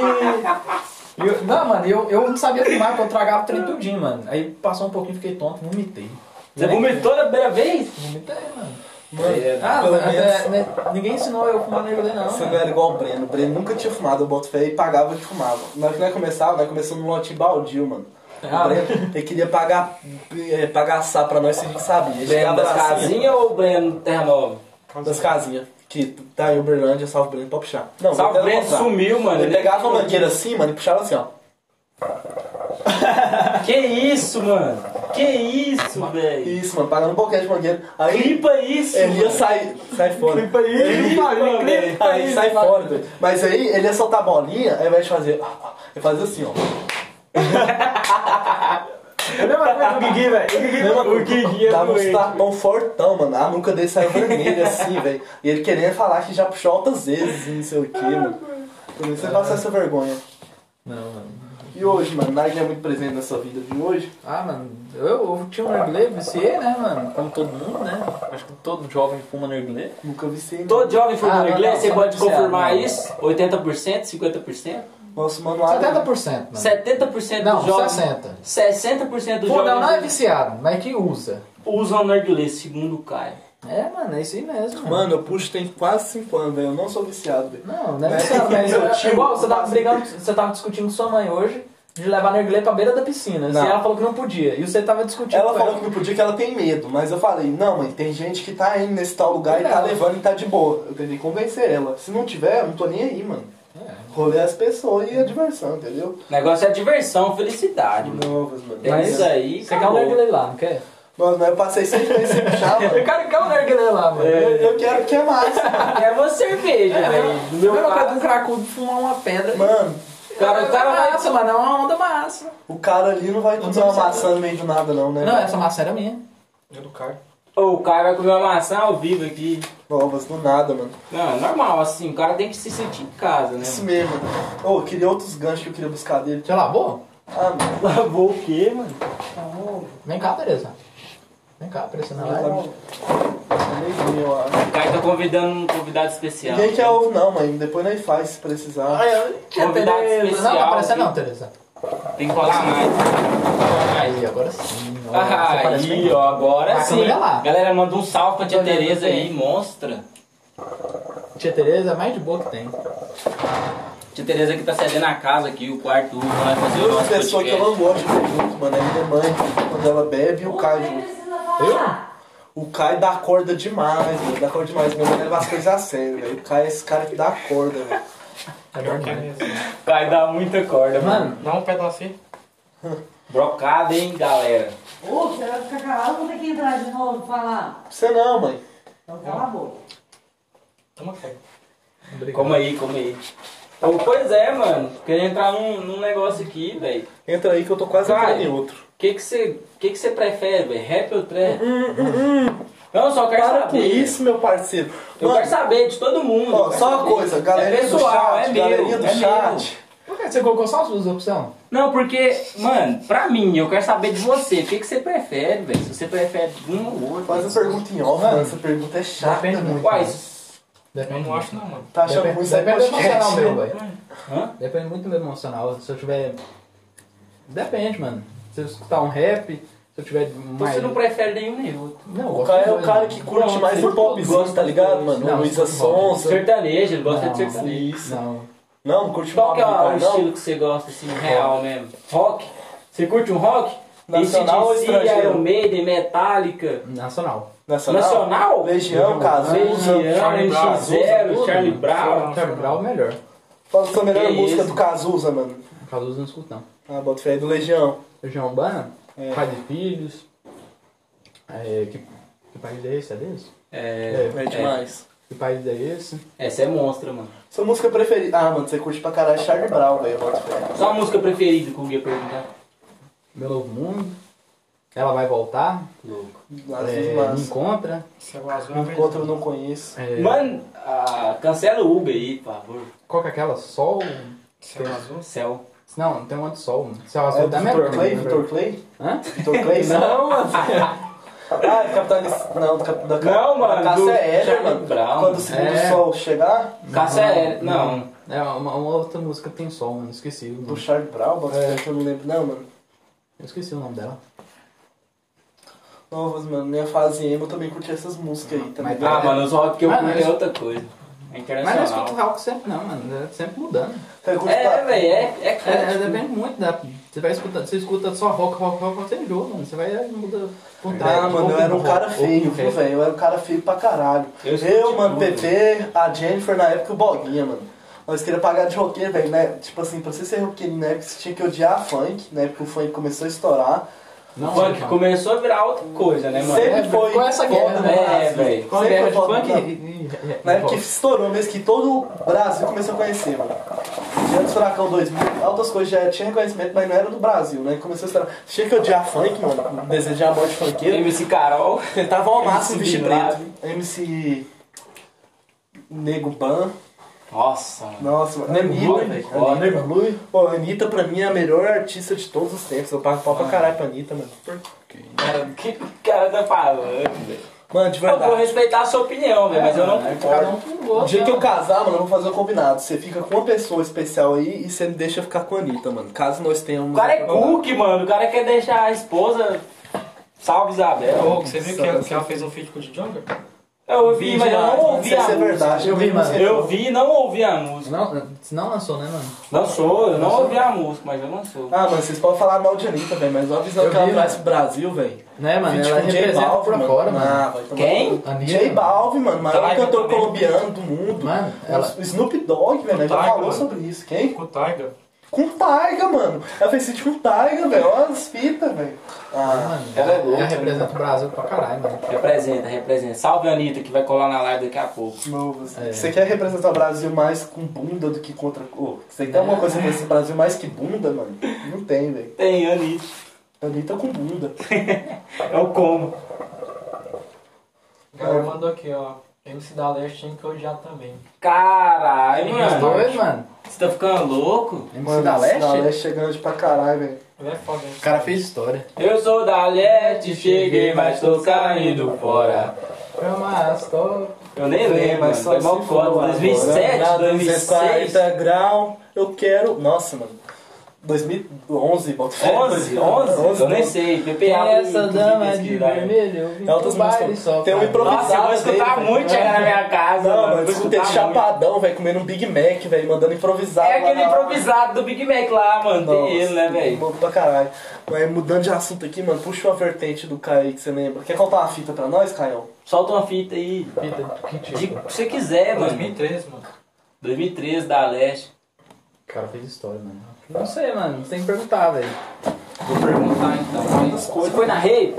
[SPEAKER 3] E eu- não, mano, eu, eu não sabia fumar, porque eu tragava o trem tudinho, mano. Aí passou um pouquinho, fiquei tonto, vomitei.
[SPEAKER 1] Você vomitou na primeira vez?
[SPEAKER 3] Vomitei, mano.
[SPEAKER 2] Mano,
[SPEAKER 1] É,
[SPEAKER 3] Ah,
[SPEAKER 2] pelo
[SPEAKER 3] mas,
[SPEAKER 2] menos
[SPEAKER 3] é, né, ninguém ensinou eu a fumar narguilé, não.
[SPEAKER 2] você
[SPEAKER 1] Ah.
[SPEAKER 3] mano.
[SPEAKER 2] não era igual o Breno. O Breno nunca tinha fumado, eu boto fé e pagava que fumava. Na hora que nós começava, nós começamos num lote baldio, mano.
[SPEAKER 1] É.
[SPEAKER 3] Ah,
[SPEAKER 2] o Breno, ele queria pagar, eh, pagar sá pra nós se a gente sabia. Ele
[SPEAKER 1] Breno
[SPEAKER 2] chegava
[SPEAKER 1] das
[SPEAKER 2] lá assim,
[SPEAKER 1] Casinhas ou Breno Terra Nova?
[SPEAKER 2] Das casinhas. Que tá em Uberlândia, salve Breno, pode puxar. Não,
[SPEAKER 1] Salve
[SPEAKER 2] eu quero
[SPEAKER 1] Breno
[SPEAKER 2] mostrar.
[SPEAKER 1] sumiu, mano.
[SPEAKER 2] Ele pegava a mangueira assim, mano, e puxava assim, ó.
[SPEAKER 1] Que isso, mano? Que isso, velho?
[SPEAKER 2] Isso, mano, pagando um boquete de mangueira. Aí
[SPEAKER 1] Clipa isso!
[SPEAKER 2] ele ia sair. Sai fora.
[SPEAKER 1] Clipa isso,
[SPEAKER 2] Ele ia-
[SPEAKER 1] mano,
[SPEAKER 2] Aí
[SPEAKER 1] clipa isso,
[SPEAKER 2] sai
[SPEAKER 1] mano.
[SPEAKER 2] fora, velho. Mas aí ele ia soltar a bolinha, aí vai fazer. Ele fazia assim, ó. né?
[SPEAKER 1] O Guigui é
[SPEAKER 2] Dava uns
[SPEAKER 1] doente.
[SPEAKER 2] tapão fortão, mano. Ah, A nuca dele saiu vermelha assim, velho. E ele querendo falar que já puxou altas vezes e não sei o que, mano. Por isso você passa essa vergonha.
[SPEAKER 3] Não, mano.
[SPEAKER 2] E hoje, mano, Nike é muito presente na sua vida de hoje.
[SPEAKER 3] Ah, mano, eu, eu tinha um narguilé, viciei, né, mano? Como todo mundo, né? Acho que todo jovem fuma narguilé.
[SPEAKER 2] Nunca vi ser.
[SPEAKER 1] Todo jovem foi
[SPEAKER 3] Ah,
[SPEAKER 1] ah,
[SPEAKER 3] não,
[SPEAKER 1] inglês,
[SPEAKER 3] não,
[SPEAKER 1] você
[SPEAKER 3] só
[SPEAKER 1] pode
[SPEAKER 3] não sei,
[SPEAKER 1] confirmar
[SPEAKER 3] não.
[SPEAKER 1] isso? 80%, 50%?
[SPEAKER 2] Nosso mano lá.
[SPEAKER 3] 70%, mano.
[SPEAKER 1] 70%
[SPEAKER 3] Não,
[SPEAKER 1] dos jovens.
[SPEAKER 3] 60%.
[SPEAKER 1] 60% dos
[SPEAKER 3] é Pô, não, não é
[SPEAKER 1] jovens
[SPEAKER 3] viciado, mas que usa.
[SPEAKER 1] usam narguilé, segundo o Caio.
[SPEAKER 3] É, mano, é isso aí mesmo.
[SPEAKER 2] Mano, eu puxo tem quase 5 anos, velho. Eu não sou viciado, velho.
[SPEAKER 3] Não, não é
[SPEAKER 2] Mas-
[SPEAKER 3] viciado, mas
[SPEAKER 2] Meu tio-
[SPEAKER 3] é (laughs) igual você tava brigando, você tava discutindo com sua mãe hoje de levar narguilé pra beira da piscina.
[SPEAKER 2] Não.
[SPEAKER 3] E ela falou que não podia. E você tava discutindo
[SPEAKER 2] Ela
[SPEAKER 3] com
[SPEAKER 2] falou que não podia que ela tem medo, mas eu falei, não, mãe, tem gente que tá indo nesse tal lugar e tá
[SPEAKER 3] Não.
[SPEAKER 2] levando e tá de boa. Eu tentei convencer ela. Se não tiver, eu não tô nem aí, mano. Rolê é as pessoas e a diversão, entendeu?
[SPEAKER 1] O negócio é diversão, felicidade, mano.
[SPEAKER 2] Novas, mano.
[SPEAKER 1] É isso aí,
[SPEAKER 6] Você quer um
[SPEAKER 1] acabou.
[SPEAKER 6] narguilé lá, não quer?
[SPEAKER 2] Mano, mas eu passei seis meses sem puxar, mano.
[SPEAKER 6] Eu quero quer um narguilé lá, mano.
[SPEAKER 2] Eu, eu quero que é mais.
[SPEAKER 1] (laughs) É uma cerveja, velho. No
[SPEAKER 3] Eu
[SPEAKER 1] meu
[SPEAKER 3] mesma coisa
[SPEAKER 1] caso,
[SPEAKER 3] do cracudo fumar uma pedra.
[SPEAKER 2] Mano,
[SPEAKER 1] o cara, o cara vai...
[SPEAKER 3] massa, mano. É uma onda massa.
[SPEAKER 2] o cara ali não vai comer uma maçã no meio do nada, não, né?
[SPEAKER 3] Não, essa massa era minha.
[SPEAKER 4] Eu do cara.
[SPEAKER 1] Ô, o cara vai comer uma maçã ao vivo aqui.
[SPEAKER 2] Novas, do nada, mano. É
[SPEAKER 1] Não, é normal, assim, o cara tem que se sentir em casa, né?
[SPEAKER 2] Isso mesmo. Ô, eu queria outros ganchos que eu queria buscar dele.
[SPEAKER 3] Você lavou?
[SPEAKER 2] Ah, mano.
[SPEAKER 1] Lavou o quê, mano?
[SPEAKER 3] Vem cá, Tereza. Vem cá, aparecer na
[SPEAKER 2] Tá
[SPEAKER 3] live.
[SPEAKER 2] me- tá meio ruim, eu acho.
[SPEAKER 1] O cara tá convidando um convidado especial.
[SPEAKER 2] Ninguém quer ovo, não, mãe. Depois nós faz se precisar.
[SPEAKER 1] Convidado
[SPEAKER 3] Tereza. Não,
[SPEAKER 1] especial.
[SPEAKER 3] não aparecer
[SPEAKER 1] viu?
[SPEAKER 3] não, Tereza.
[SPEAKER 1] Tem que falar mais.
[SPEAKER 3] Aí, agora sim. Você
[SPEAKER 1] Ah,
[SPEAKER 3] parece
[SPEAKER 1] aí,
[SPEAKER 3] bem-
[SPEAKER 1] ó, agora
[SPEAKER 2] Tá,
[SPEAKER 3] A
[SPEAKER 1] sim.
[SPEAKER 2] então
[SPEAKER 3] câmera lá.
[SPEAKER 1] Galera, manda um salve pra tia
[SPEAKER 3] Tô olhando
[SPEAKER 1] Tereza
[SPEAKER 3] bem.
[SPEAKER 1] aí, monstra.
[SPEAKER 3] Tia Tereza é a mais de boa que tem.
[SPEAKER 1] Tia Tereza que tá cedendo a casa aqui, o quarto, vai fazer o
[SPEAKER 2] Duas
[SPEAKER 1] nosso
[SPEAKER 2] pessoas que eu
[SPEAKER 1] podcast.
[SPEAKER 2] não gosto de ver junto, mano. É minha mãe, quando ela bebe, e o Caio junto. O Caio dá corda demais, velho. Dá corda demais. Minha mãe leva as coisas a sério, velho. O Caio é esse cara que dá corda, velho.
[SPEAKER 3] É
[SPEAKER 4] Pior que é
[SPEAKER 3] verdade.
[SPEAKER 4] mesmo.
[SPEAKER 1] Vai dar muita corda, mano.
[SPEAKER 3] Mano,
[SPEAKER 4] Dá um pedacinho.
[SPEAKER 1] Brocada, hein, galera.
[SPEAKER 7] Ô, você vai ficar calado, vou ter que entrar de novo falar.
[SPEAKER 2] Você não, mãe.
[SPEAKER 7] Então cala a boca.
[SPEAKER 4] Toma aqui.
[SPEAKER 1] Como aí, como aí. Ô, pois é, mano. Queria entrar num, num negócio aqui, velho.
[SPEAKER 2] Entra aí que eu tô quase
[SPEAKER 1] Caio.
[SPEAKER 2] entrando em outro.
[SPEAKER 1] O que que você que que você prefere, velho? Rap ou
[SPEAKER 2] Hum,
[SPEAKER 1] trap? Não, eu só quero
[SPEAKER 2] Para
[SPEAKER 1] saber.
[SPEAKER 2] com isso, meu parceiro.
[SPEAKER 1] Eu
[SPEAKER 2] Mano,
[SPEAKER 1] quero saber de todo mundo. eu
[SPEAKER 2] ó,
[SPEAKER 1] quero
[SPEAKER 2] só uma
[SPEAKER 1] saber.
[SPEAKER 2] coisa. Galerinha
[SPEAKER 1] é pessoal,
[SPEAKER 2] do chat,
[SPEAKER 1] é meu,
[SPEAKER 2] galerinha do
[SPEAKER 1] é
[SPEAKER 2] chat.
[SPEAKER 1] Meu.
[SPEAKER 3] por que você colocou só as duas opções?
[SPEAKER 1] Não, porque, mano, pra mim, eu quero saber de você. O que, que você prefere, velho? Se você prefere um ou outro.
[SPEAKER 2] Faz assim, a pergunta em off,
[SPEAKER 3] Mano,
[SPEAKER 2] mano. Essa pergunta é chata,
[SPEAKER 3] depende
[SPEAKER 2] mano.
[SPEAKER 3] muito. né?
[SPEAKER 1] Uai,
[SPEAKER 4] Eu
[SPEAKER 3] Depende
[SPEAKER 4] não acho não, mano.
[SPEAKER 2] Tá achando
[SPEAKER 3] Depende,
[SPEAKER 2] muito isso aí
[SPEAKER 3] depende do emocional
[SPEAKER 2] podcast,
[SPEAKER 3] meu,
[SPEAKER 2] né?
[SPEAKER 3] velho.
[SPEAKER 1] Hã?
[SPEAKER 3] Depende muito do meu emocional. Se eu tiver. Depende, mano. Se eu escutar um rap, se eu tiver
[SPEAKER 2] Então
[SPEAKER 3] mais.
[SPEAKER 1] você não prefere nenhum nem outro.
[SPEAKER 3] Não,
[SPEAKER 2] O Caio é o cara que curte
[SPEAKER 1] Não,
[SPEAKER 2] mais
[SPEAKER 1] você
[SPEAKER 2] um popzinho, tá ligado, mano?
[SPEAKER 3] Não,
[SPEAKER 2] Luísa
[SPEAKER 3] você não gosta.
[SPEAKER 2] Sonza.
[SPEAKER 1] Sertanejo, ele gosta de assim.
[SPEAKER 3] Não,
[SPEAKER 1] sertanejo.
[SPEAKER 2] Isso.
[SPEAKER 3] Não.
[SPEAKER 2] Não, não curte
[SPEAKER 1] Qual que é
[SPEAKER 2] Pablo
[SPEAKER 1] o
[SPEAKER 2] Vittar, não?
[SPEAKER 1] estilo que você gosta, assim, real mesmo? Rock? Você curte um rock?
[SPEAKER 2] Nacional ou
[SPEAKER 1] AC/DC,
[SPEAKER 2] estrangeiro?
[SPEAKER 1] Iron Maiden, Metallica?
[SPEAKER 3] Nacional.
[SPEAKER 2] Nacional?
[SPEAKER 1] Nacional?
[SPEAKER 2] Legião,
[SPEAKER 1] Ah,
[SPEAKER 2] Cazuza.
[SPEAKER 1] Legião,
[SPEAKER 4] Charlie Brown,
[SPEAKER 1] NX0,
[SPEAKER 3] tudo,
[SPEAKER 1] Charlie
[SPEAKER 3] mano.
[SPEAKER 1] Brown.
[SPEAKER 3] Charlie Brown é o melhor.
[SPEAKER 2] Fala sua melhor
[SPEAKER 1] Que
[SPEAKER 2] música
[SPEAKER 1] isso?
[SPEAKER 2] do Cazuza, mano.
[SPEAKER 3] Cazuza eu não escuto, não.
[SPEAKER 2] Ah, bota fé aí do Legião.
[SPEAKER 3] Região Urbana,
[SPEAKER 2] É.
[SPEAKER 3] pai de filhos. É, que, que país é esse? É desse?
[SPEAKER 1] É,
[SPEAKER 2] É demais.
[SPEAKER 3] Que país é esse?
[SPEAKER 1] essa é monstra, mano.
[SPEAKER 2] Sua música preferida. Ah, mano, você curte pra caralho Charlie Brown, velho. Bota fé.
[SPEAKER 1] Só a música preferida que eu ia perguntar.
[SPEAKER 3] Meu Novo Mundo. Ela vai voltar.
[SPEAKER 1] Louco.
[SPEAKER 2] Às
[SPEAKER 3] é,
[SPEAKER 2] vezes,
[SPEAKER 3] me
[SPEAKER 2] mas.
[SPEAKER 3] encontra.
[SPEAKER 4] Céu azul é
[SPEAKER 2] Enquanto eu não conheço.
[SPEAKER 3] É,
[SPEAKER 1] Mano, ah, cancela o Uber aí, por favor.
[SPEAKER 3] Qual que é aquela? Sol.
[SPEAKER 4] Céu é azul.
[SPEAKER 1] Céu.
[SPEAKER 3] Não, não tem uma de sol. mano. Céu azul
[SPEAKER 2] É
[SPEAKER 3] da
[SPEAKER 2] o
[SPEAKER 3] América.
[SPEAKER 2] Vitor Clay?
[SPEAKER 3] né?
[SPEAKER 2] Vitor Clay?
[SPEAKER 3] Hã?
[SPEAKER 2] Vitor Clay?
[SPEAKER 3] Não, mano.
[SPEAKER 2] (laughs) Ah, é Capitão. Não, do Cap- da Cap-
[SPEAKER 1] Não, mano,
[SPEAKER 2] Da Cássia
[SPEAKER 1] do
[SPEAKER 2] Eller,
[SPEAKER 1] Charlie
[SPEAKER 2] mano.
[SPEAKER 1] Brown.
[SPEAKER 2] Quando o segundo
[SPEAKER 3] É.
[SPEAKER 2] sol chegar,
[SPEAKER 1] Caça é. Não.
[SPEAKER 3] É uma, uma outra música que tem sol, mano. Esqueci. o
[SPEAKER 2] do
[SPEAKER 3] nome.
[SPEAKER 2] Charlie Brown, bota
[SPEAKER 3] É.
[SPEAKER 2] fé que eu não lembro, não, mano.
[SPEAKER 3] Eu esqueci o nome dela.
[SPEAKER 2] Novas, mano, minha fase emo eu também curti essas músicas aí, tá
[SPEAKER 3] Mas-
[SPEAKER 2] ligado?
[SPEAKER 1] Ah, mano, os rock que eu
[SPEAKER 3] Ah,
[SPEAKER 1] curto
[SPEAKER 3] mas-
[SPEAKER 1] é outra coisa. É
[SPEAKER 3] Mas não escuto
[SPEAKER 1] internacional.
[SPEAKER 3] rock sempre não, mano. É sempre mudando.
[SPEAKER 2] Você curte
[SPEAKER 1] É,
[SPEAKER 2] pra-
[SPEAKER 1] velho, é, é
[SPEAKER 3] É, é,
[SPEAKER 1] clássico.
[SPEAKER 3] depende muito da. Você vai escutando, você escuta só rock, rock, rock, você enjoa, mano. Você vai é, mudando.
[SPEAKER 2] Ah, mano, eu era um cara feio, viu,
[SPEAKER 3] velho?
[SPEAKER 2] velho? Eu era um cara feio pra caralho.
[SPEAKER 1] Eu
[SPEAKER 2] Eu,
[SPEAKER 1] escutei tudo.
[SPEAKER 2] mano, PP, a Jennifer na época e o Boguinha, mano. Nós queríamos pagar de roqueiro, velho, né? Tipo assim, pra você ser roqueiro na época, você tinha que odiar funk, né? Porque o funk começou a estourar.
[SPEAKER 1] O
[SPEAKER 3] Não,
[SPEAKER 1] funk
[SPEAKER 3] não.
[SPEAKER 1] começou a virar outra coisa, né, mano?
[SPEAKER 2] Sempre
[SPEAKER 3] É,
[SPEAKER 2] foi
[SPEAKER 3] ficou essa
[SPEAKER 2] foda
[SPEAKER 3] guerra,
[SPEAKER 2] no
[SPEAKER 3] né?
[SPEAKER 1] É,
[SPEAKER 2] Brasil.
[SPEAKER 1] velho.
[SPEAKER 3] Qual
[SPEAKER 2] Sempre
[SPEAKER 3] é
[SPEAKER 2] foi
[SPEAKER 3] de
[SPEAKER 2] foda no
[SPEAKER 3] funk?
[SPEAKER 2] Brasil.
[SPEAKER 3] e- e- e-
[SPEAKER 2] Na época que
[SPEAKER 3] rock.
[SPEAKER 2] estourou mesmo, que todo o Brasil começou a conhecer, mano. Tinha do Furacão 2000, altas coisas já tinha conhecimento, mas não era do Brasil, né? Começou a estourar. Tinha que odiar funk, mano. Desejar a morte funkeiro.
[SPEAKER 1] MC É, Carol.
[SPEAKER 2] Tentava ao máximo
[SPEAKER 1] MC
[SPEAKER 2] vestir
[SPEAKER 1] Bin
[SPEAKER 2] preto. MC. Nego Ban.
[SPEAKER 1] Nossa, mano.
[SPEAKER 2] Nossa, mano.
[SPEAKER 1] Nego Blue,
[SPEAKER 2] Anitta,
[SPEAKER 1] velho.
[SPEAKER 2] velho. Anitta. Pô, a Anitta pra mim é a melhor artista de todos os tempos. Eu pago pau
[SPEAKER 3] Ah.
[SPEAKER 2] pra caralho pra Anitta, mano.
[SPEAKER 1] Cara, o que o cara tá falando, velho?
[SPEAKER 2] Mano, de
[SPEAKER 1] Eu vou
[SPEAKER 2] verdade.
[SPEAKER 1] respeitar a sua opinião, velho, mas eu não
[SPEAKER 2] Cada
[SPEAKER 1] concordo.
[SPEAKER 2] um com gosto, O
[SPEAKER 1] né?
[SPEAKER 2] dia que eu casar, mano, eu vou fazer um combinado. Você fica com uma pessoa especial aí e você me deixa ficar com a Anitta, mano. Caso nós tenhamos. um
[SPEAKER 1] O cara é cook, mano. O cara quer deixar a esposa. Salve Isabel.
[SPEAKER 4] Ô, você viu que, ela- que ela fez um feat com o Djonga?
[SPEAKER 1] Eu ouvi, mas eu não
[SPEAKER 2] Não
[SPEAKER 1] ouvi
[SPEAKER 2] sei
[SPEAKER 1] a
[SPEAKER 2] se é
[SPEAKER 1] música.
[SPEAKER 2] verdade.
[SPEAKER 3] Eu vi, mano.
[SPEAKER 1] Eu vi e não ouvi a música.
[SPEAKER 3] Não, não lançou, né, mano?
[SPEAKER 1] Lançou, eu não ouvi a música, mas eu lançou.
[SPEAKER 2] Ah, mano, vocês podem falar mal de Anitta, velho, mas olha a visão
[SPEAKER 3] Eu
[SPEAKER 2] que ela
[SPEAKER 3] vi,
[SPEAKER 2] traz
[SPEAKER 3] mano.
[SPEAKER 2] pro Brasil, velho.
[SPEAKER 3] Né, mano?
[SPEAKER 2] Feat
[SPEAKER 3] Ela
[SPEAKER 2] com J
[SPEAKER 3] representa
[SPEAKER 2] Balvin,
[SPEAKER 3] por fora, mano.
[SPEAKER 2] Ah, vai tomar
[SPEAKER 1] Quem?
[SPEAKER 2] no cu.
[SPEAKER 3] Anitta,
[SPEAKER 2] J
[SPEAKER 3] mano.
[SPEAKER 2] Balvin, mano, maior
[SPEAKER 1] Drive
[SPEAKER 2] cantor
[SPEAKER 1] também.
[SPEAKER 2] colombiano do mundo.
[SPEAKER 3] Mano, ela-
[SPEAKER 2] O Snoop Dogg, velho, já
[SPEAKER 4] Tiger,
[SPEAKER 2] falou
[SPEAKER 4] mano.
[SPEAKER 2] sobre isso. Quem?
[SPEAKER 4] Com o Tiger.
[SPEAKER 2] Com o Taiga, mano. Ela fez feat com o Taiga, velho. Olha as fitas, velho. Ah,
[SPEAKER 3] Mano,
[SPEAKER 1] Ela é louca,
[SPEAKER 3] Ela representa o Brasil pra caralho, mano.
[SPEAKER 1] Representa, representa. Salve a Anitta que vai colar na live daqui a pouco.
[SPEAKER 2] novo. assim.
[SPEAKER 3] É.
[SPEAKER 2] Você quer representar o Brasil mais com bunda do que contra. Ô, você tem alguma coisa com esse Brasil mais que bunda, mano? Não tem, velho.
[SPEAKER 1] Tem Anitta.
[SPEAKER 2] Anitta com bunda.
[SPEAKER 1] Eu como.
[SPEAKER 4] O cara mandou aqui, ó. MC da Leste tinha que odiar também.
[SPEAKER 1] Caralho,
[SPEAKER 3] Os
[SPEAKER 1] mano.
[SPEAKER 3] dois, mano.
[SPEAKER 1] Você tá ficando louco?
[SPEAKER 3] MC
[SPEAKER 2] Mano,
[SPEAKER 3] da
[SPEAKER 2] esse Da
[SPEAKER 3] Leste?
[SPEAKER 2] Leste é grande pra caralho, velho.
[SPEAKER 4] Ele é foda, hein?
[SPEAKER 3] O cara fez história.
[SPEAKER 1] Eu sou da Leste, cheguei, mas tô saindo fora.
[SPEAKER 3] É uma história.
[SPEAKER 1] Eu nem lembro, mas só mal cota. 2007, 2006.
[SPEAKER 2] 40 grau, eu quero. Nossa, mano. 2011, bota fé.
[SPEAKER 1] 11, 11? Eu nem sei.
[SPEAKER 3] Quem
[SPEAKER 1] PPA.
[SPEAKER 3] é essa
[SPEAKER 1] do- do-
[SPEAKER 3] dama
[SPEAKER 1] do-
[SPEAKER 3] de
[SPEAKER 1] do-
[SPEAKER 3] vermelho?
[SPEAKER 2] É outras músicas. Tem um improviso.
[SPEAKER 1] Nossa, eu vou escutar
[SPEAKER 2] Velho.
[SPEAKER 1] muito chegar na minha casa.
[SPEAKER 2] Não, mano,
[SPEAKER 1] eu
[SPEAKER 2] eu
[SPEAKER 1] vou
[SPEAKER 2] escutei
[SPEAKER 1] escutar
[SPEAKER 2] esse
[SPEAKER 1] muito.
[SPEAKER 2] chapadão, velho, comendo um Big Mac, velho, mandando improvisar.
[SPEAKER 1] É
[SPEAKER 2] lá
[SPEAKER 1] aquele
[SPEAKER 2] na-
[SPEAKER 1] improvisado do Big Mac lá, mano.
[SPEAKER 2] Nossa,
[SPEAKER 1] Tem ele, né, velho?
[SPEAKER 2] Louco pra caralho. Mas mudando de assunto aqui, mano, puxa uma vertente do Caio que você lembra. Quer contar uma fita pra nós, Caio?
[SPEAKER 1] Solta uma fita aí. De
[SPEAKER 3] O
[SPEAKER 1] que tipo? você
[SPEAKER 4] É
[SPEAKER 1] quiser, mano.
[SPEAKER 4] 2013, mano.
[SPEAKER 1] 2013 da Leste.
[SPEAKER 3] cara fez história, mano. Não sei, mano. Você tem que perguntar, velho.
[SPEAKER 1] Vou perguntar então. Você foi na rave?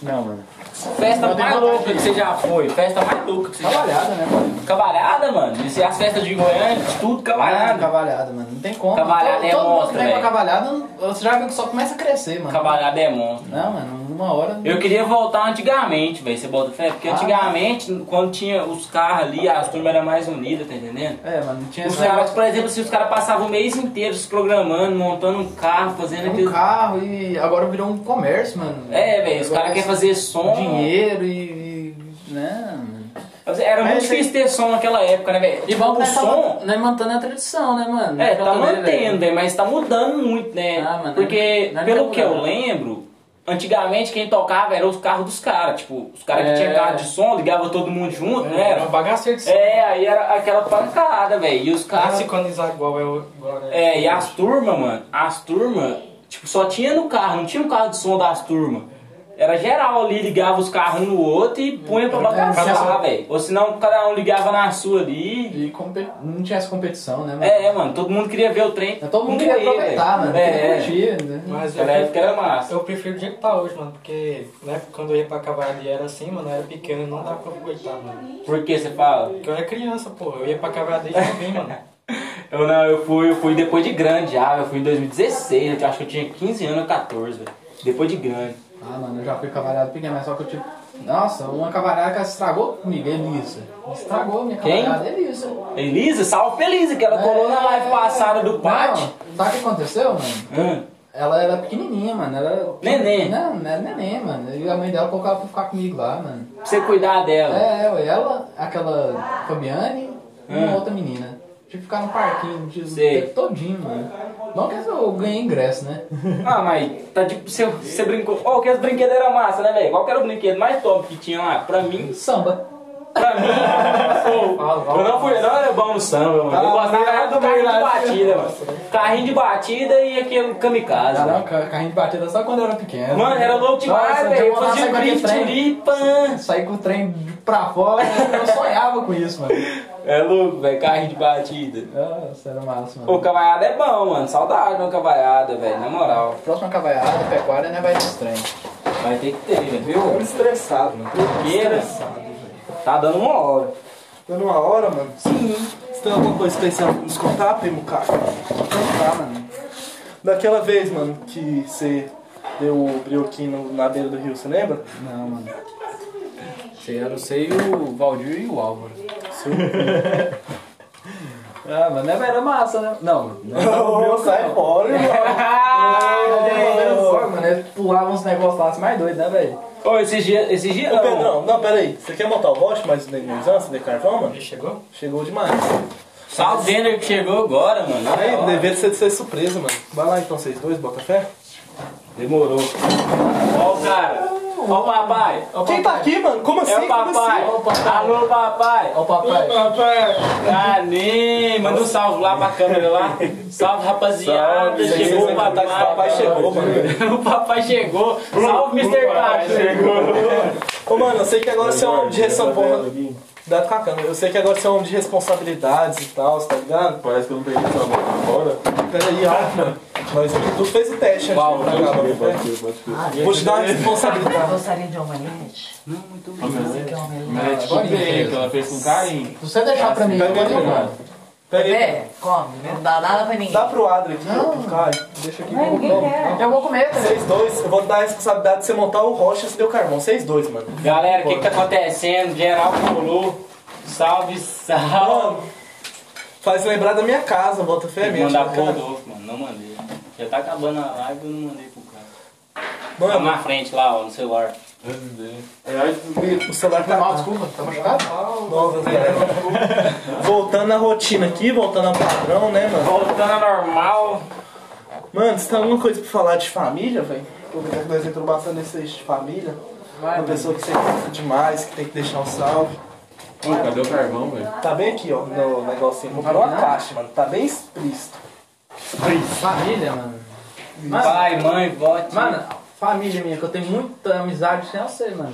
[SPEAKER 3] Não, mano.
[SPEAKER 1] Festa
[SPEAKER 3] Não,
[SPEAKER 1] mais
[SPEAKER 3] demorou.
[SPEAKER 1] louca que você já foi. Festa mais louca que você já
[SPEAKER 3] Cavalhada, né, mano?
[SPEAKER 1] Cavalhada, mano. Isso é As festas de Goiânia, tudo
[SPEAKER 3] Cavalhada.
[SPEAKER 1] cavalhada.
[SPEAKER 3] mano. Não tem como.
[SPEAKER 1] Cavalhada
[SPEAKER 3] todo
[SPEAKER 1] é
[SPEAKER 3] todo
[SPEAKER 1] monstro,
[SPEAKER 3] mundo trem pra
[SPEAKER 1] velho.
[SPEAKER 3] cavalhada, você já viu que só começa a crescer, mano.
[SPEAKER 1] Cavalhada é monstro.
[SPEAKER 3] Não, mano, uma hora.
[SPEAKER 1] Eu queria voltar antigamente, velho, você bota fé? Porque
[SPEAKER 3] Ah.
[SPEAKER 1] antigamente, quando tinha os carros ali, as turmas eram mais unidas, tá entendendo?
[SPEAKER 3] É, mano, não tinha
[SPEAKER 1] Os
[SPEAKER 3] esse
[SPEAKER 1] caras,
[SPEAKER 3] negócio.
[SPEAKER 1] por exemplo, se os caras passavam o mês inteiro se programando, montando um carro, fazendo
[SPEAKER 3] Um
[SPEAKER 1] aquilo.
[SPEAKER 3] carro e agora virou um comércio, mano.
[SPEAKER 1] É, velho, os
[SPEAKER 3] Agora
[SPEAKER 1] caras
[SPEAKER 3] é
[SPEAKER 1] querem fazer som.
[SPEAKER 3] Dinheiro e. e- né, mano.
[SPEAKER 1] Era muito
[SPEAKER 3] Mas
[SPEAKER 1] difícil ter som naquela época, né, velho?
[SPEAKER 3] E vamos
[SPEAKER 1] o
[SPEAKER 3] nessa
[SPEAKER 1] som.
[SPEAKER 3] man- né, mantendo a tradição, né, mano?
[SPEAKER 1] É, tá
[SPEAKER 3] Também,
[SPEAKER 1] mantendo,
[SPEAKER 3] velho.
[SPEAKER 1] velho, mas tá mudando muito, né?
[SPEAKER 3] né? Ah, mas não-
[SPEAKER 1] Porque,
[SPEAKER 3] não é
[SPEAKER 1] pelo
[SPEAKER 3] tão
[SPEAKER 1] que eu
[SPEAKER 3] mudando.
[SPEAKER 1] lembro, antigamente quem tocava era os carros dos caras. Tipo, os caras que
[SPEAKER 3] É.
[SPEAKER 1] tinham carro de som, ligava todo mundo junto, né?
[SPEAKER 4] Era uma bagaceira de som.
[SPEAKER 1] É, aí era aquela pancada, velho. E os
[SPEAKER 4] Pra
[SPEAKER 1] caras.
[SPEAKER 4] Ah, se iconizar igual é o- igual
[SPEAKER 1] É, e as turmas, mano, as turmas, tipo, só tinha no carro, não tinha um carro de som das turmas. Era geral ali, ligava os carros um no outro e punha
[SPEAKER 3] É,
[SPEAKER 1] pra bagaçar,
[SPEAKER 4] cada um.
[SPEAKER 1] velho. Ou senão cada um ligava na sua ali.
[SPEAKER 3] E compe- não tinha essa competição, né, mano? Então
[SPEAKER 1] É, mano, todo mundo queria ver o trem.
[SPEAKER 3] É, Todo mundo queria
[SPEAKER 1] correr,
[SPEAKER 3] aproveitar,
[SPEAKER 1] velho.
[SPEAKER 3] mano.
[SPEAKER 1] É, é.
[SPEAKER 3] queria curtir, né?
[SPEAKER 4] Mas eu,
[SPEAKER 1] Aquela época era massa.
[SPEAKER 4] eu prefiro do jeito que tá hoje, mano. Porque na época quando eu ia pra Cavalhada e era assim, mano, eu era pequeno e não dava pra aproveitar, mano.
[SPEAKER 1] Por que você fala?
[SPEAKER 4] Porque eu era criança, porra. Eu ia pra Cavalhada e também, mano.
[SPEAKER 1] Eu não, eu fui, eu fui depois de grande já, eu fui em 2016, eu acho que eu tinha 15 anos, 14, velho. Depois de grande.
[SPEAKER 3] Ah, mano, eu já fui cavalhada pequena, mas só que eu tive. Nossa, uma cavalhada que ela estragou comigo, Elisa. Estragou minha
[SPEAKER 1] Quem?
[SPEAKER 3] cavalhada, Elisa. É.
[SPEAKER 1] Elisa, salve Elisa, que ela colou na live passada do Hum, Pati.
[SPEAKER 3] Não, Sabe o que aconteceu, mano?
[SPEAKER 1] Hã?
[SPEAKER 3] Ela era pequenininha, mano. Ela era...
[SPEAKER 1] Neném.
[SPEAKER 3] Não, não era neném, mano. E a mãe dela colocava pra ficar comigo lá, mano.
[SPEAKER 1] Pra você cuidar dela.
[SPEAKER 3] É, eu, ela, aquela Fabiane e uma
[SPEAKER 1] Ah.
[SPEAKER 3] outra menina. Tive que ficar no parquinho de
[SPEAKER 1] Sei.
[SPEAKER 3] todinho, mano. Não que eu ganhei ingresso, né?
[SPEAKER 1] Ah, mas tá tipo, você, você brincou. Ô, que as brinquedos eram massa, né, velho? Qual que era o brinquedo mais top que tinha lá? Pra mim,
[SPEAKER 3] Samba.
[SPEAKER 1] pra mim.
[SPEAKER 3] (laughs)
[SPEAKER 1] pô, eu não fui, eu não era bom no samba, mano.
[SPEAKER 3] Ah,
[SPEAKER 1] Eu gostava era do carrinho de batida, mano. Carrinho de batida e aquele kamikaze. né?
[SPEAKER 3] Caramba,
[SPEAKER 1] mano.
[SPEAKER 3] ca- carrinho de batida só quando eu era pequeno.
[SPEAKER 1] Mano, era louco demais,
[SPEAKER 3] Nossa,
[SPEAKER 1] velho. Eu
[SPEAKER 3] eu
[SPEAKER 1] Fazia
[SPEAKER 3] andava
[SPEAKER 1] drift
[SPEAKER 3] naquele trem.
[SPEAKER 1] ali, pã.
[SPEAKER 3] Saí com o trem pra fora, eu sonhava com isso, mano.
[SPEAKER 1] É louco, velho, carrinho de batida.
[SPEAKER 3] Nossa, era massa, mano.
[SPEAKER 1] Pô, cavalhada é bom, mano. Saudade de uma cavalhada, velho, na moral.
[SPEAKER 3] Próxima cavalhada, pecuária, né? Vai ter trem.
[SPEAKER 1] Vai ter que ter, velho, viu?
[SPEAKER 2] Tô estressado, mano.
[SPEAKER 1] Queira. Tá dando uma hora.
[SPEAKER 2] Dando uma hora, mano. Sim. Você tem alguma coisa especial pra nos contar, primo cara?
[SPEAKER 3] Tá, mano.
[SPEAKER 2] Daquela vez, mano, que você deu o brioquinho na beira do rio, você (laughs) lembra?
[SPEAKER 3] Não, mano. Você era você e o Valdir e o Álvaro. (laughs) ah, mano, né, velho, era massa, né? Não, não era o meu,
[SPEAKER 2] Ô, sai
[SPEAKER 3] não.
[SPEAKER 2] fora, (laughs)
[SPEAKER 3] Era
[SPEAKER 2] irmão.
[SPEAKER 3] fora, mano. Eles pulavam uns negócios lá, assim, mais doido, né, velho?
[SPEAKER 1] Ô, esses dias, esses dias
[SPEAKER 2] Ô,
[SPEAKER 1] não.
[SPEAKER 2] Pedrão, não, peraí. Você quer montar o rote mais de antes de carvão, mano?
[SPEAKER 4] Ele chegou?
[SPEAKER 2] Chegou demais.
[SPEAKER 1] Só o Denner que chegou agora, mano.
[SPEAKER 2] Aí,
[SPEAKER 1] Aí, deve-
[SPEAKER 2] dever ser de ser surpresa, mano. Vai lá então, vocês dois, bota fé.
[SPEAKER 1] Demorou. Ó o cara. Ó o papai. Ó o
[SPEAKER 4] Quem tá
[SPEAKER 1] papai.
[SPEAKER 4] aqui, mano? Como assim?
[SPEAKER 1] É o
[SPEAKER 4] Como
[SPEAKER 1] papai.
[SPEAKER 4] assim?
[SPEAKER 3] Ó o papai.
[SPEAKER 1] Alô, papai.
[SPEAKER 3] Ó o papai.
[SPEAKER 1] Ah, nem. Manda um salve lá pra câmera lá. Salve, rapaziada.
[SPEAKER 2] Salve,
[SPEAKER 1] chegou
[SPEAKER 2] gente,
[SPEAKER 1] o papai.
[SPEAKER 2] o papai chegou,
[SPEAKER 1] (laughs)
[SPEAKER 2] mano.
[SPEAKER 1] o papai chegou. Salve, Mr. Pato.
[SPEAKER 2] Ô, mano, eu sei que
[SPEAKER 1] Tá
[SPEAKER 2] agora você é um homem de responsabilidade. Cuidado com a câmera. Eu sei que agora você é um homem de responsabilidades e tal, você tá ligado?
[SPEAKER 8] Parece que eu não peguei essa bola. Bora?
[SPEAKER 2] Peraí, ó, mano. Mas o Dudu fez o teste antes de
[SPEAKER 8] Pode
[SPEAKER 2] gravar,
[SPEAKER 8] crer,
[SPEAKER 2] né?
[SPEAKER 8] pode crer, pode crer.
[SPEAKER 2] Vou te dar uma responsabilidade.
[SPEAKER 7] Gostaria de omelete? Não, Hum, muito obrigado. Você quer omelete?
[SPEAKER 1] É, tipo, bem, que ela fez com carinho.
[SPEAKER 3] Se você deixar pra mim, eu vou derrubar.
[SPEAKER 7] Bebê, come. Não dá nada pra ninguém.
[SPEAKER 2] Dá pro Adri aqui, ó, pro Caio. Deixa aqui.
[SPEAKER 7] Não, ninguém quer.
[SPEAKER 3] Eu vou comer também.
[SPEAKER 2] Vocês dois, eu vou dar a responsabilidade de você montar o Rocha e o Carvão. Vocês dois, mano.
[SPEAKER 1] Galera, o que, que tá acontecendo? Geral pulou. Salve, salve.
[SPEAKER 2] Mano, faz lembrar da minha casa, bota fé
[SPEAKER 1] Tem que
[SPEAKER 2] mesmo. tá-
[SPEAKER 1] mandar pro
[SPEAKER 2] Cara,
[SPEAKER 1] Rodolfo, mano. Não mandei. Já tá acabando a live, eu não mandei pro cara. Tá
[SPEAKER 2] Mano,
[SPEAKER 1] na frente lá, ó, no celular.
[SPEAKER 2] o celular tá
[SPEAKER 3] Mal, desculpa, tá machucado?
[SPEAKER 2] Nossa, velho. (laughs) Voltando à rotina aqui, voltando ao padrão, né, mano?
[SPEAKER 1] Voltando a normal.
[SPEAKER 2] Mano, você tem alguma coisa pra falar de família, velho?
[SPEAKER 4] Aproveitar que nós entramos bastante nesse eixo de família.
[SPEAKER 2] Uma pessoa que você gosta demais, que tem que deixar um salve.
[SPEAKER 8] Pô, cadê o carvão, velho?
[SPEAKER 2] Tá bem aqui, ó, no negocinho. Comprou uma caixa, mano. Tá bem explícito.
[SPEAKER 3] Família, mano. Mano,
[SPEAKER 1] Pai, mãe, vó, tio.
[SPEAKER 3] mano, família minha, que eu tenho muita amizade sem você, mano.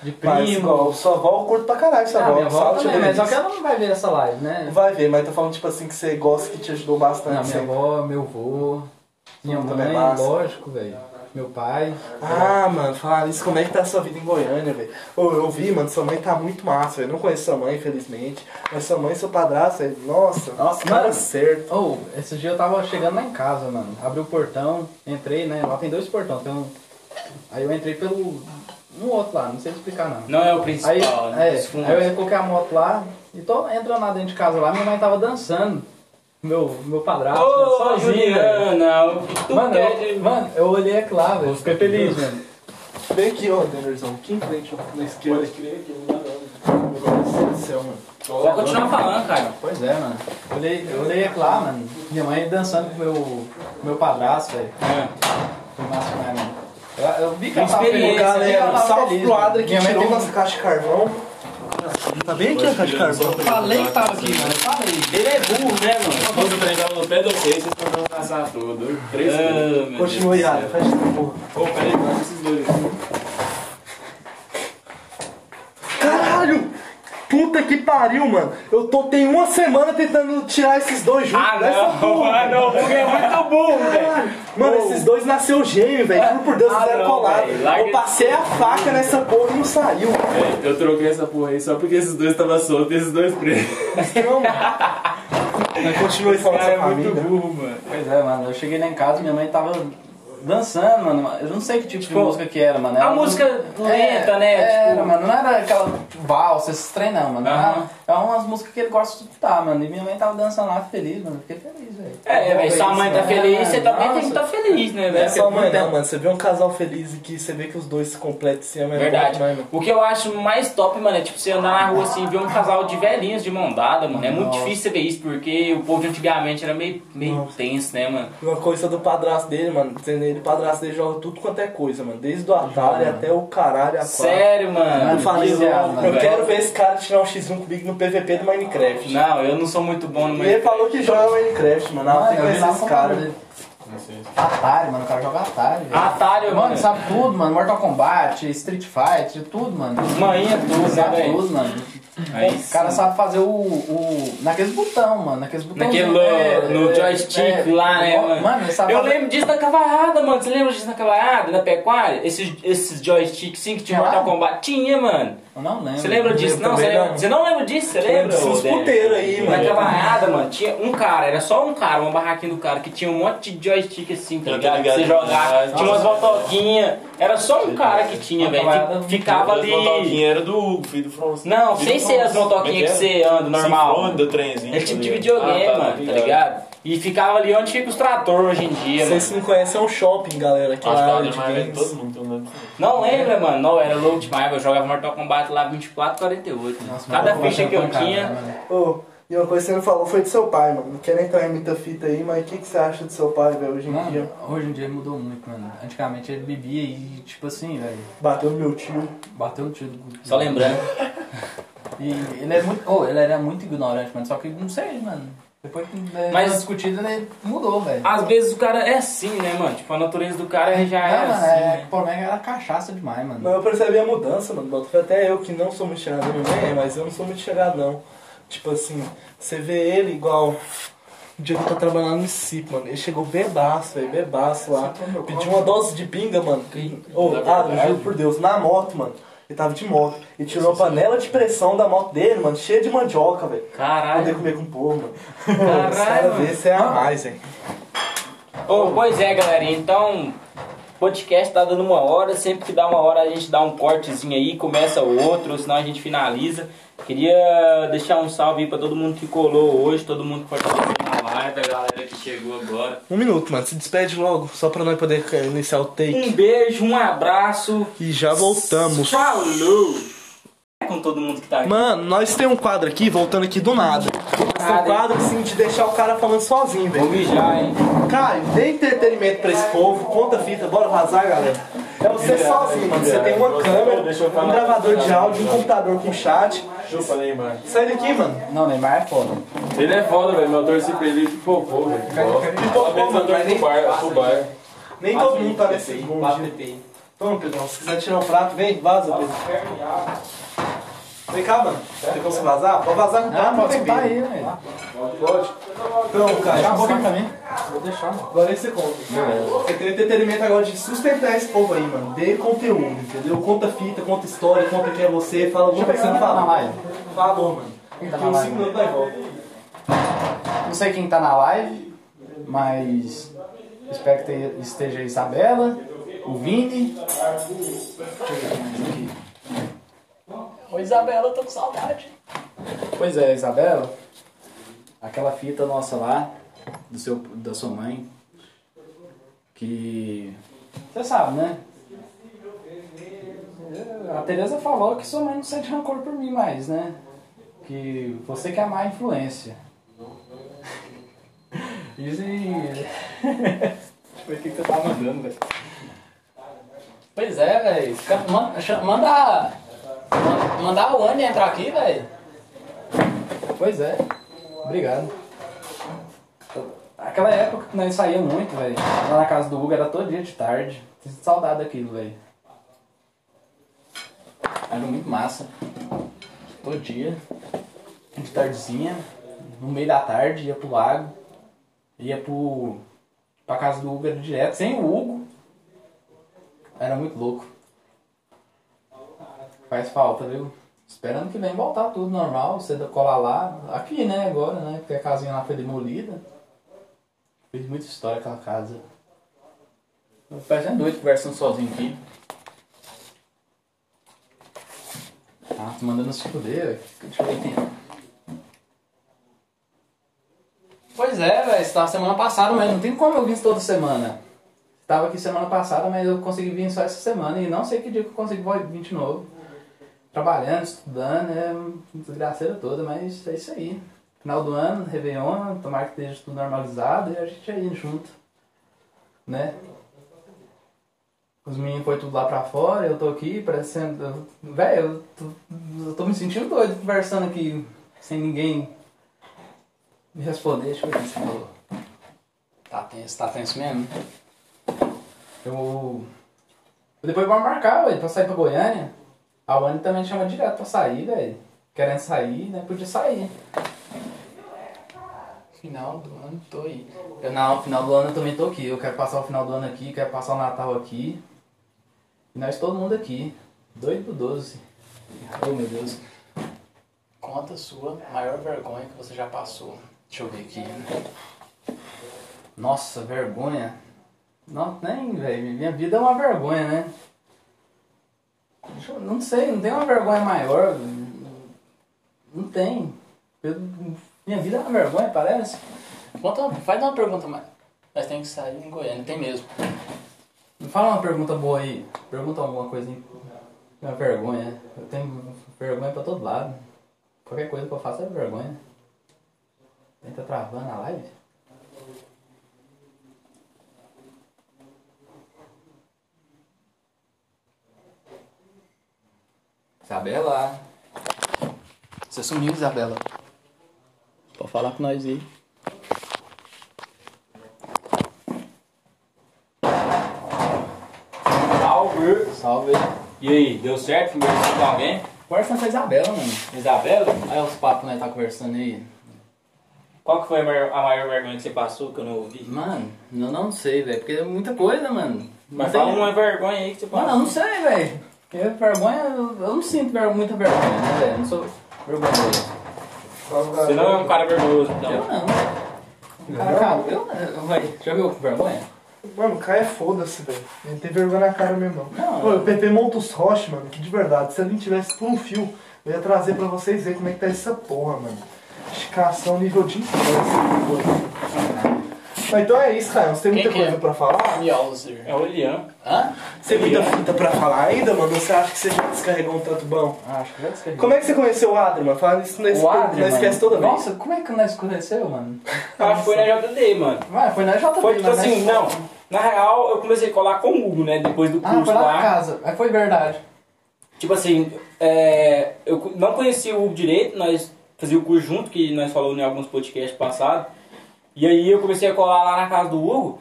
[SPEAKER 3] De
[SPEAKER 2] Mas,
[SPEAKER 3] primo.
[SPEAKER 2] ó, sua avó eu curto pra caralho, sua
[SPEAKER 3] Ah, minha
[SPEAKER 2] avó.
[SPEAKER 3] avó
[SPEAKER 2] Salve,
[SPEAKER 3] também, mas
[SPEAKER 2] Denise.
[SPEAKER 3] só que ela não vai ver essa live, né?
[SPEAKER 2] Vai ver, mas tô falando, tipo assim, que você gosta, que te ajudou
[SPEAKER 3] Não,
[SPEAKER 2] bastante.
[SPEAKER 3] Ah,
[SPEAKER 2] assim.
[SPEAKER 3] minha
[SPEAKER 2] sempre.
[SPEAKER 3] avó, meu avô, minha
[SPEAKER 2] mundo também
[SPEAKER 3] mãe,
[SPEAKER 2] é massa.
[SPEAKER 3] lógico, velho. Meu pai.
[SPEAKER 2] Ah, mano, falar isso, como é que tá a sua vida em Goiânia, velho? Ô, Eu vi, mano, sua mãe tá muito massa, velho. Não conheço sua mãe, infelizmente. Mas sua mãe e seu padrasto, velho. Nossa, nossa, cara
[SPEAKER 3] mano.
[SPEAKER 2] certo.
[SPEAKER 3] Ou, Oh, esse dia eu tava chegando lá em casa, mano. Abri o portão, entrei, né? Lá tem dois portões, tem um. Aí eu entrei pelo. no outro lá, não sei explicar não.
[SPEAKER 1] Não é o
[SPEAKER 3] Aí,
[SPEAKER 1] principal, né? Os fundos.
[SPEAKER 3] é, aí eu coloquei a moto lá e tô entrando lá dentro de casa lá, minha mãe tava dançando. Meu, meu padrasto, né,
[SPEAKER 1] Ô,
[SPEAKER 3] sozinho, velho.
[SPEAKER 1] Juliana, o que tu
[SPEAKER 3] Mano,
[SPEAKER 1] quer de
[SPEAKER 3] eu,
[SPEAKER 1] mim?
[SPEAKER 3] mano, eu olhei aqui lá, velho. Fiquei feliz, mano.
[SPEAKER 2] Vem aqui, ó, Denerzão. Aqui em frente, ó, na esquerda. Pode crer do céu, mano.
[SPEAKER 1] Vou continuar falando, cara.
[SPEAKER 3] Pois é, mano. Eu olhei, eu olhei aqui lá, mano. Minha mãe dançando com meu, com meu padrasto, velho.
[SPEAKER 1] É.
[SPEAKER 3] Foi massa demais, mano. Eu, eu vi que ela tava
[SPEAKER 1] Experiência, né?
[SPEAKER 3] feliz. eu vi
[SPEAKER 2] Galera,
[SPEAKER 3] que ela
[SPEAKER 2] um
[SPEAKER 3] tava
[SPEAKER 2] salve
[SPEAKER 3] feliz,
[SPEAKER 2] pro
[SPEAKER 3] mano.
[SPEAKER 2] Adri que
[SPEAKER 3] Minha mãe
[SPEAKER 2] tirou
[SPEAKER 1] um
[SPEAKER 3] teve-
[SPEAKER 2] nossa caixa de carvão. Tá bem aqui a caixa de carvão.
[SPEAKER 3] Falei que tava aqui, mano. Falei.
[SPEAKER 1] Ele é burro, né, mano?
[SPEAKER 8] Quando eu pegava no pé do peixe, vocês foram passar tudo. Três
[SPEAKER 1] Ah,
[SPEAKER 8] minutos.
[SPEAKER 1] meu Deus.
[SPEAKER 2] Continua, Yara, faz essa porra.
[SPEAKER 8] Ô, peraí, pega esses dois aqui.
[SPEAKER 2] Caralho! Puta que pariu, mano. Eu tô tem uma semana tentando tirar esses dois juntos.
[SPEAKER 3] é
[SPEAKER 1] Ah,
[SPEAKER 2] dessa
[SPEAKER 1] não. Ah, não. O Bug é muito burro, velho.
[SPEAKER 2] Mano, esses dois nasceu gêmeo, velho. Juro por Deus,
[SPEAKER 1] Ah,
[SPEAKER 2] eles eram
[SPEAKER 1] não,
[SPEAKER 2] colados.
[SPEAKER 1] velho. Larga
[SPEAKER 2] Eu passei a faca nessa porra e não saiu.
[SPEAKER 8] É, Eu troquei essa porra aí só porque esses dois estavam soltos e esses dois presos.
[SPEAKER 2] Não. Mas continua aí falando
[SPEAKER 1] Cara, é
[SPEAKER 2] dessa
[SPEAKER 1] muito
[SPEAKER 2] família. né?
[SPEAKER 1] burro, mano.
[SPEAKER 3] Pois é, mano. Eu cheguei lá em casa, minha mãe tava dançando, mano. Eu não sei que tipo,
[SPEAKER 1] Tipo,
[SPEAKER 3] de música que era, mano.
[SPEAKER 1] A
[SPEAKER 3] Ela-
[SPEAKER 1] música
[SPEAKER 3] É,
[SPEAKER 1] lenta, né?
[SPEAKER 3] Era,
[SPEAKER 1] tipo,
[SPEAKER 3] mano. Não era aquela valsa, esses trem, não, mano.
[SPEAKER 1] Aham.
[SPEAKER 3] É umas músicas que ele gosta de escutar, mano. E minha mãe tava dançando lá feliz, mano. Fiquei feliz, velho.
[SPEAKER 1] É, velho, sua mãe
[SPEAKER 3] né?
[SPEAKER 1] tá feliz, você também tem que estar feliz, né,
[SPEAKER 2] Não é
[SPEAKER 1] velho?
[SPEAKER 2] só mãe, não, mano. Você vê um casal feliz e que você vê que os dois se completam assim, é
[SPEAKER 1] Verdade.
[SPEAKER 2] mano.
[SPEAKER 1] O que eu acho mais top, mano, é tipo você andar na rua assim e ver um casal de velhinhos de mão dada, mano. É muito
[SPEAKER 3] Nossa.
[SPEAKER 1] difícil você ver isso, porque o povo de antigamente era meio, meio tenso, né, mano?
[SPEAKER 3] Tá
[SPEAKER 2] Uma coisa do padrasto dele, mano. Dizendo ele, o padrasto dele joga tudo quanto é coisa, mano. Desde o Atari até o caralho, a quatro.
[SPEAKER 1] Sério, mano.
[SPEAKER 2] Eu falei,
[SPEAKER 3] Viciado,
[SPEAKER 2] eu,
[SPEAKER 3] mano,
[SPEAKER 2] eu
[SPEAKER 1] é velho.
[SPEAKER 2] quero ver esse cara tirar um X1 comigo no PVP do Minecraft.
[SPEAKER 1] Não, eu não sou muito bom no
[SPEAKER 2] E ele
[SPEAKER 1] Minecraft.
[SPEAKER 2] falou que joga Minecraft, mano. Ah, tem que conhecer esse cara.
[SPEAKER 3] dele. Atari, mano. O cara joga Atari, velho.
[SPEAKER 1] Atalho,
[SPEAKER 3] Mano,
[SPEAKER 1] mano.
[SPEAKER 3] sabe tudo, mano. Mortal Kombat, Street Fight, tudo, mano.
[SPEAKER 1] Manhinha tudo, né, É
[SPEAKER 3] Sabe
[SPEAKER 1] velho?
[SPEAKER 3] tudo, mano.
[SPEAKER 1] Aí
[SPEAKER 3] O cara
[SPEAKER 1] sim.
[SPEAKER 3] sabe fazer o. o naqueles botão, mano. Naqueles botão. é,
[SPEAKER 1] Naquele no joystick lá, né, mano?
[SPEAKER 3] Mano, ele sabe
[SPEAKER 1] Eu
[SPEAKER 3] fazer-
[SPEAKER 1] lembro disso na cavalhada, mano. Você lembra disso na cavalhada, na pecuária? Esses, esses joysticks sim que tinha
[SPEAKER 3] Tinha
[SPEAKER 1] Mortal
[SPEAKER 3] lá?
[SPEAKER 1] Kombat? Tinha, mano.
[SPEAKER 3] Eu não lembro.
[SPEAKER 1] Você lembra disso? Não,
[SPEAKER 2] também
[SPEAKER 1] você lembra-
[SPEAKER 2] não.
[SPEAKER 1] você não lembra disso? Você lembra?
[SPEAKER 2] Lembro
[SPEAKER 1] ô,
[SPEAKER 2] desses
[SPEAKER 1] Débora?
[SPEAKER 2] puteiros aí,
[SPEAKER 1] Na
[SPEAKER 2] mano.
[SPEAKER 1] cavalhada, mano, tinha um cara, era só um cara, uma barraquinha do cara, que tinha um monte de joystick assim, tá
[SPEAKER 8] Eu tô
[SPEAKER 1] ligado? Pra
[SPEAKER 8] ligado.
[SPEAKER 1] você jogar,
[SPEAKER 8] Nossa.
[SPEAKER 1] tinha umas botoquinhas. Era só um cara que tinha, velho.
[SPEAKER 3] Cavalhada
[SPEAKER 1] que Ficava
[SPEAKER 8] As
[SPEAKER 1] ali.
[SPEAKER 8] motoquinhas era do Hugo, filho do é Franço.
[SPEAKER 1] Não, sem ser as motoquinhas que você anda normal.
[SPEAKER 8] do trenzinho.
[SPEAKER 1] É tipo de videogame,
[SPEAKER 8] Ah, tá,
[SPEAKER 1] mano, tá ligado? E ficava ali onde fica os trator hoje em dia,
[SPEAKER 2] Vocês
[SPEAKER 1] mano.
[SPEAKER 2] que não conhecem é um shopping, galera. Aqui
[SPEAKER 8] Acho
[SPEAKER 2] na
[SPEAKER 8] que ela
[SPEAKER 2] área
[SPEAKER 8] era
[SPEAKER 2] de
[SPEAKER 8] mais velha que
[SPEAKER 2] games.
[SPEAKER 8] todo mundo, então não é
[SPEAKER 1] Não lembra, mano? Não, era louco demais. Eu jogava Mortal Kombat lá 24, 48. mano.
[SPEAKER 3] Nossa,
[SPEAKER 1] Cada
[SPEAKER 3] mano,
[SPEAKER 1] ficha que eu
[SPEAKER 3] pancada,
[SPEAKER 1] tinha.
[SPEAKER 3] né, mano?
[SPEAKER 2] Ô, E uma coisa que você não falou foi do seu pai, mano. Não quero entrar em muita fita aí, mas o que, que você acha do seu pai, velho, hoje em
[SPEAKER 3] Mano,
[SPEAKER 2] dia?
[SPEAKER 3] hoje em dia mudou muito, mano. Antigamente ele bebia e, tipo assim, velho,
[SPEAKER 2] Bateu no meu tio.
[SPEAKER 3] bateu o tiro. do-
[SPEAKER 1] Só lembrando.
[SPEAKER 3] E ele é muito. Oh, ele era muito ignorante, mano. Só que não sei, mano. Depois que né,
[SPEAKER 1] Mas-
[SPEAKER 3] foi discutido, ele mudou, velho.
[SPEAKER 1] Às vezes o cara é assim, né, mano? Tipo, a natureza do cara já é
[SPEAKER 3] não, mano,
[SPEAKER 1] assim.
[SPEAKER 3] é,
[SPEAKER 1] né?
[SPEAKER 3] o problema é que era cachaça demais, mano.
[SPEAKER 2] Mas eu percebi a mudança, mano. Boto fé, Até eu que não sou muito chegado, minha mãe é, mas eu não sou muito chegado, não. Tipo assim, você vê ele igual. O dia que eu tô trabalhando no CIP, mano. Ele chegou bebaço, velho, bebaço lá.
[SPEAKER 1] é
[SPEAKER 2] Pediu uma dose de pinga, mano.
[SPEAKER 1] Que-
[SPEAKER 2] Ô,
[SPEAKER 1] da
[SPEAKER 2] ah, eu
[SPEAKER 1] verdade. é
[SPEAKER 2] juro por Deus, na moto, mano. Ele tava de moto. E tirou a panela de pressão da moto dele, mano, cheia de mandioca, velho. Pra Poder
[SPEAKER 1] Caralho.
[SPEAKER 2] comer com o povo, mano. Os
[SPEAKER 1] Caralho,
[SPEAKER 2] caras
[SPEAKER 1] mano.
[SPEAKER 2] vê, você é a mais, hein.
[SPEAKER 1] Ô, pois é, galerinha. Então, o podcast tá dando uma hora. Sempre que dá uma hora, a gente dá um cortezinho aí, começa o outro, ou senão a gente finaliza. Queria deixar um salve aí pra todo mundo que colou hoje, todo mundo que participou na live, a galera que chegou agora.
[SPEAKER 2] Um minuto, mano. Se despede logo, só pra nós poder eh, iniciar o take.
[SPEAKER 1] Um beijo, um abraço.
[SPEAKER 2] E já voltamos.
[SPEAKER 1] Falou! É com todo mundo que tá aqui.
[SPEAKER 2] Mano, nós tem um quadro aqui, voltando aqui do nada. Esse é um quadro, assim, de deixar o cara falando sozinho,
[SPEAKER 1] Vou
[SPEAKER 2] velho.
[SPEAKER 1] mijar, hein?
[SPEAKER 2] Caio, dê entretenimento pra esse povo, conta fita, bora vazar, galera. É você sozinho, mano. Você tem uma câmera, um gravador de áudio, um computador com chat.
[SPEAKER 8] Chupa, Neymar.
[SPEAKER 2] Sai daqui, mano.
[SPEAKER 3] Não, Neymar é foda.
[SPEAKER 8] Ele é foda, velho. Meu torce pra ele de popô, velho. Pelo menos eu torço pro bar, pro bar.
[SPEAKER 2] Nem todo mundo tá nesse mundo. Toma, Pedrão, se quiser tirar o prato, vem, vaza, Pedro. Vem cá, mano. Tem como você vazar? Pode vazar com o prato, pode
[SPEAKER 3] Tá
[SPEAKER 2] subir.
[SPEAKER 3] aí, velho.
[SPEAKER 2] Pode. Então, Caio.
[SPEAKER 3] Acabou pra mim.
[SPEAKER 2] Agora aí você conta. Você tem entretenimento agora de sustentar esse povo aí, mano. Dê conteúdo, entendeu? Conta fita, conta história, conta quem é você, fala alguma coisa que você não
[SPEAKER 3] Na
[SPEAKER 2] fala.
[SPEAKER 3] live.
[SPEAKER 2] Falou, mano. Daqui
[SPEAKER 3] Tá na
[SPEAKER 2] uns
[SPEAKER 3] live.
[SPEAKER 2] 5 minutos nós volta.
[SPEAKER 3] Não sei quem tá na live, mas espero que tenha- esteja a Isabela, o Vini. Deixa eu ver mais aqui. Ô Isabela, eu tô com saudade. Pois é, Isabela, aquela fita nossa lá, do seu, da sua mãe, que. Você sabe, né? A Tereza falou que sua mãe não sente rancor por mim mais, né? Que você que é a má influência. Isso (laughs) aí. Por que, que você tá mandando, velho? Pois é, velho. Fica- man- cha- Manda. man- Mandar o Andy entrar aqui, velho. Pois é. Obrigado. Aquela época que nós saíamos muito, velho. Lá na casa do Hugo era todo dia de tarde. Sinto saudade daquilo, velho. Era muito massa. Todo dia. De tardezinha. No meio da tarde, ia pro lago ia pro, pra casa do Hugo era direto, sem o Hugo. Era muito louco. Faz falta, viu? Esperando que vem voltar tudo normal, você dá- colar lá. Aqui, né, agora, né? Porque a casinha lá foi demolida. Fez muita história aquela casa. Eu tô Parecendo é doido conversando sozinho aqui. Ah, tô mandando se fuder, velho. Deixa eu ver quem é. Pois é, velho, você tava semana passada, mas não tem como eu vir toda semana. Tava aqui semana passada, mas eu consegui vir só essa semana e não sei que dia que eu consigo vir de novo. Trabalhando, estudando, é uma desgraceira toda, mas é isso aí. Final do ano, Réveillon, tomara que esteja tudo normalizado e a gente aí junto. Né? Os meninos foi tudo lá pra fora, eu tô aqui parecendo. Velho, eu, tô- eu tô me sentindo doido conversando aqui sem ninguém me responder, deixa eu ver se falou. Tá tenso, tá tenso mesmo? Eu. Depois vamos marcar, velho, pra sair pra Goiânia. A Wani também chama direto pra sair, velho. Querendo sair, né? Podia sair. Final do ano tô aí. Eu, não, final do ano eu também tô aqui. Eu quero passar o final do ano aqui, quero passar o Natal aqui. E nós todo mundo aqui. 2 do 12. Oh meu Deus. Conta a sua maior vergonha que você já passou. Deixa eu ver aqui. Nossa, vergonha? Não, nem, velho. Minha vida é uma vergonha, né? Deixa eu- não sei, não tem uma vergonha maior. velho. Não tem. Eu- minha vida é uma vergonha, parece. Conta uma- faz uma pergunta mais. Nós temos que sair em Goiânia, tem mesmo. Fala uma pergunta boa aí. Pergunta alguma coisa aí. Uma vergonha. Eu tenho vergonha pra todo lado. Qualquer coisa que eu faço é vergonha. Tá travando a live?
[SPEAKER 9] Isabela.
[SPEAKER 3] Você sumiu, Isabela. Pode falar com nós aí.
[SPEAKER 1] Albert.
[SPEAKER 3] Salve.
[SPEAKER 1] E aí, deu certo? Conversou com alguém?
[SPEAKER 3] Conversando com a Isabela, mano.
[SPEAKER 1] Isabela?
[SPEAKER 3] Olha os papos que nós tá conversando aí.
[SPEAKER 1] Qual que foi a maior, a maior vergonha que você passou que eu não ouvi?
[SPEAKER 3] Mano, eu não sei, velho. Porque é muita coisa, mano.
[SPEAKER 1] Mas
[SPEAKER 3] Não
[SPEAKER 1] fala
[SPEAKER 3] tem-
[SPEAKER 1] uma vergonha aí que você
[SPEAKER 3] Mano, eu não
[SPEAKER 1] passou.
[SPEAKER 3] sei, velho. Eu, vergonha, eu eu não sinto ver- muita vergonha, né, velho? Eu Não sou vergonhoso.
[SPEAKER 1] Você não é um cara vergonhoso, então.
[SPEAKER 3] Eu não. Cara, cara, eu, eu- velho, já viu com vergonha?
[SPEAKER 2] Mano, o Caio é foda-se, velho. Ele não tem vergonha na cara mesmo, não.
[SPEAKER 3] Não.
[SPEAKER 2] Pô, eu peguei Montos Roche, mano, que de verdade, se ele não tivesse por um fio, eu ia trazer pra vocês verem como é que tá essa porra, mano. Esticação é um nível de infância. mano. Mas então é isso, Caio. Você tem muita
[SPEAKER 3] Quem que
[SPEAKER 2] coisa pra falar?
[SPEAKER 3] Mjolnir.
[SPEAKER 1] É o Lian.
[SPEAKER 3] Hã?
[SPEAKER 2] Você tem muita fita pra falar ainda, mano? Você acha que você já descarregou um tanto bom?
[SPEAKER 3] Ah, Acho que já descrevi.
[SPEAKER 2] Como é que você conheceu o Adri, mano? Fala isso, não, esque-
[SPEAKER 3] O Adri,
[SPEAKER 2] não esquece
[SPEAKER 3] mano.
[SPEAKER 2] toda vez.
[SPEAKER 3] Nossa, como é que nós conheceu, mano?
[SPEAKER 1] Eu acho que foi na JD, mano.
[SPEAKER 3] Mano, foi na JB.
[SPEAKER 1] Foi tipo
[SPEAKER 3] lá na
[SPEAKER 1] assim,
[SPEAKER 3] escola.
[SPEAKER 1] não. Na real, eu comecei a colar com o Hugo, né? Depois do
[SPEAKER 3] Ah,
[SPEAKER 1] curso
[SPEAKER 3] foi lá na
[SPEAKER 1] lá.
[SPEAKER 3] casa. Aí foi verdade.
[SPEAKER 1] Tipo assim, é, eu co- não conhecia o Hugo direito, nós fazia o curso junto, que nós falamos em alguns podcasts passados. E aí eu comecei a colar lá na casa do Hugo,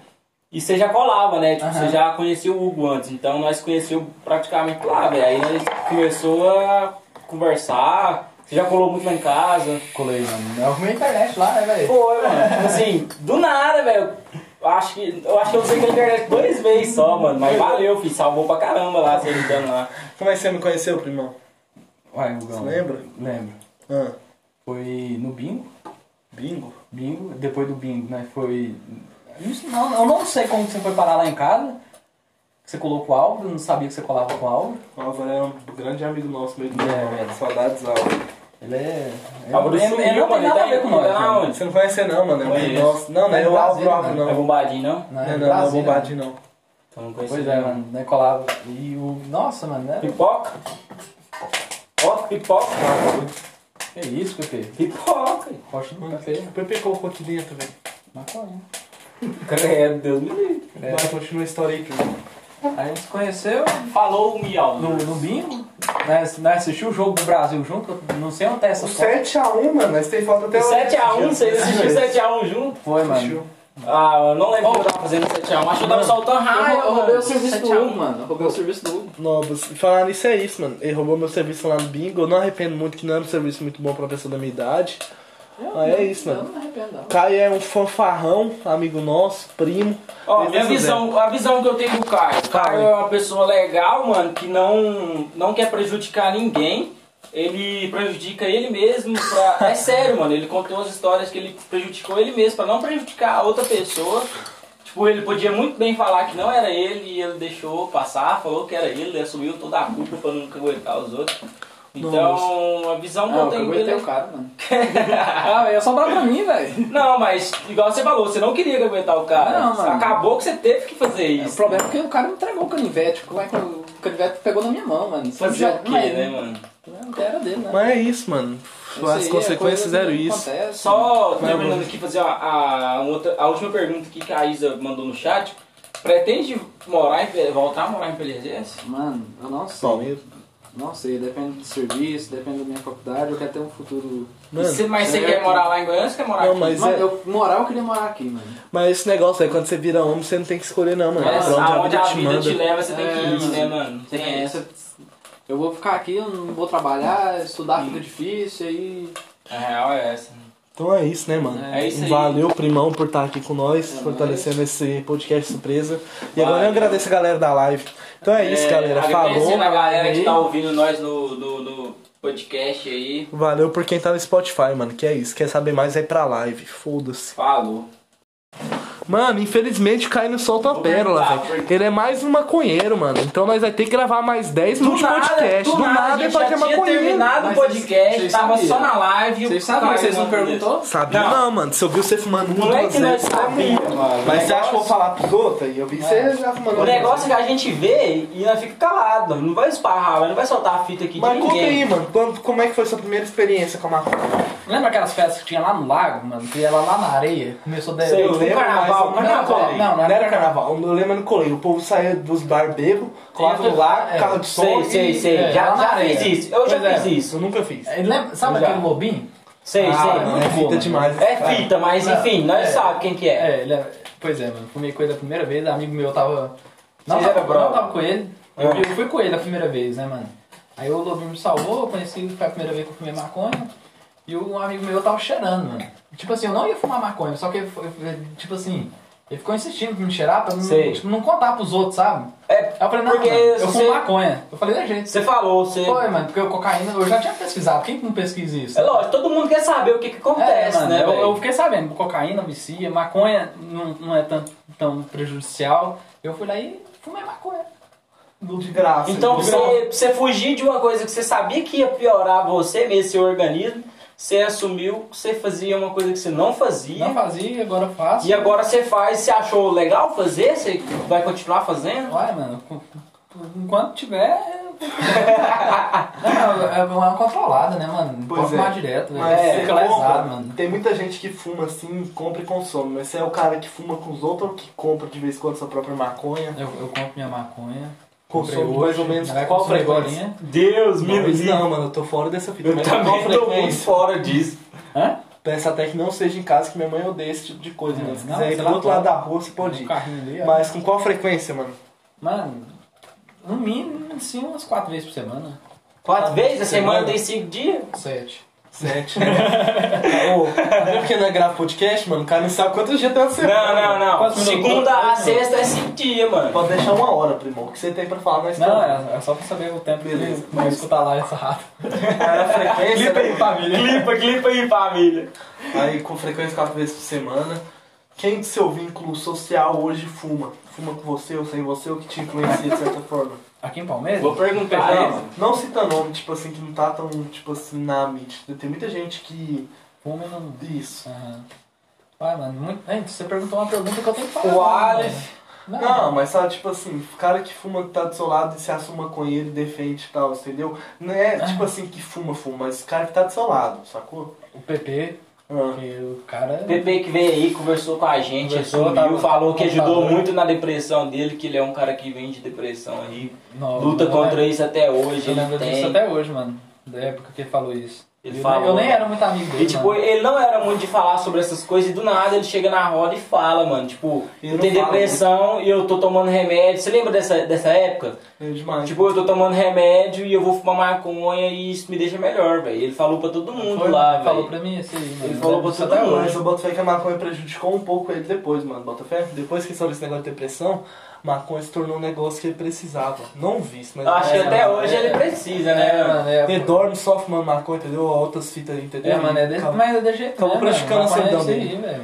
[SPEAKER 1] e você já colava, né? Tipo,
[SPEAKER 3] Aham.
[SPEAKER 1] você já conhecia o Hugo antes, então nós conheceu praticamente lá, velho. Aí nós começou a conversar, você já colou muito lá em casa.
[SPEAKER 3] Colei, mano. Eu arrumei a internet lá, né, velho?
[SPEAKER 1] Foi, mano. Tipo assim, do nada, velho. Eu Acho que, eu acho que eu usei aquela internet dois meses só, mano. Mas valeu, filho. Salvou pra caramba lá, você ajudando lá.
[SPEAKER 2] Como é que você me conheceu, primão?
[SPEAKER 3] Uai,
[SPEAKER 2] Você
[SPEAKER 3] Hugão.
[SPEAKER 2] lembra?
[SPEAKER 3] Lembro.
[SPEAKER 2] Ah,
[SPEAKER 3] Foi no bingo.
[SPEAKER 2] bingo?
[SPEAKER 3] Bingo, depois do bingo, né? Foi. Não, eu não sei como que você foi parar lá em casa. Você colocou o Álvaro, eu não sabia que você colava com o Álvaro.
[SPEAKER 2] O Álvaro é um grande amigo nosso, meio do
[SPEAKER 3] É,
[SPEAKER 2] irmão,
[SPEAKER 3] velho.
[SPEAKER 2] Saudades, Álvaro.
[SPEAKER 3] Ele é. Ele,
[SPEAKER 1] Álvaro
[SPEAKER 3] ele- ele
[SPEAKER 1] sumiu,
[SPEAKER 3] não tem
[SPEAKER 1] mano. Ele
[SPEAKER 3] nada
[SPEAKER 1] tá
[SPEAKER 3] a ver
[SPEAKER 1] indo
[SPEAKER 3] com nós. né?
[SPEAKER 1] lá
[SPEAKER 3] mano.
[SPEAKER 1] onde?
[SPEAKER 2] Você não conhece ele, não, mano. É um amigo
[SPEAKER 1] Conheço.
[SPEAKER 2] nosso. Não, não
[SPEAKER 3] Tá
[SPEAKER 2] é
[SPEAKER 3] em
[SPEAKER 2] o Álvaro,
[SPEAKER 3] Brasília,
[SPEAKER 2] Álvaro,
[SPEAKER 1] É
[SPEAKER 2] não.
[SPEAKER 1] bombadinho, não?
[SPEAKER 3] Não,
[SPEAKER 2] Não, não,
[SPEAKER 3] é de
[SPEAKER 2] não é o
[SPEAKER 3] Brasília, né?
[SPEAKER 2] Bombadinho, não.
[SPEAKER 1] Então não conhecia.
[SPEAKER 3] Pois é, mano. Né? Colava. E o. Nossa, mano, né?
[SPEAKER 1] Pipoca? Ó, pipoca.
[SPEAKER 3] Que isso, Pepe?
[SPEAKER 1] Pipoca.
[SPEAKER 3] Rocha do Pepe.
[SPEAKER 2] O Pepe colocou aqui dentro, velho.
[SPEAKER 3] Maconha.
[SPEAKER 1] Credo, Deus me livre.
[SPEAKER 3] É.
[SPEAKER 2] Vai, continua a história aí, primo.
[SPEAKER 3] Aí a gente se conheceu
[SPEAKER 1] Falou o miau.
[SPEAKER 3] no, no bingo. Nós, nós assistiu o jogo do Brasil junto. eu Não sei onde é essa
[SPEAKER 2] O
[SPEAKER 3] foto.
[SPEAKER 2] 7x1, mano, nós tem falta
[SPEAKER 1] é
[SPEAKER 2] até hoje.
[SPEAKER 1] 7x1, vocês assistiram 7x1 junto?
[SPEAKER 3] Foi, mano.
[SPEAKER 2] Assistiu.
[SPEAKER 1] Ah, eu não lembro o que eu tava fazendo 7x1. Acho que eu tava soltando
[SPEAKER 9] Ah,
[SPEAKER 1] raio. um.
[SPEAKER 3] um.
[SPEAKER 9] mano. Eu roubei o serviço do Hugo.
[SPEAKER 2] Novos. E falar nisso é isso, mano. Ele roubou meu serviço lá no bingo. Eu não arrependo muito, que não era um serviço muito bom pra pessoa da minha idade. Mas é isso, mano.
[SPEAKER 9] não arrependo, não.
[SPEAKER 2] Caio é um fanfarrão, amigo nosso, primo.
[SPEAKER 1] Ó,
[SPEAKER 2] Beleza,
[SPEAKER 1] minha
[SPEAKER 2] Zé?
[SPEAKER 1] visão, a visão que eu tenho do Caio. O Caio é uma pessoa legal, mano, que não, não quer prejudicar ninguém. Ele prejudica ele mesmo
[SPEAKER 9] (laughs)
[SPEAKER 1] pra... É sério, mano. Ele contou as histórias que ele prejudicou ele mesmo pra não prejudicar a outra pessoa. Tipo, ele podia muito bem falar que não era ele e ele deixou passar, falou que era ele, ele assumiu toda a culpa pra não caguetar os outros. Então, a visão que
[SPEAKER 9] Não,
[SPEAKER 1] eu
[SPEAKER 9] eu
[SPEAKER 1] tenho
[SPEAKER 9] caguetei
[SPEAKER 1] dele é
[SPEAKER 9] o cara, (laughs) mano.
[SPEAKER 3] Ah, velho, é só pra mim, velho.
[SPEAKER 1] Não, mas igual você falou, você não queria caguetar o cara.
[SPEAKER 9] Não, mano.
[SPEAKER 1] Acabou que você teve que fazer
[SPEAKER 9] O
[SPEAKER 1] isso.
[SPEAKER 9] problema é que o cara me entregou o canivete. Como é que o o canivete pegou na minha mão, mano? Se
[SPEAKER 1] Fazer
[SPEAKER 9] não
[SPEAKER 1] o quê,
[SPEAKER 9] mas-
[SPEAKER 1] né, mano?
[SPEAKER 9] Não era dele,
[SPEAKER 3] Tá.
[SPEAKER 9] né?
[SPEAKER 2] Mas é isso, mano.
[SPEAKER 9] Isso aí
[SPEAKER 2] As
[SPEAKER 9] é
[SPEAKER 2] consequências
[SPEAKER 9] coisa que
[SPEAKER 2] eram isso.
[SPEAKER 9] acontece.
[SPEAKER 1] Só
[SPEAKER 2] é
[SPEAKER 1] terminando aqui, fazer a, a outra, a última pergunta aqui que a Isa mandou no chat. Pretende morar em, Pe- voltar a morar em Pelezés?
[SPEAKER 9] Mano, eu não sei.
[SPEAKER 2] Palmeiras.
[SPEAKER 9] Não sei, depende do serviço, depende da minha faculdade, eu quero ter um futuro.
[SPEAKER 2] Mano,
[SPEAKER 1] Mas você
[SPEAKER 9] é
[SPEAKER 1] quer
[SPEAKER 9] aqui.
[SPEAKER 1] morar lá em Goiânia ou você quer morar
[SPEAKER 2] Não,
[SPEAKER 1] aqui?
[SPEAKER 2] mas
[SPEAKER 9] mano,
[SPEAKER 2] é-
[SPEAKER 9] eu morar, eu queria morar aqui, mano.
[SPEAKER 2] Mas esse negócio aí, quando você vira homem, você não tem que escolher, não, mano. É
[SPEAKER 1] Mas
[SPEAKER 2] pra onde a
[SPEAKER 1] aonde
[SPEAKER 2] vida te manda. É
[SPEAKER 1] leva, você tem
[SPEAKER 9] É,
[SPEAKER 1] que ir,
[SPEAKER 9] mano.
[SPEAKER 1] né, mano? Tem essa.
[SPEAKER 9] É, Eu vou ficar aqui, eu não vou trabalhar, estudar fica difícil, aí.
[SPEAKER 1] A real é essa.
[SPEAKER 2] Então é isso, né, mano?
[SPEAKER 1] É isso aí.
[SPEAKER 2] Valeu, primão, por estar aqui com nós,
[SPEAKER 9] É
[SPEAKER 2] fortalecendo esse podcast surpresa. E
[SPEAKER 1] Valeu.
[SPEAKER 2] agora eu agradeço a galera da live. Então é isso, galera. Falou.
[SPEAKER 1] Agradecendo a galera que tá ouvindo nós no, no, no podcast aí.
[SPEAKER 2] Valeu por quem tá no Spotify, mano. Que é isso. Quer saber mais? É pra live. Foda-se.
[SPEAKER 1] Falou.
[SPEAKER 2] Mano, infelizmente o Caio não solta uma
[SPEAKER 1] Vou
[SPEAKER 2] pérola,
[SPEAKER 1] perguntar,
[SPEAKER 2] velho.
[SPEAKER 1] porque-
[SPEAKER 2] Ele é mais um maconheiro, mano. Então nós vai ter que gravar mais 10 minutos de podcast. Do
[SPEAKER 1] a
[SPEAKER 2] nada ele
[SPEAKER 1] gente
[SPEAKER 2] vai ter
[SPEAKER 1] já tinha
[SPEAKER 2] maconheiro.
[SPEAKER 1] terminado o
[SPEAKER 9] Mas vocês-
[SPEAKER 1] podcast,
[SPEAKER 9] vocês
[SPEAKER 1] tava
[SPEAKER 9] sabiam.
[SPEAKER 1] só na live. Tá,
[SPEAKER 9] Vocês sabem,
[SPEAKER 1] Caio
[SPEAKER 9] vocês não
[SPEAKER 1] mandou
[SPEAKER 9] perguntou?
[SPEAKER 2] Sabia
[SPEAKER 1] Não.
[SPEAKER 2] não. mano. Se eu vi você fumando um,
[SPEAKER 1] isso. Não é que
[SPEAKER 2] duas
[SPEAKER 1] nós
[SPEAKER 2] vezes.
[SPEAKER 1] sabíamos, mano.
[SPEAKER 2] Mas você
[SPEAKER 1] O
[SPEAKER 2] acha que eu vou falar pros outros aí? Eu vi que você já fumando
[SPEAKER 1] O
[SPEAKER 2] uma
[SPEAKER 1] negócio é que a gente vê e nós fica calado, nós não vai esparrar, nós não vai soltar a fita aqui de
[SPEAKER 2] Mas conta
[SPEAKER 1] ninguém.
[SPEAKER 2] é aí, mano, quando- como é que foi sua primeira experiência com a maconha?
[SPEAKER 3] Lembra aquelas festas que tinha lá no lago, mano? Que era lá na areia. Começou a
[SPEAKER 2] Sei, eu
[SPEAKER 3] um
[SPEAKER 2] lembro,
[SPEAKER 3] carnaval.
[SPEAKER 2] mas eu não
[SPEAKER 3] carnaval.
[SPEAKER 2] colei.
[SPEAKER 3] Não, não
[SPEAKER 2] era carnaval. Eu lembro no coleiro. O povo saía dos barbeiros, colava
[SPEAKER 3] Isso,
[SPEAKER 2] no lago,
[SPEAKER 3] é,
[SPEAKER 2] carro de som.
[SPEAKER 3] sei, sei, sei.
[SPEAKER 2] É,
[SPEAKER 3] Já-
[SPEAKER 2] lá na
[SPEAKER 3] já
[SPEAKER 2] areia.
[SPEAKER 3] fiz isso. Eu já
[SPEAKER 2] Pois é,
[SPEAKER 3] fiz
[SPEAKER 2] isso. Eu nunca fiz.
[SPEAKER 3] É, lembra- sabe
[SPEAKER 2] Já.
[SPEAKER 3] aquele lobinho?
[SPEAKER 1] Sei,
[SPEAKER 2] Ah,
[SPEAKER 1] sei.
[SPEAKER 2] mano, é
[SPEAKER 3] muito bom,
[SPEAKER 2] fita
[SPEAKER 3] né?
[SPEAKER 2] demais.
[SPEAKER 1] É fita, mas enfim, nós
[SPEAKER 3] É.
[SPEAKER 1] sabemos quem que é.
[SPEAKER 3] É, ele é- Pois é, mano. Comi com ele a primeira vez, amigo meu tava. Não,
[SPEAKER 1] Vocês
[SPEAKER 3] tava,
[SPEAKER 1] eram brother?
[SPEAKER 3] não tava com ele.
[SPEAKER 1] É.
[SPEAKER 3] Eu, eu fui com ele a primeira vez, né, mano? Aí o Lobinho me salvou, eu conheci foi a primeira vez que eu fumei maconha. E um amigo meu tava cheirando, mano. Tipo assim, eu não ia fumar maconha, só que ele, foi- ele- tipo assim, ele ficou insistindo pra me cheirar, pra não,
[SPEAKER 1] Sei.
[SPEAKER 3] tipo, não contar pros outros, sabe?
[SPEAKER 1] É,
[SPEAKER 3] Aí eu falei, não,
[SPEAKER 1] Porque
[SPEAKER 3] mano, eu
[SPEAKER 1] você-
[SPEAKER 3] fumo maconha. Eu falei, da gente.
[SPEAKER 1] Você falou, você.
[SPEAKER 3] Foi, mano, porque o cocaína, eu já tinha pesquisado, quem que não pesquisa isso?
[SPEAKER 1] É lógico, todo mundo quer saber o que, que acontece,
[SPEAKER 3] É, mano,
[SPEAKER 1] né?
[SPEAKER 3] eu,
[SPEAKER 1] velho?
[SPEAKER 3] eu fiquei sabendo, cocaína vicia, maconha não, não é tão, tão prejudicial. Eu fui lá e fumei maconha.
[SPEAKER 2] De graça.
[SPEAKER 1] Então,
[SPEAKER 2] de
[SPEAKER 1] você,
[SPEAKER 2] graça.
[SPEAKER 1] pra você fugir de uma coisa que você sabia que ia piorar você mesmo, seu organismo, você assumiu que você fazia uma coisa que você não fazia.
[SPEAKER 3] Não fazia, agora eu faço.
[SPEAKER 1] E agora você faz, você achou legal fazer? Você vai continuar fazendo?
[SPEAKER 3] Ué, mano, com- enquanto tiver. eu- (laughs) não, é uma controlada, né, mano? Não
[SPEAKER 2] Pois
[SPEAKER 3] pode fumar
[SPEAKER 2] é.
[SPEAKER 3] direto, velho.
[SPEAKER 2] Mas
[SPEAKER 3] É,
[SPEAKER 2] você compra,
[SPEAKER 3] lesado, mano.
[SPEAKER 2] tem muita gente que fuma assim, compra e consome. Mas você é o cara que fuma com os outros ou que compra de vez em quando sua própria maconha?
[SPEAKER 3] Eu, eu compro minha maconha.
[SPEAKER 2] Consome
[SPEAKER 3] comprei
[SPEAKER 2] mais
[SPEAKER 3] hoje,
[SPEAKER 2] ou menos
[SPEAKER 3] né,
[SPEAKER 2] qual
[SPEAKER 3] consumi
[SPEAKER 2] frequência?
[SPEAKER 3] bolinha.
[SPEAKER 1] Deus
[SPEAKER 2] Não, isso não, mano, eu tô fora dessa fita.
[SPEAKER 1] Eu
[SPEAKER 2] Mas qual
[SPEAKER 1] também tô muito
[SPEAKER 2] frequência?
[SPEAKER 1] fora disso.
[SPEAKER 3] Hã? É,
[SPEAKER 2] Peça até que não seja em casa, que minha mãe odeia esse tipo de coisa. Né? Se
[SPEAKER 3] Não,
[SPEAKER 2] quiser ir
[SPEAKER 3] sei
[SPEAKER 2] do
[SPEAKER 3] lá,
[SPEAKER 2] outro lado da rua, você pode
[SPEAKER 3] Um
[SPEAKER 2] ir.
[SPEAKER 3] carrinho ali, ó.
[SPEAKER 2] Mas com qual frequência, mano?
[SPEAKER 3] Mano, no mínimo, assim, umas quatro vezes por semana.
[SPEAKER 1] Quatro vezes? A semana
[SPEAKER 2] Semana.
[SPEAKER 1] tem cinco dias?
[SPEAKER 3] Sete.
[SPEAKER 2] Sete. Ô, tá vendo porque não é grava podcast, mano? O cara não sabe quantos dias tem uma semana.
[SPEAKER 1] Não, não, não.
[SPEAKER 3] Quantos minutos?
[SPEAKER 1] Segunda a sexta é cinco dias, mano.
[SPEAKER 2] Pode deixar uma hora, primo. O que você tem pra falar na
[SPEAKER 3] Não,
[SPEAKER 2] história?
[SPEAKER 3] é, é só pra saber o tempo
[SPEAKER 2] Beleza.
[SPEAKER 3] que vai escutar lá essa é rata.
[SPEAKER 1] (laughs)
[SPEAKER 2] a frequência. né?
[SPEAKER 1] Clipa, clipa aí, família.
[SPEAKER 2] Aí com frequência quatro vezes por semana. Quem do seu vínculo social hoje fuma? Fuma com você ou sem você, ou que te influencia de certa forma?
[SPEAKER 3] Aqui em Palmeiras?
[SPEAKER 1] Vou perguntar a eles.
[SPEAKER 2] não, não cita nome, tipo assim, que não tá tão, tipo assim, na mídia. Tem muita gente que.
[SPEAKER 3] Fumo não.
[SPEAKER 2] Isso.
[SPEAKER 3] Aham. Ué, mano, muito. Gente, você perguntou uma pergunta que eu tenho que falar.
[SPEAKER 1] O
[SPEAKER 3] mano.
[SPEAKER 1] Aleph.
[SPEAKER 3] Não,
[SPEAKER 2] Não, mas sabe, tipo assim, o cara que fuma tá do seu lado e se assuma com ele, defende e tal, entendeu? Não é tipo assim que fuma, fuma, mas o cara que tá do seu lado, sacou?
[SPEAKER 3] O PP,
[SPEAKER 2] Ah.
[SPEAKER 3] que o cara.
[SPEAKER 1] O Pepe que veio aí, conversou com a gente,
[SPEAKER 3] Conversou,
[SPEAKER 1] assumiu,
[SPEAKER 3] tava-
[SPEAKER 1] falou que ajudou
[SPEAKER 3] tava-
[SPEAKER 1] muito na depressão dele, que ele é um cara que vem de depressão aí.
[SPEAKER 3] Não,
[SPEAKER 1] Luta
[SPEAKER 3] eu
[SPEAKER 1] contra
[SPEAKER 3] lembro-
[SPEAKER 1] isso até hoje,
[SPEAKER 3] né? Eu
[SPEAKER 1] ele
[SPEAKER 3] lembro disso
[SPEAKER 1] tem.
[SPEAKER 3] até hoje, mano. Da época que ele falou isso.
[SPEAKER 1] Ele
[SPEAKER 3] eu,
[SPEAKER 1] falou.
[SPEAKER 3] eu nem era muito amigo dele.
[SPEAKER 1] E tipo,
[SPEAKER 3] mano.
[SPEAKER 1] ele não era muito de falar sobre essas coisas e do nada ele chega na roda e fala, mano, tipo,
[SPEAKER 2] E
[SPEAKER 1] eu
[SPEAKER 2] não
[SPEAKER 1] tenho
[SPEAKER 3] né?
[SPEAKER 2] fala,
[SPEAKER 1] depressão e eu tô tomando remédio. Você lembra dessa, dessa época?
[SPEAKER 2] É demais.
[SPEAKER 1] Tipo, eu tô tomando remédio e eu vou fumar maconha e isso me deixa melhor, velho. Ele falou pra todo mundo
[SPEAKER 3] Foi,
[SPEAKER 1] lá,
[SPEAKER 3] ele falou
[SPEAKER 1] Ah, velho.
[SPEAKER 3] pra mim isso aí, mano. né?
[SPEAKER 1] Ele
[SPEAKER 3] Eu
[SPEAKER 1] falou
[SPEAKER 3] lembro
[SPEAKER 1] pra
[SPEAKER 3] disso
[SPEAKER 1] todo
[SPEAKER 3] até
[SPEAKER 1] mundo.
[SPEAKER 3] hoje.
[SPEAKER 2] Mas o Botafé que a maconha prejudicou um pouco ele depois, mano. Botafé, depois que estourou esse negócio de depressão, maconha se tornou um negócio que ele precisava. Não visto, mas.
[SPEAKER 1] Eu acho que
[SPEAKER 3] É,
[SPEAKER 1] até
[SPEAKER 3] mano,
[SPEAKER 1] hoje
[SPEAKER 3] é.
[SPEAKER 1] ele precisa, né?
[SPEAKER 3] É, mano, é.
[SPEAKER 2] Ele dorme só fumando maconha, entendeu? Outras fitas, entendeu?
[SPEAKER 3] É, mano, é desse,
[SPEAKER 2] Acabou.
[SPEAKER 3] mas é desse jeito.
[SPEAKER 2] acabou
[SPEAKER 3] né, mano?
[SPEAKER 2] praticando a
[SPEAKER 3] Mas é
[SPEAKER 2] solidão
[SPEAKER 3] isso aí,
[SPEAKER 2] dele.
[SPEAKER 3] velho.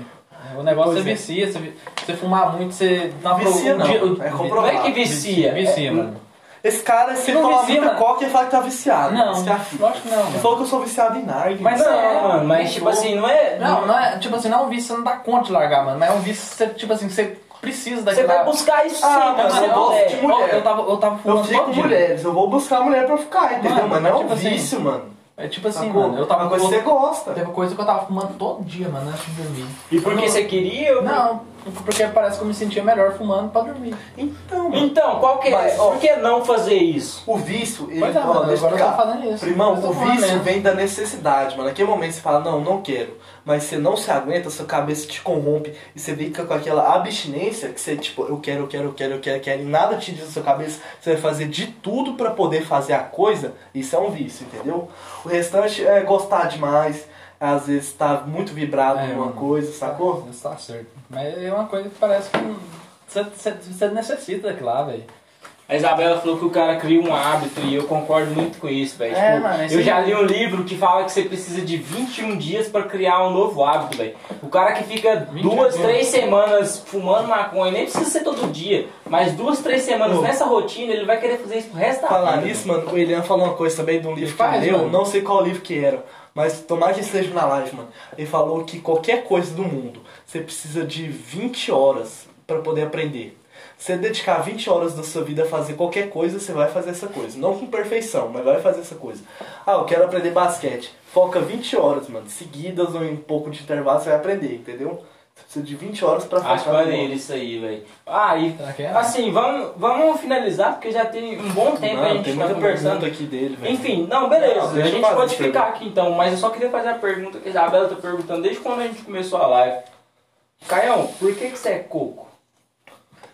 [SPEAKER 3] O negócio
[SPEAKER 2] Pois
[SPEAKER 3] é
[SPEAKER 2] é.
[SPEAKER 3] vicia, você, vi- você fumar muito, você dá pra
[SPEAKER 2] Vicia não, é
[SPEAKER 1] Não é
[SPEAKER 2] comprovado.
[SPEAKER 1] que vicia.
[SPEAKER 3] Vicia,
[SPEAKER 1] é,
[SPEAKER 3] mano.
[SPEAKER 2] Esse cara, se
[SPEAKER 3] Não
[SPEAKER 2] ele tomar
[SPEAKER 3] vicia,
[SPEAKER 2] muita
[SPEAKER 3] mano.
[SPEAKER 2] coca, ele fala que tá viciado.
[SPEAKER 3] ah, Não,
[SPEAKER 2] Isso que é a fita.
[SPEAKER 3] lógico que não,
[SPEAKER 2] Ele
[SPEAKER 3] mano.
[SPEAKER 2] falou que eu sou viciado em narguilha.
[SPEAKER 3] Mas
[SPEAKER 1] Não,
[SPEAKER 3] é,
[SPEAKER 1] mano, mas tipo assim, não é.
[SPEAKER 3] Não, não é, tipo assim, não é um vício, você não dá conta de largar, mano. Mas é um vício, que você, tipo assim, que você precisa
[SPEAKER 1] Você
[SPEAKER 3] daquela...
[SPEAKER 1] vai buscar isso
[SPEAKER 2] Ah,
[SPEAKER 1] sempre,
[SPEAKER 2] mas
[SPEAKER 1] você
[SPEAKER 3] Mano,
[SPEAKER 2] eu
[SPEAKER 3] eu,
[SPEAKER 2] gosto
[SPEAKER 1] não
[SPEAKER 2] de
[SPEAKER 1] é.
[SPEAKER 3] eu,
[SPEAKER 2] mulher.
[SPEAKER 3] eu tava, eu tava
[SPEAKER 2] Eu
[SPEAKER 3] fumando
[SPEAKER 2] fico com
[SPEAKER 3] todo dia.
[SPEAKER 2] mulheres, eu vou buscar a mulher pra ficar, entendeu?
[SPEAKER 3] Mano,
[SPEAKER 2] mas não é um
[SPEAKER 3] tipo assim,
[SPEAKER 2] vício, mano.
[SPEAKER 3] É tipo assim,
[SPEAKER 2] Sacou?
[SPEAKER 3] mano, eu tava...
[SPEAKER 2] Uma coisa que você gosta.
[SPEAKER 3] Teve coisa que eu tava fumando todo dia, mano, antes de dormir.
[SPEAKER 1] E porque você queria? eu-
[SPEAKER 3] Não, porque parece que eu me sentia melhor fumando pra dormir.
[SPEAKER 2] Então, mano.
[SPEAKER 1] Então, qual que é?
[SPEAKER 2] Mas-
[SPEAKER 1] Por que não fazer isso?
[SPEAKER 2] O vício, ele.
[SPEAKER 3] Pois é,
[SPEAKER 2] ó,
[SPEAKER 3] mano,
[SPEAKER 2] deixa eu
[SPEAKER 3] agora eu tô
[SPEAKER 2] explicar.
[SPEAKER 3] fazendo isso.
[SPEAKER 2] Primão,
[SPEAKER 3] Eu tô
[SPEAKER 2] o
[SPEAKER 3] fumando
[SPEAKER 2] vício
[SPEAKER 3] mesmo.
[SPEAKER 2] vem da necessidade, mano. Naquele momento você fala, não, não quero. Mas você não se aguenta, sua cabeça te corrompe e você fica com aquela abstinência que você, tipo, eu quero, eu quero, eu quero, eu quero, eu quero, e nada te diz na sua cabeça. Você vai fazer de tudo pra poder fazer a coisa. Isso é um vício, entendeu? O restante é gostar demais, às vezes tá muito vibrado
[SPEAKER 3] É,
[SPEAKER 2] em uma
[SPEAKER 3] mano.
[SPEAKER 2] coisa, sacou?
[SPEAKER 3] Isso tá certo. Mas é uma coisa que parece que não- você- você você necessita daquilo lá, velho.
[SPEAKER 1] A Isabela falou que o cara cria um hábito e eu concordo muito com isso, velho.
[SPEAKER 3] É,
[SPEAKER 1] Tipo,
[SPEAKER 3] mano, esse-
[SPEAKER 1] eu já li um livro que fala que você precisa de 21 dias pra criar um novo hábito, velho. O cara que fica
[SPEAKER 3] 21
[SPEAKER 1] duas,
[SPEAKER 3] dias.
[SPEAKER 1] três semanas fumando maconha, nem precisa ser todo dia, mas duas, três semanas
[SPEAKER 2] Ô.
[SPEAKER 1] nessa rotina, ele vai querer fazer isso pro resto da
[SPEAKER 2] Falar
[SPEAKER 1] vida.
[SPEAKER 2] nisso, É mano, o Elian falou uma coisa também de um livro que
[SPEAKER 3] Faz,
[SPEAKER 2] eu
[SPEAKER 3] mano.
[SPEAKER 2] não sei qual livro que era, mas tomara que esteja na live, mano. Ele falou que qualquer coisa do mundo, você precisa de 20 horas pra poder aprender. Você dedicar 20 horas da sua vida a fazer qualquer coisa, você vai fazer essa coisa. Não com perfeição, mas vai fazer essa coisa. Ah, eu quero aprender basquete. Foca 20 horas, mano, seguidas ou em um pouco de intervalo, você vai aprender, entendeu? Você precisa de 20 horas pra
[SPEAKER 1] Acho
[SPEAKER 2] focar. no
[SPEAKER 1] maneiro isso aí, velho. Ah, e
[SPEAKER 2] Tá
[SPEAKER 3] Será que é?
[SPEAKER 1] assim, vamos, vamos finalizar, porque já tem um bom tempo
[SPEAKER 2] Mano,
[SPEAKER 1] a gente
[SPEAKER 2] tem
[SPEAKER 1] tá
[SPEAKER 2] muita
[SPEAKER 1] conversando.
[SPEAKER 2] pergunta aqui dele, velho.
[SPEAKER 1] Enfim, não, beleza.
[SPEAKER 2] Não,
[SPEAKER 1] a
[SPEAKER 2] deixa eu
[SPEAKER 1] gente
[SPEAKER 2] fazer
[SPEAKER 1] pode
[SPEAKER 2] essa
[SPEAKER 1] ficar aqui então, mas eu só queria fazer a pergunta que a Isabela tá perguntando desde quando a gente começou a live. Caião, por que, que você é coco?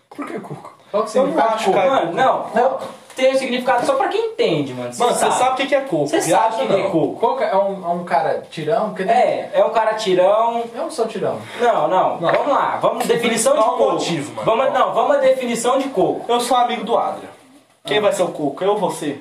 [SPEAKER 2] Por que cuco?
[SPEAKER 3] Qual que
[SPEAKER 2] Eu não
[SPEAKER 3] significa
[SPEAKER 2] acho, cara.
[SPEAKER 1] Mano, não, não. Tem um significado só pra quem entende, mano.
[SPEAKER 2] Mano, você sabe o que que é coco?
[SPEAKER 1] Você sabe o que que é coco.
[SPEAKER 3] coco? Coco é um, é um cara tirão? Porque tem-
[SPEAKER 1] É, é um cara tirão.
[SPEAKER 3] Eu não sou tirão.
[SPEAKER 1] Não, não, Vamos lá. Vamos definição de
[SPEAKER 2] Qual o
[SPEAKER 1] coco.
[SPEAKER 2] motivo, mano?
[SPEAKER 1] Vamos, não, vamos à definição de coco.
[SPEAKER 2] Eu sou amigo do Adria.
[SPEAKER 1] Ah.
[SPEAKER 2] Quem vai ser o coco? Eu ou você?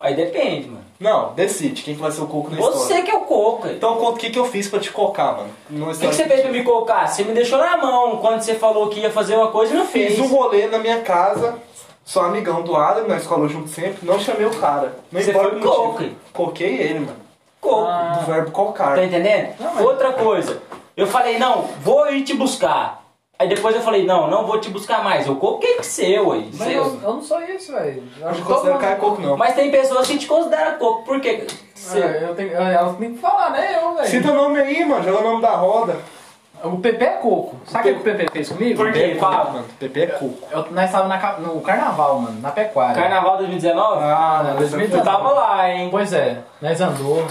[SPEAKER 1] Aí depende, mano.
[SPEAKER 2] Não, decide quem que vai ser o coco na história.
[SPEAKER 1] Você que é o coco. aí.
[SPEAKER 2] Então conta o que, que eu fiz pra te cocar, mano. Numa
[SPEAKER 1] O que, que
[SPEAKER 2] história
[SPEAKER 1] você fez pra me colocar? Você me deixou na mão quando você falou que ia fazer uma coisa e não fez.
[SPEAKER 2] Fiz um rolê na minha casa, sou amigão do Adam, na escola junto sempre, não chamei o cara. Não
[SPEAKER 1] Você
[SPEAKER 2] importa
[SPEAKER 1] foi
[SPEAKER 2] o motivo.
[SPEAKER 1] coco, hein?
[SPEAKER 2] Coquei ele, mano.
[SPEAKER 1] Coco.
[SPEAKER 2] Do verbo cocar.
[SPEAKER 1] Tá entendendo? Outra coisa. Eu falei, não, vou ir te buscar. Aí depois eu falei, não, não vou te buscar mais. Eu coquei que seu aí.
[SPEAKER 3] Mas eu, eu não sou isso, velho. Eu
[SPEAKER 2] Eu
[SPEAKER 3] acho
[SPEAKER 2] não
[SPEAKER 3] que todo
[SPEAKER 2] considero
[SPEAKER 3] mundo...
[SPEAKER 2] que é coco, não.
[SPEAKER 1] Mas tem pessoas que te consideram coco. Por quê? Você-
[SPEAKER 3] É, eu tenho, eu- elas têm que falar, né? Eu, velho.
[SPEAKER 2] Cita o nome aí, mano. Joga o nome da roda.
[SPEAKER 3] O Pepe é coco. Sabe o que o Pepe fez comigo?
[SPEAKER 1] Por quê? Fala.
[SPEAKER 2] mano. Pepe é coco.
[SPEAKER 3] Eu- nós estávamos na ca- no carnaval, mano, na pecuária.
[SPEAKER 1] Carnaval 2019?
[SPEAKER 2] Ah,
[SPEAKER 3] não, mas
[SPEAKER 1] Eu tava lá, hein?
[SPEAKER 3] Pois é, nós andou.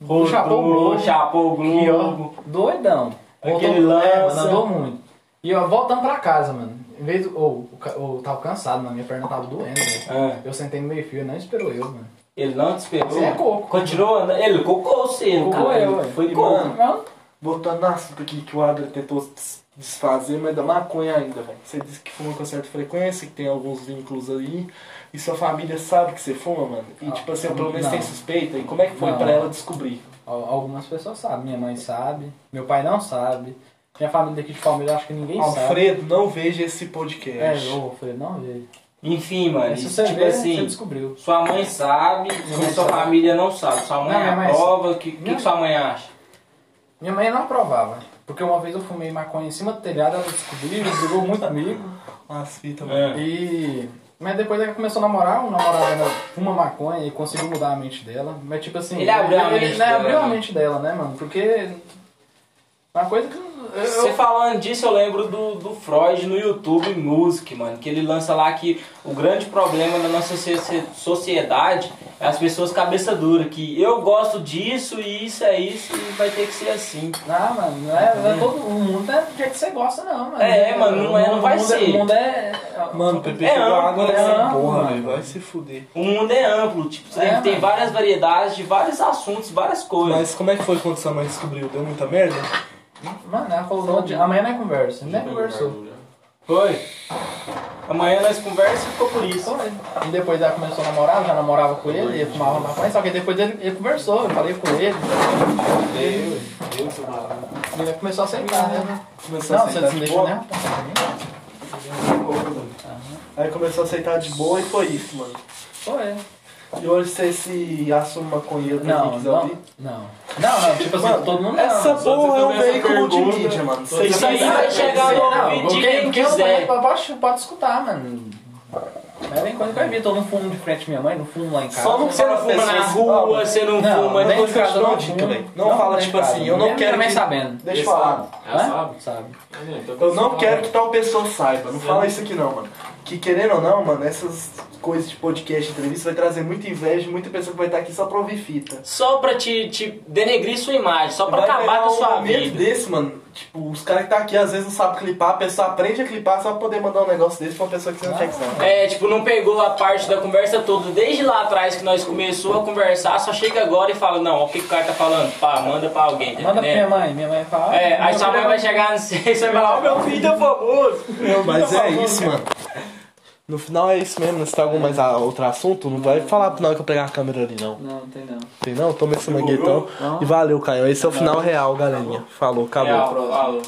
[SPEAKER 1] Rodou,
[SPEAKER 3] Chapou o Globo.
[SPEAKER 1] Chapou o
[SPEAKER 3] E
[SPEAKER 1] Globo.
[SPEAKER 3] ó, doidão.
[SPEAKER 1] Aquele
[SPEAKER 3] é,
[SPEAKER 1] lança.
[SPEAKER 3] mano, andou muito. E ó, voltando pra casa, mano. Em vez do. Ou, o ca- ou tava cansado, mano. Minha perna tava doendo, velho.
[SPEAKER 1] É.
[SPEAKER 3] Eu sentei no meio fio, não esperou eu, mano.
[SPEAKER 1] Ele não te esperou.
[SPEAKER 3] Você é coco.
[SPEAKER 1] Continuou andando. Ele cocou cedo,
[SPEAKER 3] Cocou
[SPEAKER 1] cara.
[SPEAKER 3] eu,
[SPEAKER 1] Ele
[SPEAKER 3] ué.
[SPEAKER 1] Foi coco.
[SPEAKER 2] Mano.
[SPEAKER 3] Não?
[SPEAKER 2] Voltando no assunto aqui que o Adler tentou des- desfazer, mas da maconha ainda, velho. Você disse que fuma com certa frequência, que tem alguns vínculos aí. E sua família sabe que você fuma, mano? E
[SPEAKER 3] Ah,
[SPEAKER 2] tipo assim, pelo menos
[SPEAKER 3] não.
[SPEAKER 2] tem suspeita. E como é que foi
[SPEAKER 3] Não.
[SPEAKER 2] pra ela descobrir?
[SPEAKER 3] Al- Algumas pessoas sabem. Minha mãe sabe. Meu pai não sabe. Minha família aqui de Palmeiras, acho que ninguém sabe.
[SPEAKER 2] Alfredo, não veja esse
[SPEAKER 3] É,
[SPEAKER 2] podcast.
[SPEAKER 3] eu falei, não, velho.
[SPEAKER 1] Enfim, mano.
[SPEAKER 3] Se você
[SPEAKER 1] Tipo
[SPEAKER 3] vê, você
[SPEAKER 1] assim.
[SPEAKER 3] descobriu.
[SPEAKER 1] Sua mãe sabe,
[SPEAKER 3] mãe
[SPEAKER 1] mas sua
[SPEAKER 3] sabe.
[SPEAKER 1] família não sabe. Sua mãe
[SPEAKER 3] Não, minha mãe
[SPEAKER 1] aprova. O que, que
[SPEAKER 3] Minha-
[SPEAKER 1] que sua mãe acha?
[SPEAKER 3] Minha mãe não aprovava. Porque uma vez eu fumei maconha em cima do telhado, ela descobriu, brigou muito comigo.
[SPEAKER 2] As fitas, mano.
[SPEAKER 1] É.
[SPEAKER 3] E. Mas depois ela começou a namorar, o namorado dela fuma maconha e conseguiu mudar a mente dela. Mas tipo assim.
[SPEAKER 1] Ele abriu a
[SPEAKER 3] ele-
[SPEAKER 1] mente
[SPEAKER 3] né,
[SPEAKER 1] dela,
[SPEAKER 3] abriu a
[SPEAKER 1] né?
[SPEAKER 3] mente dela, né, mano? Porque. Uma coisa que. eu-
[SPEAKER 1] Você
[SPEAKER 3] Eu,
[SPEAKER 1] falando disso, eu lembro do, do Freud no YouTube Music, mano, que ele lança lá que o grande problema da nossa socie- sociedade é as pessoas cabeça dura, que eu gosto disso e isso é isso e vai ter que ser assim.
[SPEAKER 3] não, mano, não é, não é todo, o mundo é do jeito que você gosta, não, mano.
[SPEAKER 1] É, mano, não é- não
[SPEAKER 3] O
[SPEAKER 1] vai
[SPEAKER 3] mundo
[SPEAKER 1] ser.
[SPEAKER 3] O mundo é.
[SPEAKER 2] Mano, o Pepe
[SPEAKER 1] É
[SPEAKER 2] jogou
[SPEAKER 1] amplo,
[SPEAKER 2] água
[SPEAKER 1] né?
[SPEAKER 2] nessa
[SPEAKER 3] Amplo,
[SPEAKER 2] porra,
[SPEAKER 3] mano.
[SPEAKER 2] velho. Vai se fuder.
[SPEAKER 1] O mundo é amplo, tipo, você
[SPEAKER 3] É,
[SPEAKER 1] tem, tem
[SPEAKER 3] mano.
[SPEAKER 1] várias variedades de vários assuntos, várias coisas.
[SPEAKER 2] Mas como é que foi quando sua mãe descobriu? Deu muita merda?
[SPEAKER 3] Mano, ela falou de. Amanhã não é conversa. Nem conversou.
[SPEAKER 1] Foi. Amanhã nós conversamos e ficou por isso.
[SPEAKER 3] Foi. E depois ela começou a namorar, eu já namorava com ele, ele fumava maconha, só que depois ele, ele conversou, eu falei com ele. E ele começou a aceitar, né?
[SPEAKER 2] Começou
[SPEAKER 3] Não,
[SPEAKER 2] a
[SPEAKER 3] você
[SPEAKER 2] aceitar
[SPEAKER 3] não
[SPEAKER 2] de
[SPEAKER 3] deixou né?
[SPEAKER 2] boa?
[SPEAKER 3] nem rapaz.
[SPEAKER 2] Aí começou a aceitar de boa e foi isso, mano.
[SPEAKER 3] Foi.
[SPEAKER 2] E hoje você se assume maconheiro pra
[SPEAKER 3] Não,
[SPEAKER 2] quem quiser
[SPEAKER 3] não,
[SPEAKER 2] ouvir?
[SPEAKER 3] não. Não, não, tipo assim,
[SPEAKER 2] Mano,
[SPEAKER 3] todo mundo
[SPEAKER 2] Essa
[SPEAKER 3] não.
[SPEAKER 2] porra é um
[SPEAKER 1] fazendo essa
[SPEAKER 2] veículo de
[SPEAKER 1] pergunta.
[SPEAKER 2] mídia, mano.
[SPEAKER 1] Tô
[SPEAKER 2] Vocês
[SPEAKER 1] dizendo
[SPEAKER 2] sabem.
[SPEAKER 1] isso aí. vai chegar no
[SPEAKER 3] assim, não,
[SPEAKER 1] ouvido de
[SPEAKER 3] porque-
[SPEAKER 1] quem
[SPEAKER 3] porque eu
[SPEAKER 1] quiser.
[SPEAKER 3] Pode, pode, pode escutar, mano. É nem quando que eu evito, eu não fumo de frente à minha mãe, não fumo lá em casa.
[SPEAKER 2] Só não
[SPEAKER 1] Você não
[SPEAKER 2] fala
[SPEAKER 1] fuma na
[SPEAKER 2] pessoas-
[SPEAKER 1] rua,
[SPEAKER 2] Ah, mano.
[SPEAKER 1] você não,
[SPEAKER 3] Não,
[SPEAKER 1] fuma,
[SPEAKER 3] nem
[SPEAKER 2] não
[SPEAKER 3] em casa,
[SPEAKER 2] te dou
[SPEAKER 3] não
[SPEAKER 2] uma dica,
[SPEAKER 3] fumo.
[SPEAKER 2] velho. Não fala,
[SPEAKER 3] nem em
[SPEAKER 2] tipo
[SPEAKER 3] casa.
[SPEAKER 2] assim, eu não
[SPEAKER 3] Minha
[SPEAKER 2] quero
[SPEAKER 3] Minha mãe
[SPEAKER 2] que-
[SPEAKER 3] sabendo.
[SPEAKER 2] Deixa eu falar.
[SPEAKER 8] Ela
[SPEAKER 3] Hã?
[SPEAKER 8] sabe?
[SPEAKER 3] Sabe.
[SPEAKER 8] Ah, não, então
[SPEAKER 2] Eu não
[SPEAKER 8] você
[SPEAKER 2] quero
[SPEAKER 8] fala.
[SPEAKER 2] que tal pessoa saiba. Não fala isso aqui não, mano. Que querendo ou não, mano, essas coisas de podcast, entrevista, vai trazer muita inveja, muita pessoa que vai estar aqui só pra ouvir fita.
[SPEAKER 1] Só pra te, te denegrir sua imagem, só pra
[SPEAKER 2] Vai
[SPEAKER 1] acabar
[SPEAKER 2] pegar
[SPEAKER 1] com a sua
[SPEAKER 2] um momento
[SPEAKER 1] vida.
[SPEAKER 2] desse, mano. Tipo, os caras que tá aqui às vezes não sabem clipar, a pessoa aprende a clipar só pra poder mandar um negócio desse pra uma pessoa que você não quer que saiba.
[SPEAKER 1] É, tipo, não pegou a parte da conversa toda. Desde lá atrás que nós começou a conversar, só chega agora e fala, não, ó, o que, que o cara tá falando? Pá, manda pra alguém, tá
[SPEAKER 3] Manda pra minha
[SPEAKER 1] entendendo?
[SPEAKER 3] mãe, minha mãe fala.
[SPEAKER 1] É,
[SPEAKER 3] ah,
[SPEAKER 1] aí sua mãe
[SPEAKER 3] meu filho
[SPEAKER 1] vai chegar no (laughs) você e vai falar, ó, meu filho é famoso.
[SPEAKER 2] Mas é isso, mano. No final é isso mesmo, se tem algum mais a- outro assunto, não vai falar pro final que eu pegar a câmera ali, não.
[SPEAKER 10] Não, não tem não.
[SPEAKER 2] Tem não? Toma esse manguetão. E valeu, Caio. Esse é o final real, galerinha. Falou, acabou.
[SPEAKER 1] Real, falou.